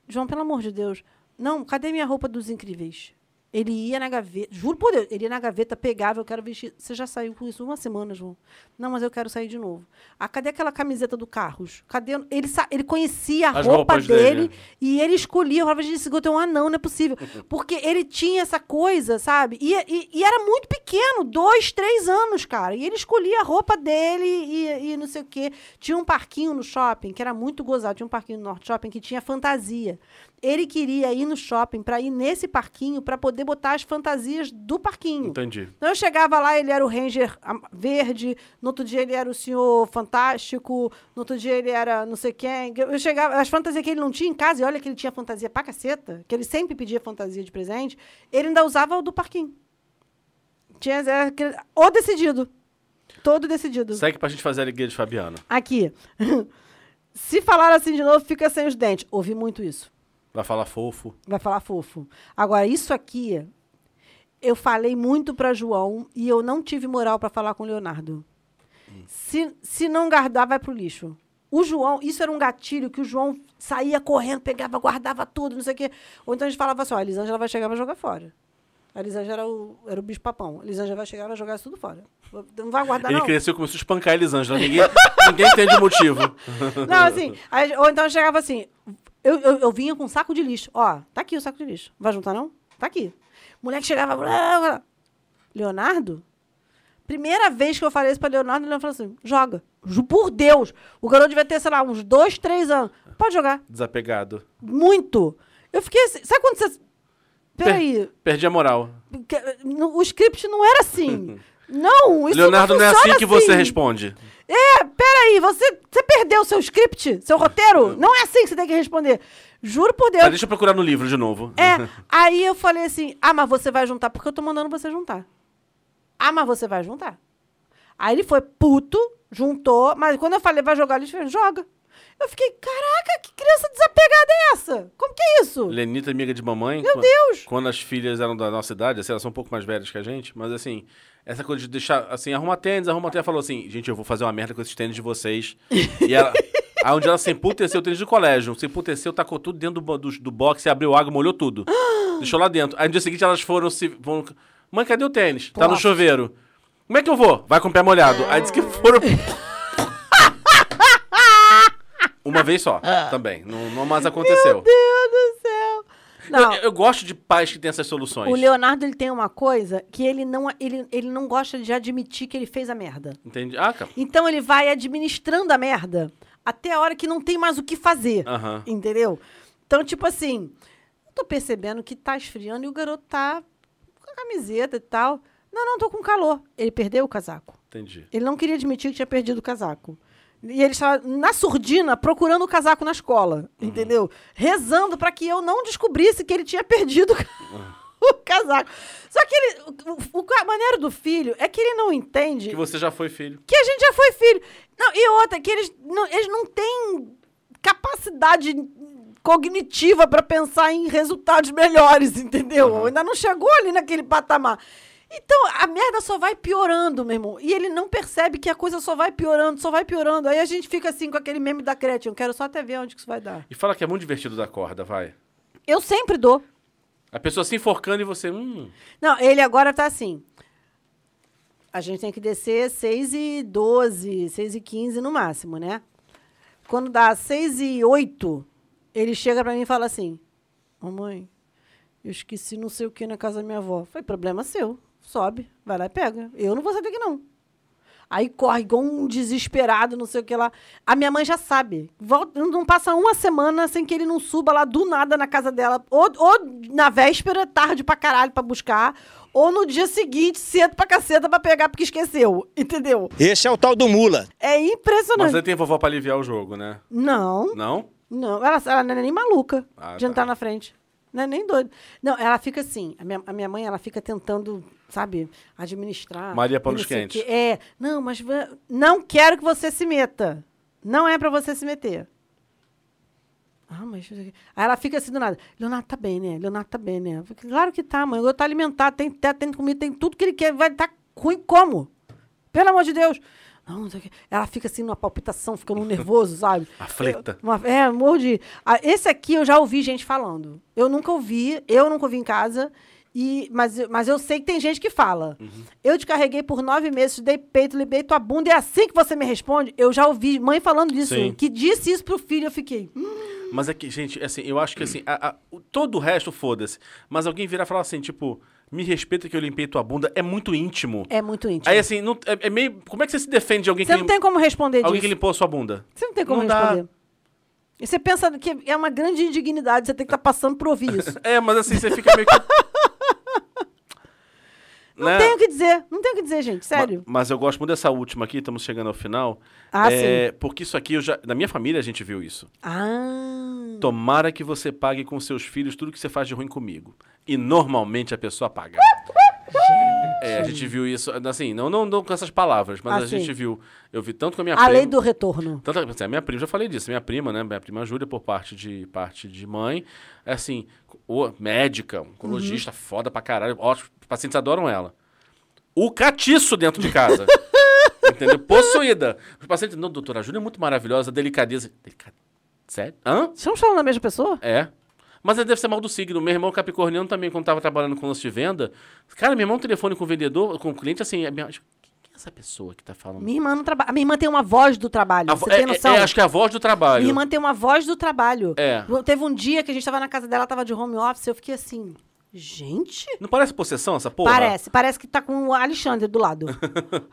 A: João, pelo amor de Deus. Não, cadê minha roupa dos incríveis? Ele ia na gaveta, juro por Deus, ele ia na gaveta, pegava, eu quero vestir. Você já saiu com isso uma semana, João? Não, mas eu quero sair de novo. Ah, cadê aquela camiseta do Carros? Cadê? Ele, sa- ele conhecia a
B: As
A: roupa
B: roupas dele.
A: dele, e ele escolhia, eu falava, gente, esse garoto é um anão, não é possível. Porque ele tinha essa coisa, sabe? E, e- e era muito pequeno, dois, três anos, cara. E ele escolhia a roupa dele e, e não sei o quê. Tinha um parquinho no shopping, que era muito gozado, tinha um parquinho no Norte Shopping que tinha fantasia. Ele queria ir no shopping pra ir nesse parquinho pra poder botar as fantasias do parquinho.
B: Entendi.
A: Então eu chegava lá, ele era o Ranger am- verde, no outro dia ele era o senhor fantástico, no outro dia ele era não sei quem. Eu eu chegava, as fantasias que ele não tinha em casa, e olha que ele tinha fantasia pra caceta, que ele sempre pedia fantasia de presente, ele ainda usava o do parquinho. Tinha era aquele- o decidido. Todo decidido.
B: Segue pra gente fazer a alegria de Fabiano.
A: Aqui. Se falar assim de novo, fica sem os dentes. Ouvi muito isso
B: Vai falar fofo.
A: vai falar fofo. Agora, isso aqui, eu falei muito para João e eu não tive moral para falar com o Leonardo. Se, se não guardar, vai pro lixo. O João, isso era um gatilho que o João saía correndo, pegava, guardava tudo, não sei o quê. Ou então a gente falava assim: ó, a Elisângela vai chegar vai jogar fora. A Elisângela era o, era o bicho-papão. A Elisângela vai chegar vai jogar isso tudo fora. Não vai guardar,
B: Ele
A: não.
B: cresceu e começou a espancar a Elisângela. Ninguém, ninguém entende o motivo.
A: Não, assim, aí- ou então eu chegava assim, eu, eu, eu vinha com um saco de lixo. Ó, tá aqui o saco de lixo. Vai juntar, não? Tá aqui. Moleque chegava. blá, blá. Leonardo? Primeira vez que eu falei isso pra Leonardo, ele falou assim: joga. Ju- Por Deus! O garoto devia ter, sei lá, uns dois, três anos. Pode jogar.
B: Desapegado.
A: Muito. Eu fiquei assim. Sabe quando você. Peraí.
B: Perdi a moral.
A: que- no- O script não era assim. Não, isso
B: Leonardo,
A: não,
B: não, é assim
A: funciona
B: que você
A: assim.
B: responde.
A: É, peraí, você, você perdeu seu script, seu roteiro? Não é assim que você tem que responder. Juro por
B: Mas
A: Deus.
B: deixa eu procurar no livro de novo.
A: É, aí eu falei assim, ah, mas você vai juntar, porque eu tô mandando você juntar. Ah, mas você vai juntar. Aí ele foi puto, juntou, mas quando eu falei, vai jogar, ele fez, joga. Eu fiquei, caraca, que criança desapegada é essa? Como que é isso?
B: Lenita, amiga de mamãe.
A: Meu
B: quan-
A: Deus!
B: Quando as filhas eram da nossa idade, assim, elas são um pouco mais velhas que a gente, mas assim, essa coisa de deixar, assim, arruma tênis, arruma tênis. Ela falou assim, gente, eu vou fazer uma merda com esses tênis de vocês. E ela... Aí um dia ela se emputeceu, o tênis do colégio, se emputeceu, tacou tudo dentro do, bo- do, do box, abriu água, molhou tudo. Deixou lá dentro. Aí no dia seguinte elas foram se... Vão... Mãe, cadê o tênis? Tá no chuveiro. Como é que eu vou? Vai com o pé molhado. Aí disse que foram... Uma vez só, também. Não, não mais aconteceu.
A: Ah. Meu Deus do céu. Não.
B: Eu, eu gosto de pais que têm essas soluções.
A: O Leonardo ele tem uma coisa que ele não, ele, ele não gosta de admitir que ele fez a merda.
B: Entendi. Ah, cara.
A: Então ele vai administrando a merda até a hora que não tem mais o que fazer.
B: Aham.
A: Entendeu? Então, tipo assim, eu tô percebendo que tá esfriando e o garoto tá com a camiseta e tal. Não, não, tô com calor. Ele perdeu o casaco.
B: Entendi.
A: Ele não queria admitir que tinha perdido o casaco. E ele estava na surdina procurando o casaco na escola,
B: Uhum.
A: entendeu? Rezando para que eu não descobrisse que ele tinha perdido o ca-
B: Uhum.
A: o casaco. Só que ele, o, o, o maneiro do filho é que ele não entende
B: Que você já foi filho.
A: que a gente já foi filho. Não, e outra, que eles não, eles não têm capacidade cognitiva para pensar em resultados melhores, entendeu? Ainda não chegou ali naquele patamar. Então, a merda só vai piorando, meu irmão. E ele não percebe que a coisa só vai piorando, só vai piorando. Aí a gente fica assim com aquele meme da Gretchen. Eu quero só até ver onde que isso vai dar.
B: E fala que é muito divertido da corda, vai.
A: Eu sempre dou.
B: A pessoa se enforcando e você. Hum.
A: Não, ele agora tá assim. A gente tem que descer 6 e 12, 6 e 15 no máximo, né? Quando dá 6 e 8, ele chega pra mim e fala assim: Mamãe, eu esqueci não sei o que na casa da minha avó. Foi problema seu. Sobe, vai lá e pega. Eu não vou sair daqui, não. Aí corre igual um desesperado, não sei o que lá. A minha mãe já sabe. Volta, não passa uma semana sem que ele não suba lá do nada na casa dela. Ou, ou na véspera, tarde pra caralho pra buscar. Ou no dia seguinte, cedo pra caceta pra pegar porque esqueceu. Entendeu?
D: Esse é o tal do Mula.
A: É
B: Mas
A: impressionante.
B: aí tem vovó pra aliviar o jogo, né?
A: Não,
B: Não?
A: não. Ela, ela não é nem maluca
B: Ah,
A: de
B: tá.
A: entrar na frente. Não é nem doida. Não, ela fica assim. A minha, a minha mãe, ela fica tentando, sabe, administrar.
B: Maria
A: e
B: Panos
A: não sei o
B: Quentes.
A: quê. É. Não, mas va- não quero que você se meta. Não é pra você se meter. Ah, mas. isso aqui- Aí ela fica assim do nada. Leonardo tá bem, né? Leonardo tá bem, né? Eu falei, Claro que tá, mãe. O garoto tá alimentado, tem teto, tem comida, tem tudo que ele quer. Vai estar ruim como? Pelo amor de Deus. Não, não sei o quê. Ela fica assim numa palpitação, ficando nervoso, sabe?
B: Aflita.
A: Uma- é, morro de. Ah, esse aqui eu já ouvi gente falando. Eu nunca ouvi, eu nunca ouvi em casa. E, mas, eu- mas eu sei que tem gente que fala.
B: Uhum.
A: Eu te carreguei por nove meses, te dei peito, liberei tua bunda, e assim que você me responde, eu já ouvi mãe falando disso,
B: Sim.
A: que disse isso pro filho, eu fiquei. "Hum,
B: Mas é que, gente, assim, eu acho que assim, a- a- o- todo o resto, foda-se. Mas alguém virar e falar assim, tipo, me respeita que eu limpei tua bunda, é muito íntimo.
A: É muito íntimo.
B: Aí assim, não- é, é meio. Como é que você se defende de alguém
A: você
B: que
A: não
B: lim-
A: tem como responder
B: alguém que
A: disso.
B: limpou a sua bunda?
A: Você não tem como
B: Não dá.
A: responder. E você pensa que é uma grande indignidade você tem que estar passando por ouvir isso.
B: É, mas assim, você fica meio que. é?
A: Não tenho o que dizer, não tenho o que dizer, gente, sério.
B: Ma- Né? Mas eu gosto muito dessa última aqui, estamos chegando ao final.
A: Ah,
B: é, Porque isso aqui, eu já, na minha família a gente viu isso.
A: Ah.
B: Tomara que você pague com seus filhos tudo que você faz de ruim comigo. E normalmente a pessoa paga. É, a gente viu isso, assim, não, não, não com essas palavras, mas
A: Ah,
B: a
A: sim.
B: gente viu. Eu vi tanto com a minha
A: A
B: prima.
A: lei do retorno.
B: Tanto, assim, a minha prima, já falei disso, minha prima, né? Minha prima Júlia, por parte de, parte de mãe, é assim, o, médica, um oncologista,
A: Uhum.
B: foda pra caralho, ótimo, os pacientes adoram ela. O catiço dentro de casa. entendeu? Possuída. Os pacientes, não, doutora Júlia é muito maravilhosa, delicadeza. Delica... Sério? Hã?
A: Estamos falando da mesma pessoa?
B: É. Mas ele deve ser mal do signo. Meu irmão capricorniano também, quando tava trabalhando com lance de venda, cara, meu irmão telefone com o vendedor, com o cliente, assim, é minha- quem é essa pessoa que tá falando?
A: Minha irmã não trabalha. Minha irmã tem uma voz do trabalho.
B: A vo-
A: você
B: é,
A: tem noção?
B: é- é, acho que é a voz do trabalho.
A: Minha irmã tem uma voz do trabalho.
B: É.
A: Teve um dia que a gente tava na casa dela, tava de home office, eu fiquei assim, gente.
B: Não parece possessão essa porra?
A: Parece, parece que tá com o Alexandre do lado.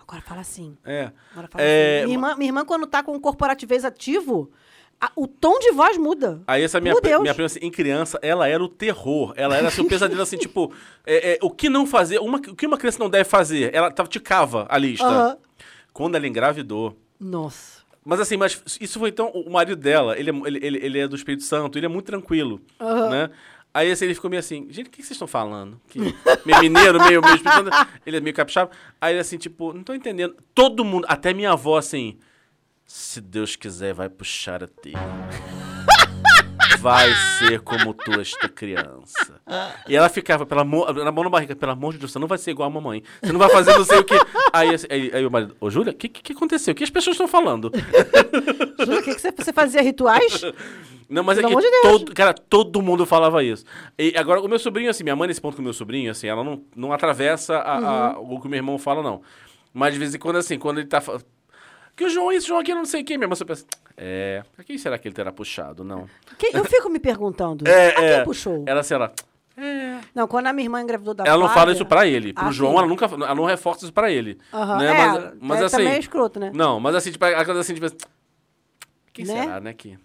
A: Agora fala assim.
B: É.
A: Agora fala
B: É,
A: assim. Minha irmã, minha irmã, quando tá com o corporativez ativo, a- o tom de voz muda.
B: Aí essa minha,
A: Meu
B: pri-
A: Deus.
B: minha prima, assim, em criança, ela era o terror. Ela era assim, um pesadelo, assim, tipo... é, é, o que não fazer... Uma, o que uma criança não deve fazer? Ela tava, ticava a lista.
A: Aham.
B: Quando ela engravidou...
A: Nossa.
B: Mas assim, mas isso foi então. O marido dela, ele é, mu- ele, ele, ele é do Espírito Santo, ele é muito tranquilo. Né? Aí assim, ele ficou meio assim, gente, o que que vocês estão falando? Que- meio mineiro, meio, meio Espírito Santo. Ele é meio capixaba. Aí ele assim, tipo, não tô entendendo. Todo mundo, até minha avó assim, se Deus quiser, vai puxar a teia. Vai ser como tu, esta criança. E ela ficava, pela na mão na barriga, pelo amor de Deus, você não vai ser igual a mamãe. Você não vai fazer não sei o que. Aí, assim, aí, aí o marido, ô Júlia, o que, que que aconteceu? O que as pessoas estão falando?
A: Jura que que você, você fazia rituais?
B: Não, mas é
A: Pelo
B: que
A: amor de Deus.
B: todo, cara, todo mundo falava isso. E agora, o meu sobrinho, assim, minha mãe nesse ponto com o meu sobrinho, assim, ela não, não atravessa a-
A: Uhum.
B: a- o que o meu irmão fala, não. Mas de vez em quando, assim, quando ele tá fa- Que o João é isso, o João aquilo, não sei o quê. Minha mãe só pensa, é, pra quem será que ele terá puxado? Não.
A: Quem- eu fico me perguntando.
B: É,
A: a quem puxou?
B: Ela, sei lá,
A: Não, quando a minha irmã engravidou da
B: É. ela não fala
A: Flávia-
B: isso pra ele. Pro
A: Ah,
B: João,
A: sim.
B: ela nunca, ela não reforça isso pra ele.
A: Aham.
B: Né?
A: É,
B: mas, mas
A: é,
B: assim...
A: também é escroto, né?
B: Não, mas assim, tipo, ela coisa assim, tipo, assim, quem
A: Né?
B: será, né, que...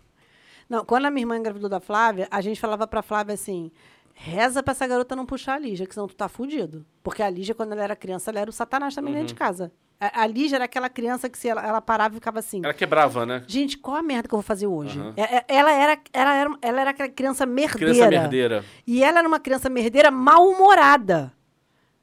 A: Não, quando a minha irmã engravidou da Flávia, a gente falava pra Flávia assim: reza pra essa garota não puxar a Lígia, que senão tu tá fudido. Porque a Lígia, quando ela era criança, ela era o satanás também
B: Uhum.
A: dentro de casa. A, a Lígia era aquela criança que se ela, ela parava e ficava assim.
B: Ela quebrava, né?
A: Gente, qual a merda que eu vou fazer hoje? É- é- Ela, era, ela, era, ela era aquela criança merdeira.
B: Criança merdeira.
A: E ela era uma criança merdeira mal-humorada.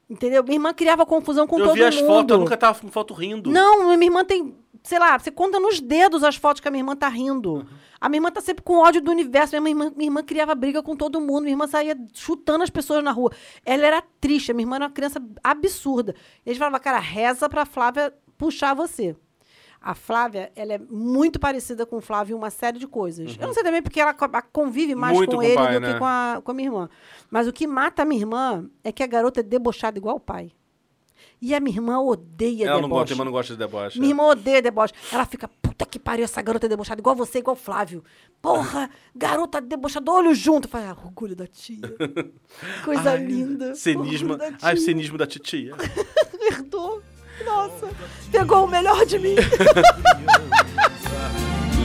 A: Entendeu? Minha irmã criava confusão com
B: eu
A: todo
B: vi as
A: mundo.
B: fotos, eu nunca tava com foto rindo.
A: Não, minha irmã tem, sei lá, você conta nos dedos as fotos que a minha irmã tá rindo.
B: Uhum.
A: A minha irmã tá sempre com ódio do universo. Minha irmã, minha irmã criava briga com todo mundo. Minha irmã saía chutando as pessoas na rua. Ela era triste. A minha irmã era uma criança absurda. E eles falavam, cara, reza pra Flávia puxar você. A Flávia, ela é muito parecida com o Flávio em uma série de coisas. Eu não sei também porque ela co- convive mais
B: Uhum. Muito
A: com,
B: com o
A: ele
B: pai,
A: do
B: né?
A: que com a, com a minha irmã. Mas o que mata a minha irmã é que a garota é debochada igual o pai. E a minha irmã odeia
B: Ela
A: deboche.
B: não gosta, mas não gosta de deboche.
A: Minha irmã odeia deboche. Ela fica, puta que pariu, essa garota é debochada, igual você, igual o Flávio. Porra, garota debochada, olho junto. Faz ah, orgulho da tia. Coisa
B: Ai,
A: é linda.
B: É. Cinismo.
A: Orgulho da tia.
B: Ai, o cinismo da titia.
A: Perdoa. Nossa, pegou o melhor de mim.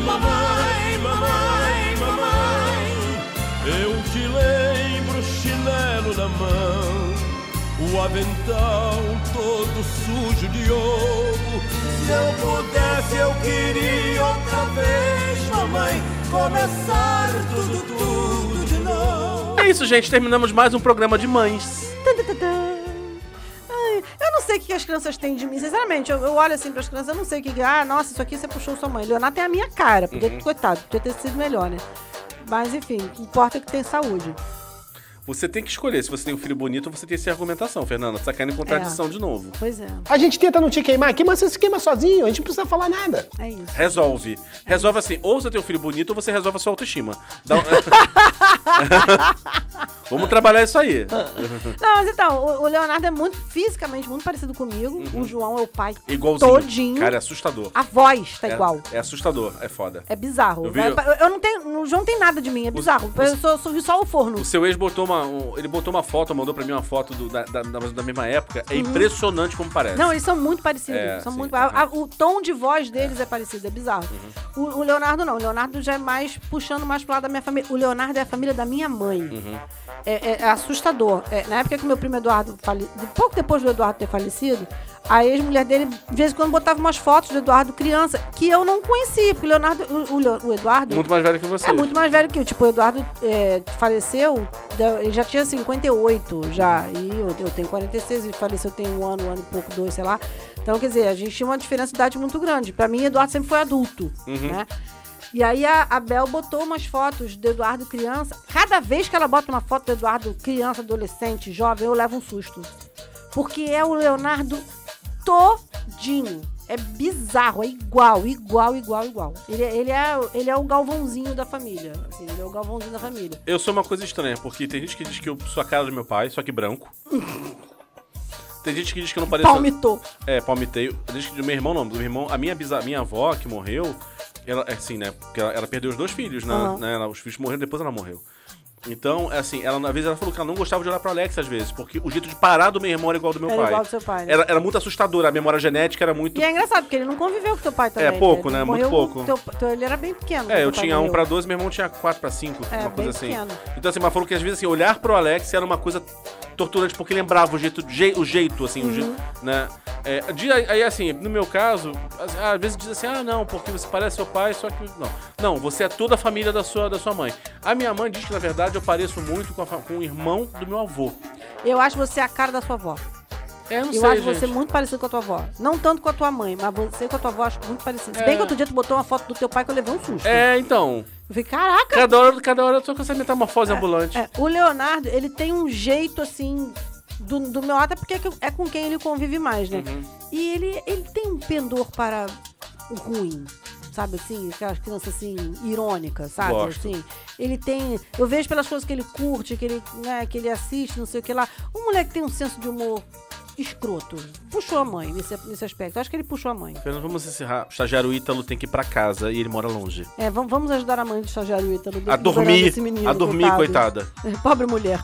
D: Mamãe, mamãe, mamãe, eu te lembro o chinelo na mão, o avental todo sujo de ouro. Se eu pudesse, eu queria outra vez, mamãe, começar tudo, tudo de novo.
B: É isso, gente. Terminamos mais um programa de mães.
A: Ai, eu não sei o que as crianças têm de mim. Sinceramente, eu, eu olho assim pras crianças, eu não sei o que. que- Ah, nossa, isso aqui você puxou sua mãe. Leonardo tem a minha cara, porque,
B: Uhum.
A: coitado, podia ter sido melhor, né? Mas enfim, o que importa é que tem saúde.
B: Você tem que escolher se você tem um filho bonito ou você tem essa argumentação, Fernanda. Tá caindo em
A: É.
B: contradição de novo.
A: Pois é,
H: A gente tenta não te queimar aqui, mas você se queima sozinho, a gente não precisa falar nada.
A: é isso.
B: Resolve. Resolve assim, ou você tem um filho bonito ou você resolve a sua autoestima. Dá um- Então, Vamos trabalhar isso aí.
A: Não, mas então, o o Leonardo é muito fisicamente muito parecido comigo.
B: Uhum.
A: O João é o pai
B: Igualzinho.
A: todinho.
B: Cara, é assustador.
A: A voz tá
B: É-
A: igual.
B: É assustador, é foda.
A: É bizarro.
B: Eu
A: Eu,
B: vi-
A: eu não tenho. O João tem nada de mim, é bizarro. eu sou, sou só o forno.
B: O seu ex botou uma. um- ele botou uma foto, mandou pra mim uma foto do- da, da- da- da mesma época. É impressionante como parece.
A: Uhum. Não, eles são muito parecidos.
B: É,
A: são
B: sim,
A: muito,
B: uhum.
A: a- a- o tom de voz deles é, parecido, é bizarro. O, o Leonardo não. O Leonardo já é mais puxando mais pro lado da minha família. O Leonardo é a família da minha mãe.
B: Uhum.
A: É, é- é assustador. É, na época que meu primo Eduardo faleceu, pouco depois do Eduardo ter falecido, a ex-mulher dele, de vez em quando, botava umas fotos do Eduardo criança, que eu não conhecia, porque o Leonardo. O, o Leo- o Eduardo.
B: Muito mais velho que você.
A: É muito mais velho que eu. Tipo, o Eduardo é, faleceu, da- ele já tinha 58 já. E eu, eu tenho 46, ele faleceu tem um ano, um ano e pouco, dois, sei lá. Então, quer dizer, a gente tinha uma diferença de idade muito grande. Pra mim, Eduardo sempre foi adulto, né? E aí a, a Bel botou umas fotos do Eduardo criança. Cada vez que ela bota uma foto do Eduardo criança, adolescente, jovem, eu levo um susto. Porque é o Leonardo todinho. É bizarro, é igual, igual, igual, igual. Ele, é- ele, é, ele é o galvãozinho da família. assim, ele é o galvãozinho da família.
B: Eu sou uma coisa estranha, porque tem gente que diz que eu sou a cara do meu pai, só que branco. tem gente que diz que eu não pareço.
A: Palmitou.
B: É, palmitei. Tem gente que do meu irmão não. Do meu irmão, a minha, bisa, minha avó que morreu, ela, é assim, né? Porque ela, ela perdeu os dois filhos, né?
A: Aham.
B: né, ela- os filhos morreram, depois ela morreu. Então, é assim, ela, uma vez ela falou que ela não gostava de olhar pra Alex às vezes, porque o jeito de parar do meu irmão era igual ao do meu
A: Era
B: pai.
A: igual ao do seu pai, né?
B: Era, era muito assustadora, a memória genética era muito.
A: E é engraçado, porque ele não conviveu com teu pai também.
B: pouco,
A: ele
B: né? Muito
A: morreu
B: pouco.
A: com Teu, teu- ele era bem pequeno.
B: É,
A: quando
B: eu
A: teu pai
B: tinha um
A: morreu.
B: pra 12, meu irmão tinha 4 pra 5,
A: É,
B: uma coisa
A: bem
B: assim.
A: pequeno.
B: Então, assim, mas falou que às vezes assim, olhar pro Alex era uma coisa torturante, porque lembrava o jeito, je- o jeito assim, o jeito, né? É, de- aí, assim, no meu caso, às- às vezes diz assim, ah, não, porque você parece seu pai, só que. Não. Não, você é toda a família da sua, da sua mãe. A minha mãe diz que, na verdade, eu pareço muito com, a fa- com o irmão do meu avô.
A: Eu acho você a cara da sua avó.
B: É, não
A: eu
B: sei,
A: acho
B: gente.
A: você muito parecido com a tua avó. Não tanto com a tua mãe, mas você com a tua avó eu acho muito parecido. Se bem que outro dia tu botou uma foto do teu pai que eu levei um susto.
B: É, então.
A: Eu falei, caraca,
B: Cada hora, cada hora eu tô com essa metamorfose ambulante.
A: É, o Leonardo, ele tem um jeito assim. Do, do meu até porque é que- é com quem ele convive mais, né? E ele, ele tem um pendor para o ruim, sabe assim? Aquelas crianças assim, irônicas, sabe?
B: Gosto.
A: Assim, ele tem. Eu vejo pelas coisas que ele curte, que ele, né, que ele assiste, não sei o que lá. Um moleque tem um senso de humor escroto. Puxou a mãe nesse, nesse aspecto. Eu acho que ele puxou a mãe.
B: Apenas vamos encerrar. O estagiário Ítalo tem que ir pra casa e ele mora longe.
A: É, vamos, vamos ajudar a mãe do estagiário Ítalo.
B: A
A: liberando
B: dormir,
A: esse menino,
B: a dormir, coitada.
A: Pobre mulher.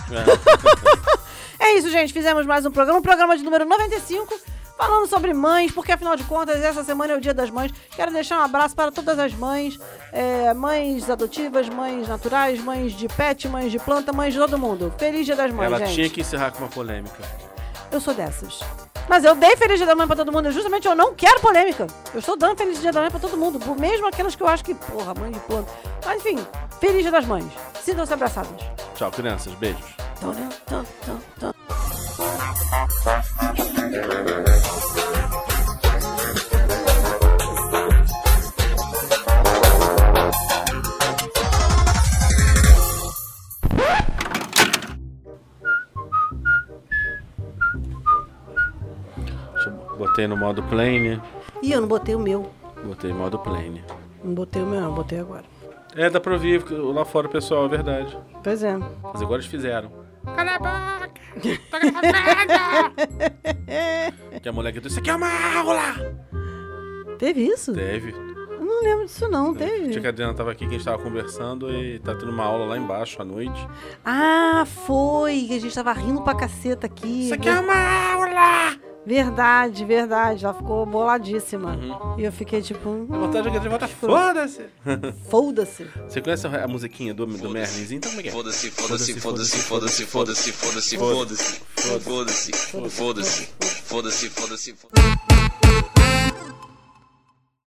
A: É. isso, gente. Fizemos mais um programa, um programa de número 95, falando sobre mães, porque afinal de contas, essa semana é o Dia das Mães. Quero deixar um abraço para todas as mães: é, mães adotivas, mães naturais, mães de pet, mães de planta, mães de todo mundo. Feliz Dia das Mães,
B: Ela
A: gente.
B: tinha que encerrar com uma polêmica.
A: Eu sou dessas. Mas eu dei Feliz Dia da Mãe pra todo mundo. Justamente eu não quero polêmica. Eu estou dando Feliz Dia da Mãe pra todo mundo. por- Mesmo aquelas que eu acho que, porra, mãe de plano. Mas enfim, Feliz Dia das Mães. Sintam-se abraçadas.
B: Tchau, crianças. Beijos.
A: Tum, tum, tum, tum.
B: Deixa eu- Botei no modo plane.
A: Ih, eu não botei o meu.
B: Botei em modo plane.
A: Não botei o meu, não. Botei agora.
B: É, dá pra ouvir lá fora, pessoal, é verdade.
A: Pois é.
B: Mas agora eles fizeram. Cala a boca! Tô gravando! que a moleque disse, isso aqui é uma aula!
A: Teve isso?
B: Teve.
A: Eu não lembro disso, não. Teve.
B: Tinha que a Adriana tava aqui, que a gente tava conversando e tá tendo uma aula lá embaixo à noite.
A: Ah, foi. que A gente tava rindo pra caceta aqui.
B: Isso aqui é uma aula!
A: Verdade, verdade. Ela ficou boladíssima.
B: Uhum.
A: E eu fiquei tipo, hum,
B: A vontade é que a gente volta, foda-se!
A: foda-se.
B: Você conhece a a musiquinha do, do Merlins? Então como é que é?
E: Foda-se, foda-se, foda-se, foda-se, foda-se, foda-se, foda-se, foda-se, foda-se, foda-se, foda-se, foda-se.